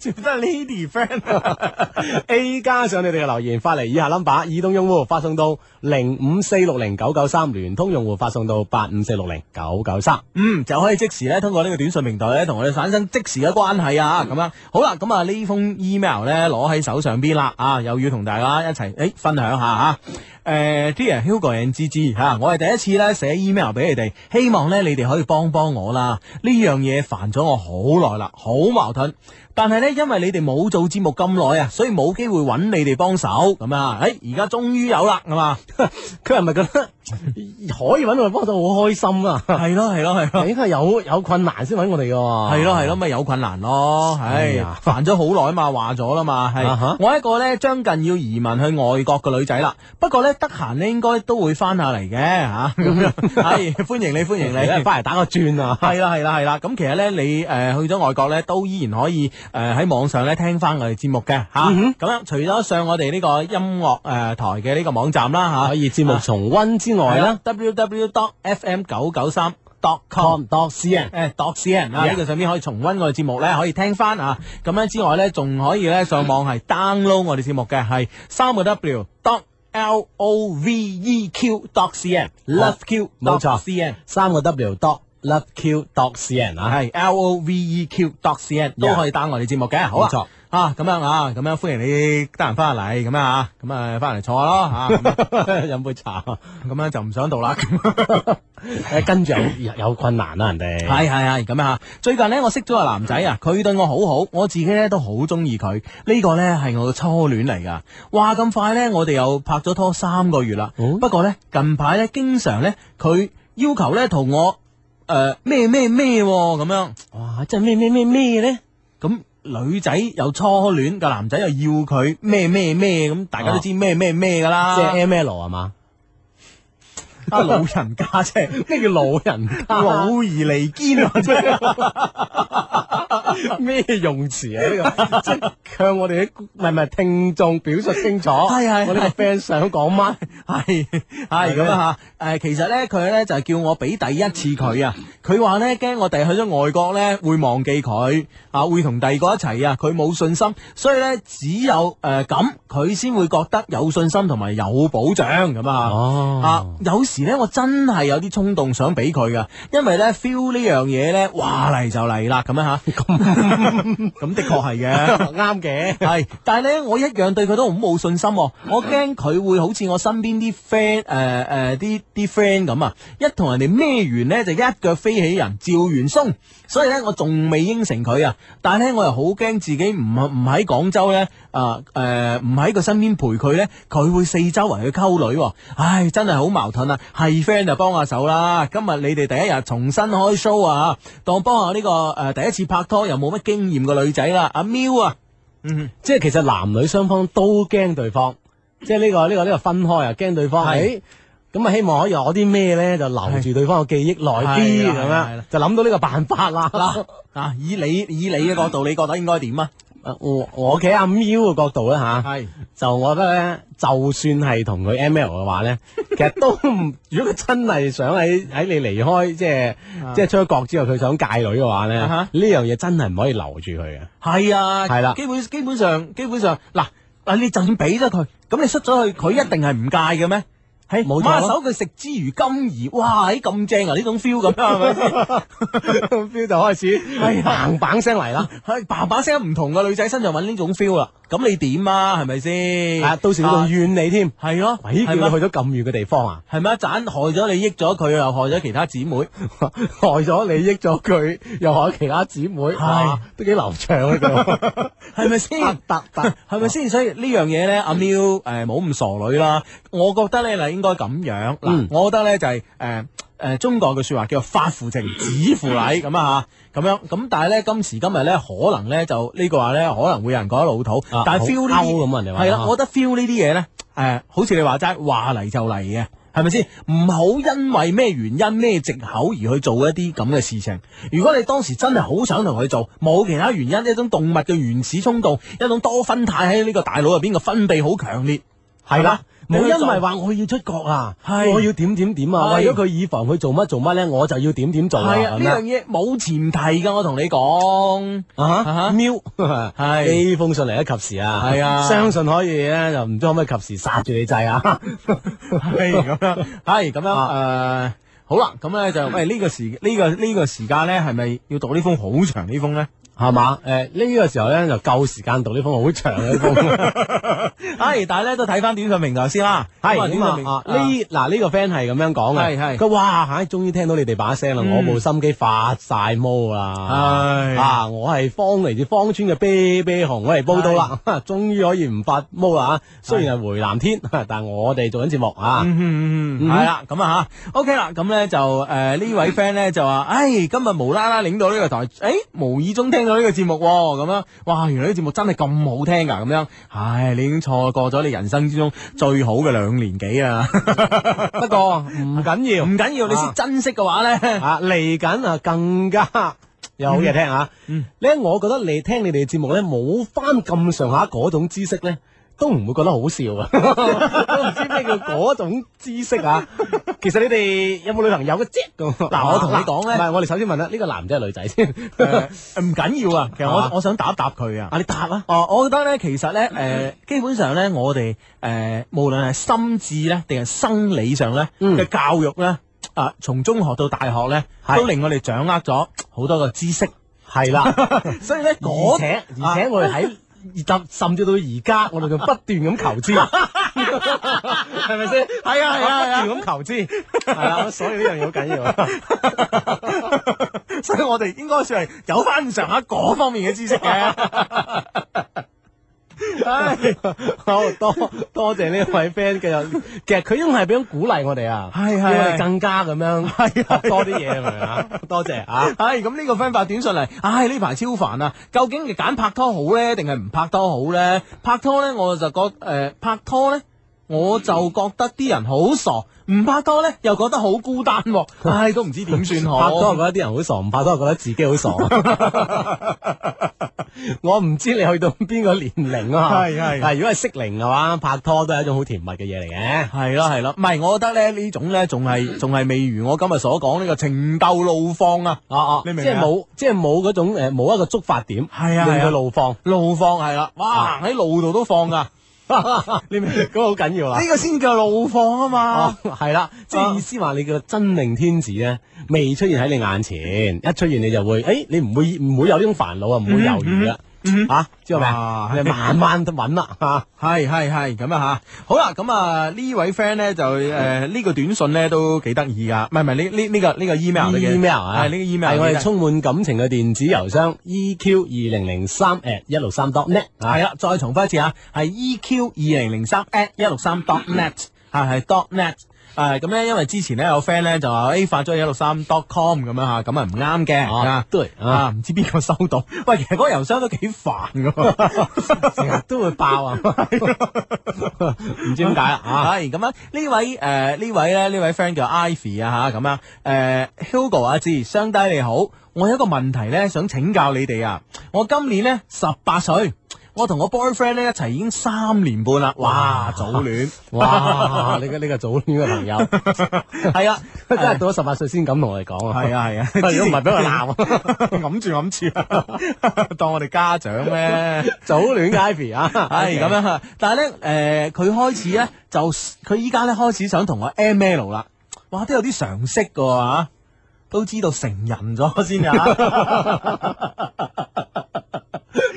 全部都係 lady friend。 A 加上你哋嘅留言，發嚟以下 number，移動用戶發送到零五四六零九九三，聯通用戶發送到八五四六零九九三。嗯，就可以即時咧通過呢個短信平台咧同我哋產生即時嘅關係啊，咁樣好啦，咁啊呢封 email 咧攞喺手上邊啦，啊又要同大家一齊誒分享下嚇。誒，Dear Hugo and Gigi 嚇，我係第一次咧寫 email 俾你哋，希望咧你哋可以幫幫我啦。呢樣嘢煩咗我好耐啦，好矛盾。但係咧，因為你哋冇做節目咁耐啊，所以冇機會揾你哋幫手咁啊。誒，而家終於有啦，咁 啊，佢係咪覺得 可以揾我哋幫手好開心啊？係咯係咯係咯，應該係有有困難先揾我哋㗎喎。係咯係咯，咪有困難咯，唉，煩咗好耐嘛，話咗啦嘛，啊係哈。我一個咧將近要移民去外國嘅女仔啦，不過咧得閒咧應該都會翻下嚟嘅嚇， 咁樣係歡迎你歡迎你，翻嚟打個轉啊！係啦係啦係啦，咁其實咧你誒、呃去咗外國咧，都依然可以誒喺、網上咧聽翻我哋節目嘅嚇。嗯咁、樣除咗上我哋呢個音樂誒、呃台嘅呢個網站啦嚇，啊可以節目重温之外啦，www dot fm 九九三。dot com dot cn 誒 dot cn 啊 Yeah 呢個上面可以重温我哋節目咧，可以聽翻啊。咁樣之外咧，仲可以咧上網係 download 我哋節目嘅，係三個 w dot l o v e q dot cn love q dot 冇錯 cn 三個 W dot love q dot cn 啊，系 L O V E Q dot C N 都 Yeah 可以 down 我哋節目嘅，好啊冇錯。啊，咁樣啊，咁樣歡迎你得閒翻嚟，咁樣啊，咁啊翻嚟坐下咯， 吓飲杯茶，咁樣就唔想到啦。誒哎跟住有有困難啦，人哋系系系咁啊！最近呢，我識咗個男仔啊，佢對我好好，我自己呢都好中意佢。呢、個呢係我嘅初戀嚟噶。話咁快呢，我哋又拍咗拖三個月啦。哦不過呢，近排呢，經常呢，佢要求呢同我诶咩咩咩喎咁樣。哇！真係咩咩咩咩呢？咁女仔有初戀，個男仔又要佢咩咩咩咁，大家都知咩咩咩噶啦。即係 M L 係嘛？啊老人家即係咩叫老人家？老而離堅啊！真係 咩用詞啊？呢個即係向我哋啲唔係唔係聽眾表述清楚，係係我呢個 friend 想 講乜？系系咁啊吓，诶，其實咧佢咧就叫我俾第一次佢啊，佢話咧驚我哋去咗外國咧會忘記佢啊，會同第二個一齊啊，佢冇信心，所以咧只有诶咁佢先會覺得有信心同埋有保障咁啊。哦啊，有時咧我真係有啲衝動想俾佢噶，因為咧 feel 呢樣嘢咧，哇嚟就嚟啦咁樣 吓，咁咁的確係嘅。啱嘅，系，但系咧，我一樣對佢都好冇信心、喎。我驚佢會好似我身邊啲 friend 诶诶啲啲 friend 咁啊，一同人哋孭完呢，就一腳飛起人，趙元松。所以咧，我仲未應承佢啊，但系咧，我又好驚自己唔唔喺廣州咧，啊诶唔喺佢身邊陪佢咧，佢會四周圍去溝女、喎。唉，真係好矛盾啊！係 friend 就幫下手啦，今日你哋第一日重新開 show 啊，當幫下呢、個个呃第一次拍拖又冇乜經驗嘅女仔啦，阿喵啊！嗯，即係其實男女雙方都驚對方，即係呢個呢個呢個分開啊，驚對方係誒咁啊，希望可以攞啲咩咧，就留住對方嘅記憶耐啲係啦咁係啦係樣啦，就諗到呢個辦法啦。嗱嗱，以你以你嘅角度，你覺得應該點啊？呃我我企喺阿喵嘅角度咧吓，係就我覺得咧，就算係同佢 M L 嘅 話咧，其實都唔，如果佢真係想喺喺你離開，即係啊即係出咗國之後，佢想戒女嘅話咧，啊哈呢樣嘢真係唔可以留住佢嘅。係 啊，係啦基本基本上基本上嗱嗱，你就算俾咗佢，咁你出咗去，佢一定係唔戒嘅咩？係冇錯馬咯手佢食之如金饴，哇！咦咁正啊，呢種 feel 咁樣係咪？ feel 就開始砰砰聲嚟啦，係爸爸聲唔同嘅女仔身上揾呢種 feel 啦，咁你點啊？係咪先？啊，到時佢仲怨你添，係咯，喂，叫係咩佢去咗咁遠嘅地方啊， 係咪一盞害咗你，益咗佢，又害咗其他姊妹？害咗你益咗 佢，又害咗其他姊妹，哇，都幾流暢啊 佢。系咪 先？得得系咪先？所以呢樣嘢嗯咧，阿 Miu 诶，冇咁傻女啦。我覺得咧，嗱，應該咁樣。嗱嗯，我覺得咧就係诶诶，中國嘅说話叫發乎情，止乎禮咁啊吓，咁樣咁，但係咧今時今日咧，可能咧就呢句話咧，可能會有人覺得老土，啊但係 feel 呢好啲勾咁人哋話係啦，啊呃我覺得 feel 呢啲嘢咧，诶，好似你話齋話嚟就嚟嘅。係咪先？唔好因為咩原因咩藉口而去做一啲咁嘅事情。如果你當時真係好想同佢做，冇其他原因，一種動物嘅原始衝動，一種多酚肽喺呢個大腦入邊嘅分泌好強烈，係啦係嘛冇你去做因為話我要出國啊，係我要 點點點啊，係為咗佢以防佢做乜做乜咧，我就要點點做係啊，咁呢樣樣嘢冇前提噶，我同你講啊哈，喵，係呢封信嚟得及時啊，係啊相信可以咧，就唔知可唔可以及時剎住你掣啊，係咁樣，係咁樣誒。好啦，咁咧啊就喂呢、個時呢、個呢、個時間咧，係咪要讀呢封好長呢封咧？係嘛？誒呢個時候咧就夠時間讀呢封好長嘅 呢封。唉，但係咧都睇翻短信平台先啦。係咁啊咁短信平啊！啊呢嗱呢個 friend 係咁樣講嘅，係係佢哇唉，終於聽到你哋把聲啦，嗯我部心機發晒毛啦，係啊，我係芳嚟自芳村嘅啤啤熊，我嚟報到啦， 終於可以唔發毛啦啊嚇雖然係回南天， 但係我哋做緊節目啊，嗯嗯嗯，嗯系啦，咁啊吓，OK 啦，咁咧就诶呢 位 friend 咧就話，唉，今日無啦啦領到呢個台，诶無意中聽到呢個節目喎，咁樣，哇，原來呢個節目真係咁好聽㗎，咁樣，唉，你已經錯過咗你人生之中最好嘅兩年 幾啊，不過唔緊要，唔緊要，你先珍惜嘅話咧，啊嚟緊啊 更加有好嘢聽啊！咧，我覺得你聽你哋節目咧，冇翻咁上下嗰種知識咧，都唔會覺得好笑啊！都唔知咩叫嗰種知識啊！其實你哋有冇女朋友嘅啫？嗱嗱我同你講咧唔係我哋首先問啦，呢個男仔係女仔先？誒唔緊要啊，其實啊我我想答一答佢啊，啊，你答啊！哦，我覺得咧，其實咧，誒、基本上咧，我哋誒、無論係心智咧，定係生理上咧嘅、教育咧，啊，從中學到大學咧，嗯係都令我哋掌握咗好多嘅知識。係啦，所以咧，而且而且我哋喺甚甚至到而家，我哋仲不斷咁求 知。啊係咪先？係啊係啊係啊不斷咁求知，係啦，所以呢樣嘢好緊要啊。 所以我哋應該算係有翻上下嗰方面嘅知識嘅。唉，好多多謝呢位 friend 繼續，其實佢應該係俾種鼓勵我哋啊，係係叫我哋係更加咁樣學多啲嘢，明唔明啊？多謝啊！唉，咁呢個 friend 發短信嚟，唉呢排超煩啊！究竟係揀拍拖好咧，定係唔拍拖好咧？拍拖咧，我就覺誒、呃拍拖咧，我就覺得啲人 好傻；唔拍拖咧，又覺得好孤單、 喎。唉，都唔知點算好。拍拖覺得啲人好傻，唔拍拖覺得自己好傻。啊我唔知你去到 邊個年齡啊？係係但係如果係適齡嘅話，拍拖都係一種好甜蜜嘅嘢嚟嘅。系咯系咯，唔係我覺得咧呢種咧仲係仲係未如我今日所講呢個情竇怒放啊！哦哦，你明唔即明係啊冇，即係冇嗰種誒，冇一個觸發點，係啊令係啊佢怒放。怒放係啦，哇喺路度都放 噶，你明？嗰個好緊要啦。呢個先叫怒放啊嘛！ 哦，系啦，即啊系意思话你嘅真命天子咧，未出现喺你眼前，一出现你就会，诶、你唔会唔会有呢种烦恼啊，唔嗯会犹豫啦，吓、知道未啊？哇你慢慢都揾啦，啊吓、係係係咁啊吓，好啦，咁啊呢位 friend 咧就诶呢個短信咧都幾得意噶，唔係唔係呢呢呢個呢個 email 都幾 email 啊，哎係呢個 email 系我幾哋得充满感情嘅电子邮箱 eq 二零零三 at 一六三 dot net 系啦，再重复一次啊，系 EQ 二零零三 at 一六三 dot net，系啊系 dot net。诶，咁咧，因為之前咧有 friend 咧就話，誒發咗一六三 dot com 咁樣嚇，咁啊唔啱嘅啊啊，對啊，唔知邊個收到？喂，其實嗰個郵箱都幾煩噶，成日 都會爆啊，唔知點解啦啊係咁啊，呢位誒呢位咧呢位 friend 叫 Ivy 啊嚇，咁啊誒 Hugo 阿志，雙低你好，我有一個問題咧想請教你哋啊，我今年咧十八歲。我同我 boyfriend 咧一齊已經三年半啦，哇，早戀， 哇！你嘅呢個早戀嘅朋友，係 啊，真係到咗十八歲先敢同我哋講啊！係啊係啊， 如果唔係俾我鬧啊，鬧， 揞住揞住 啊，當我哋家長咩？ 早戀嘅 Ivy 啊，係咁樣，但係咧，誒、佢開始咧就佢依家咧開始想同我 M L 啦，哇，都有啲常識噶喎啊，都知道成人咗先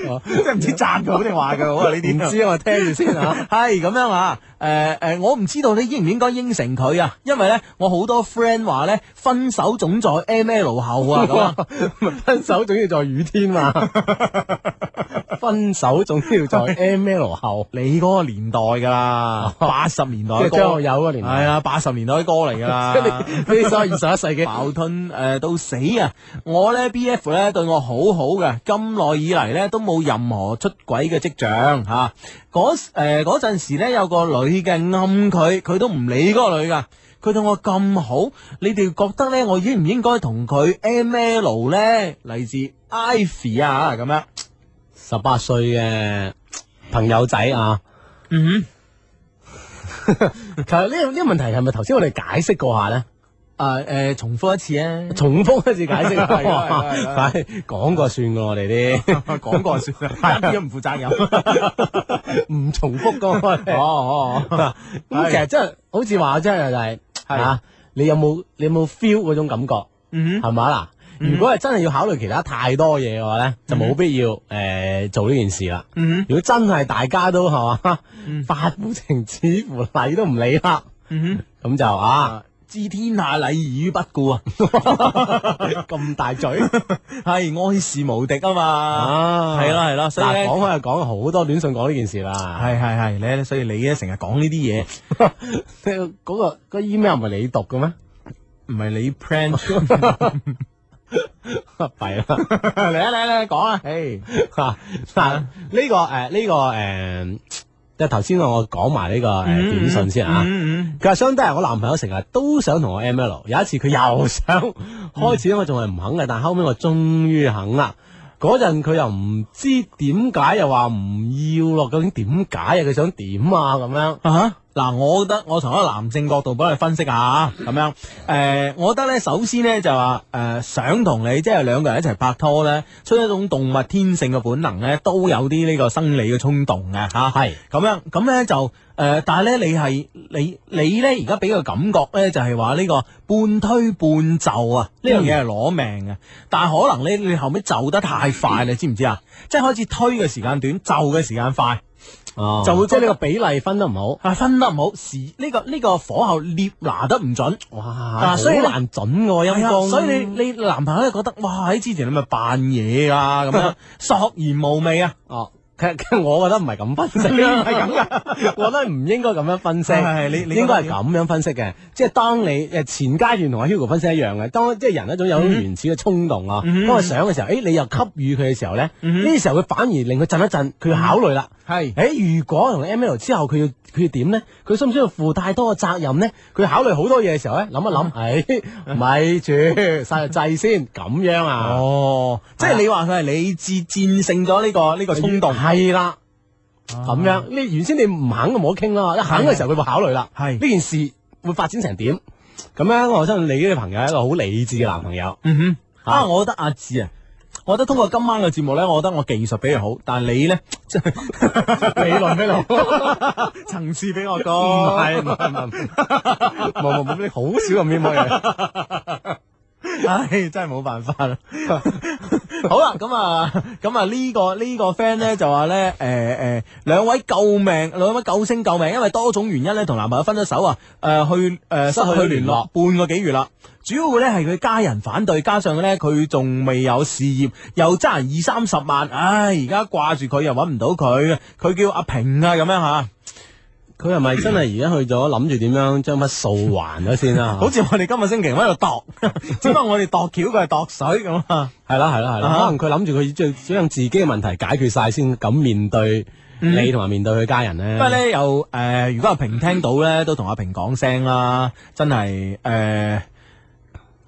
啊，即係唔知讚佢好定話佢好啊呢啲唔知啊，我聽住 先啊。系咁樣啊，诶、诶、我唔知道你應唔應該應承佢啊，因為咧我好多 friend 話咧分手總在 M L 後啊，咁 啊分手總要在雨天嘛， 分手總要在 M L 後，你嗰個年代㗎啦，八十年代哦即嘅係張學歌，友嗰年係代。啊，八十年代嘅歌嚟㗎啦 即。係 你你所二十一世紀矛盾誒、呃到死啊！我呢 B F 呢對我好好嘅，咁耐以嚟呢都冇任何出軌嘅跡象嚇。嗰誒嗰陣時呢有個女嘅暗佢，佢都唔理嗰個女噶。佢對我咁好，你哋覺得咧，我應唔應該同佢 M L 咧？嚟自 Ivy 啊，咁樣十八歲嘅朋友仔啊，嗯哼， 其實呢個呢個問題係咪頭先我哋解釋過下咧？啊誒、重複一次啊，重複一次解釋， 係係哇係係啊快講過算噶，我哋啲 啊講過 算啊啦，一啲都唔負責任，唔重複噶。我 哋哦哦，咁其實真係好似話真係就係啊，你有冇你有冇 feel 嗰種感覺？嗯係咪啦？如果係真係要考慮其他太多嘢嘅話咧，就冇必要誒做呢件事啦。嗯如果真係大家都係嘛，發乎情似乎禮都唔理啦，嗯咁就啊。置天下禮儀於不顧 啊！咁大嘴，係愛是無敵啊嘛，係啦係啦，所以啊嗱咧講開又講好多短信講呢件事啦。係係係咧，所以你咧成日講呢啲嘢， 嗰、個、個 email 唔係你讀嘅咩？唔係你 plan 弊啦！啊嚟啊嚟啊嚟啊講 啊！誒嚇嗱呢個誒呢個誒，即係頭先我講埋呢個誒嗯短信先啊。嗯佢話相低係我男朋友成日都想同我 M L，有一 次佢又想，開始我仲係唔肯嘅，啊但後尾我終於肯啦。嗰陣佢又唔知點解，又話唔要咯，究竟點解啊？佢想點啊？咁樣啊嗱，我覺得我從一個男性角度幫你分析下啊咁樣。誒、我覺得咧，首先咧就話誒、想同你即係兩個人一齊拍拖咧，出於一種動物天性嘅本能咧，都有啲呢個生理嘅衝動嘅嚇。係咁樣，咁咧就誒、但係咧你係你你咧而家俾個感覺咧，就係話呢個半推半就啊，呢樣嘢係攞命嘅。但係可能咧，你後尾就得太快，你知唔知啊？即係開始推嘅時間短，就嘅時間快。哦就就會會即即係係呢個呢個比例分得唔好。啊，分得唔好，時呢、個呢、個火候捏拿得唔準，啊哇所以呢好難準喎，係陰啊公。所以你你男朋友咧覺得哇，喺之前你咪扮嘢啊咁 樣，索然無味啊，哦，其實其實我覺得唔係咁分 析，唔係咁噶，我覺得唔應該咁樣分析，係你你應該係咁樣分析嘅，即係當你誒前階段同阿 Hugo 分析一樣嘅，當即係人一種有種原始嘅衝動啊，嗯當佢想嘅時候，誒你又給予佢嘅時候咧，嗯呢時候佢反而令佢震一震，佢考慮啦。係誒，如果同 M L 之後佢要佢要點咧？佢需唔需要負太多嘅責任咧？佢考慮好多嘢嘅時候咧，諗嗯一諗，誒，咪住細掣先，咁樣啊？哦，即係你話佢係理智戰勝咗呢個呢個衝動，係啦。啊咁樣，你原先你唔肯就冇得傾啦，一肯嘅時候佢會考慮啦。係呢件事會發展成點？咁樣，我相信你呢個朋友係一個好理智嘅男朋友。嗯哼，啊，啊我覺得阿志啊。我覺得通過今晚嘅節目咧，我覺得我技術比你好，但係你 咧，即係理論比你好，層次比 我唔高。係唔係唔係唔係冇冇冇，你好少咁邊摸嘢。 唉，真係冇辦法啦。 好啦，咁啊，咁啊呢個呢個 friend 咧就話咧，誒誒，兩位救命，兩位救星救命，因為多種原因咧同男朋友分咗手啊，誒去誒失去聯絡半個幾月啦。主要咧係佢家人反對，加上咧佢仲未有事業，又爭人二三十萬，唉，而家掛住佢又揾唔到佢，佢叫阿平啊咁樣吓。佢係咪真係而家去咗諗住點樣將筆數還咗先啊？ 好似我哋今日星期五喺度度， 只不過我哋度橋，佢係度水咁啊。係啦係啦係啊啦，可能佢諗住佢最將自己嘅問題解決晒先，咁面對你同埋面對佢家人咧。嗯不過咧又誒、呃如果阿平聽到咧，都同阿平講聲啦，真係誒。呃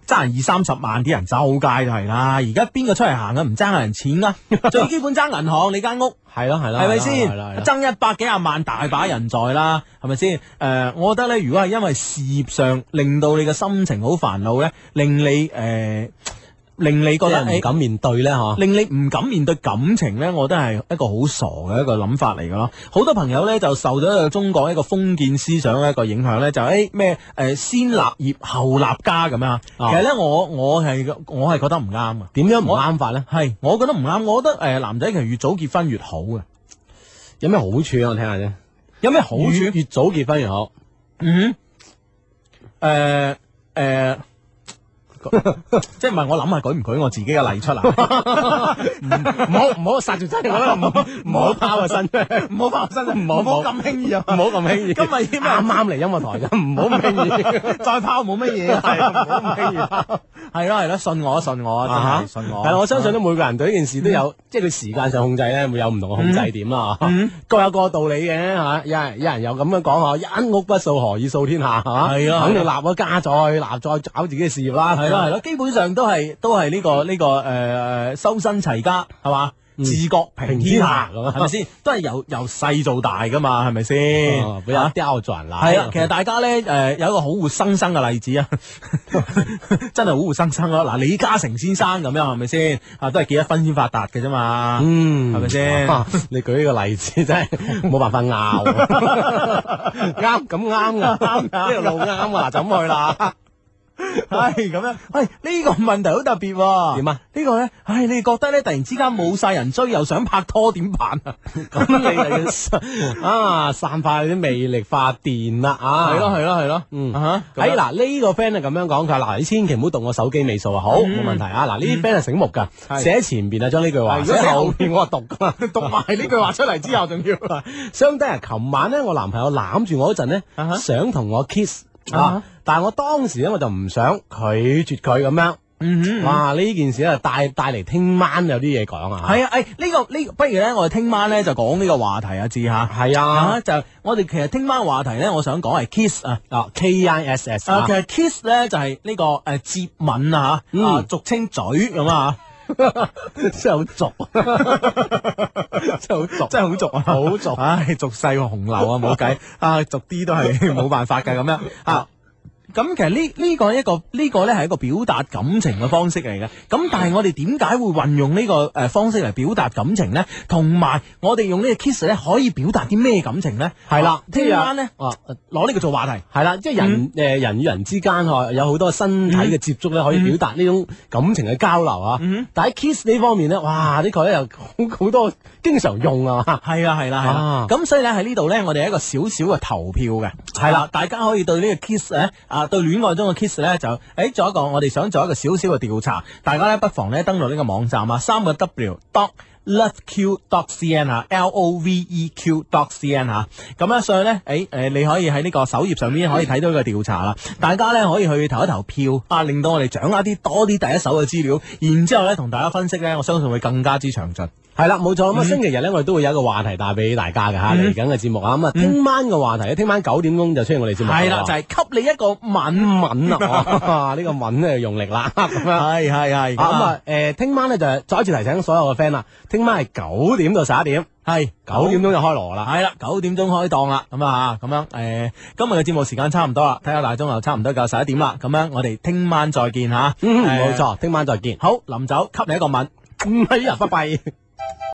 爭人二三十萬啲人周街都係啦，而家邊個出嚟行啊？唔爭人錢 啊？最基本爭銀行，你間屋係啦係啦，係咪係啦係先？啦爭一百幾廿萬大把人在啦，係咪先？誒、我覺得咧，如果係因為事業上令到你嘅心情好煩惱咧，令你誒、呃令你覺即得係唔誒敢面對咧嗬。令你唔敢面對感情呢，我覺得係一個好傻嘅一個諗法嚟嘅咯。好多朋友呢，就受咗一個中國一個封建思想嘅一個影響呢，就誒咩誒先立業後立家咁樣啊。其啊實呢，我我係我係覺得唔啱啊。點樣唔啱法咧？係，我覺得唔啱。我覺得誒、呃男仔其實越早結婚越好嘅。有咩好處啊？我聽下啫。有咩好越處？越早結婚越好。 嗯，誒誒、呃即係唔係我諗下舉唔舉我自己嘅例出啊？ 唔好唔好殺住真，我覺得 唔好唔好拋個身出嚟，唔好拋個身出嚟，唔好咁輕易啊！唔好咁輕易今日啱啱嚟音樂台啫，唔好咁輕 易，再拋冇乜嘢，係啊唔好咁輕易拋。 係咯係咯，信我信我，真係信我。啊但係我相信咧，每個人對呢件事都有嗯，即係佢時間上控制咧，會有唔同嘅控制啊點啦。嚇各有各嘅道理嘅嚇，有人有人有咁樣講嚇，一屋不掃何以掃天下係嘛？係咯肯定立咗家再立再搞自己嘅事業啦。係咯係咯，基本上都係都係呢個呢個誒誒修身齊家係嘛，治國平天下嗯平天下係咪 先？都係由由細做大噶嘛，係咪先哦？不要刁轉啦係啊，其實大家咧誒有一個好活生生嘅例子啊， 真係好活生生咯。嗱，李嘉誠先生咁樣係咪先？啊，都係結咗婚先發達嘅啫嘛，嗯係咪先？你舉呢個例子真係冇辦法拗，啊 啱咁啱啊噶， 啱呢條路啱啊，嗱就咁去啦。系咁样，喂，呢、個个问题好特别、喎。点啊？呢个咧，唉，你哋觉得咧，突然之间冇晒人追，又想拍拖，点办啊？咁你 就要 啊，散发你啲魅力發電啦啊！係咯係咯係咯，嗯啊哈喺嗱呢個 friend 就咁樣講，佢話嗱你千祈唔好動我手機尾數啊，好嗯冇問題啊！嗱呢啲 friend 係醒目噶，係寫喺前邊啊將呢句係話，如果寫寫喺後後邊我就讀 噶嘛，讀埋呢句話出嚟之後，仲要相低啊！琴晚咧，我男朋友攬住我嗰陣咧，想同我 kiss 啊啊，但係我當時咧我就唔想拒絕佢咁樣。嗯哇！呢件事咧帶帶嚟聽晚有啲嘢講啊。系啊，诶，呢個呢個，不如咧，我哋聽晚咧就講呢個話題啊，志吓。係啊就我哋其實聽晚話題咧，我想講係 kiss 啊，啊，K I S S 啊啊，其實 kiss 咧就係呢個诶接吻啊，吓啊，俗稱嘴咁啊。 真系好俗，真系好俗，真系好俗啊！好俗，唉，俗世個洪流啊，冇計啊，俗啲都 係冇辦法㗎咁樣啊。咁其實呢呢、個一個呢、個咧係一個表達感情嘅方式嚟嘅。咁但係我哋點解會運用呢、個誒、呃方式嚟表達感情呢？同埋我哋用呢個 kiss 咧可以表達啲咩感情呢？係啦啊聽晚呢，啊攞呢個做話題。嗯係啦，即係人誒人與人之間嗬，有好多身體嘅接觸咧，可以表達呢種感情嘅交流啊。嗯但喺 kiss 呢方面咧，哇！呢個咧又好好多經常用啊。係啦係啦係啦啊，咁、所以咧喺呢度咧，我哋有一個少少嘅投票嘅，係啦，大家可以對呢個 kiss 咧啊，對戀愛中嘅 kiss 咧就誒做一個我哋想做一個少少嘅調查，大家咧不妨咧登錄呢個網站啊，三個 W dot。loveq dot cn 啊，l o v e q dot cn 吓，咁咧所以咧，誒、誒，你可以喺呢個首頁上面可以睇到一個調查啦，大家咧可以去投一投票啊，令到我哋掌握啲多啲第一手嘅資料，然之後咧同大家分析咧，我相信會更加之詳盡。係啦，冇錯。咁啊，星期日咧，我哋都會有一個話題帶俾大家嘅嚇，嗯嚟緊嘅節目啊。咁啊，聽晚嘅話題咧，聽晚九點鐘就出現我哋節目。系啦，就係給你一個吻吻啊！啊！ 呢個吻咧用 力啦，咁樣係係係啊咁啊，誒，聽晚咧就係再一次提醒所有嘅 friend 啦，聽晚係九點到十一點，係九點鐘就開鑼啦。系啦，九點鐘開檔啦，咁啊咁樣诶、今日嘅節目時間差唔多啦，睇下大鐘又差唔多夠十一點啦，咁樣我哋聽晚再見吓，嗯誒冇錯，聽晚再見。 哎好，臨走給你一個吻，唔系啊，拜拜。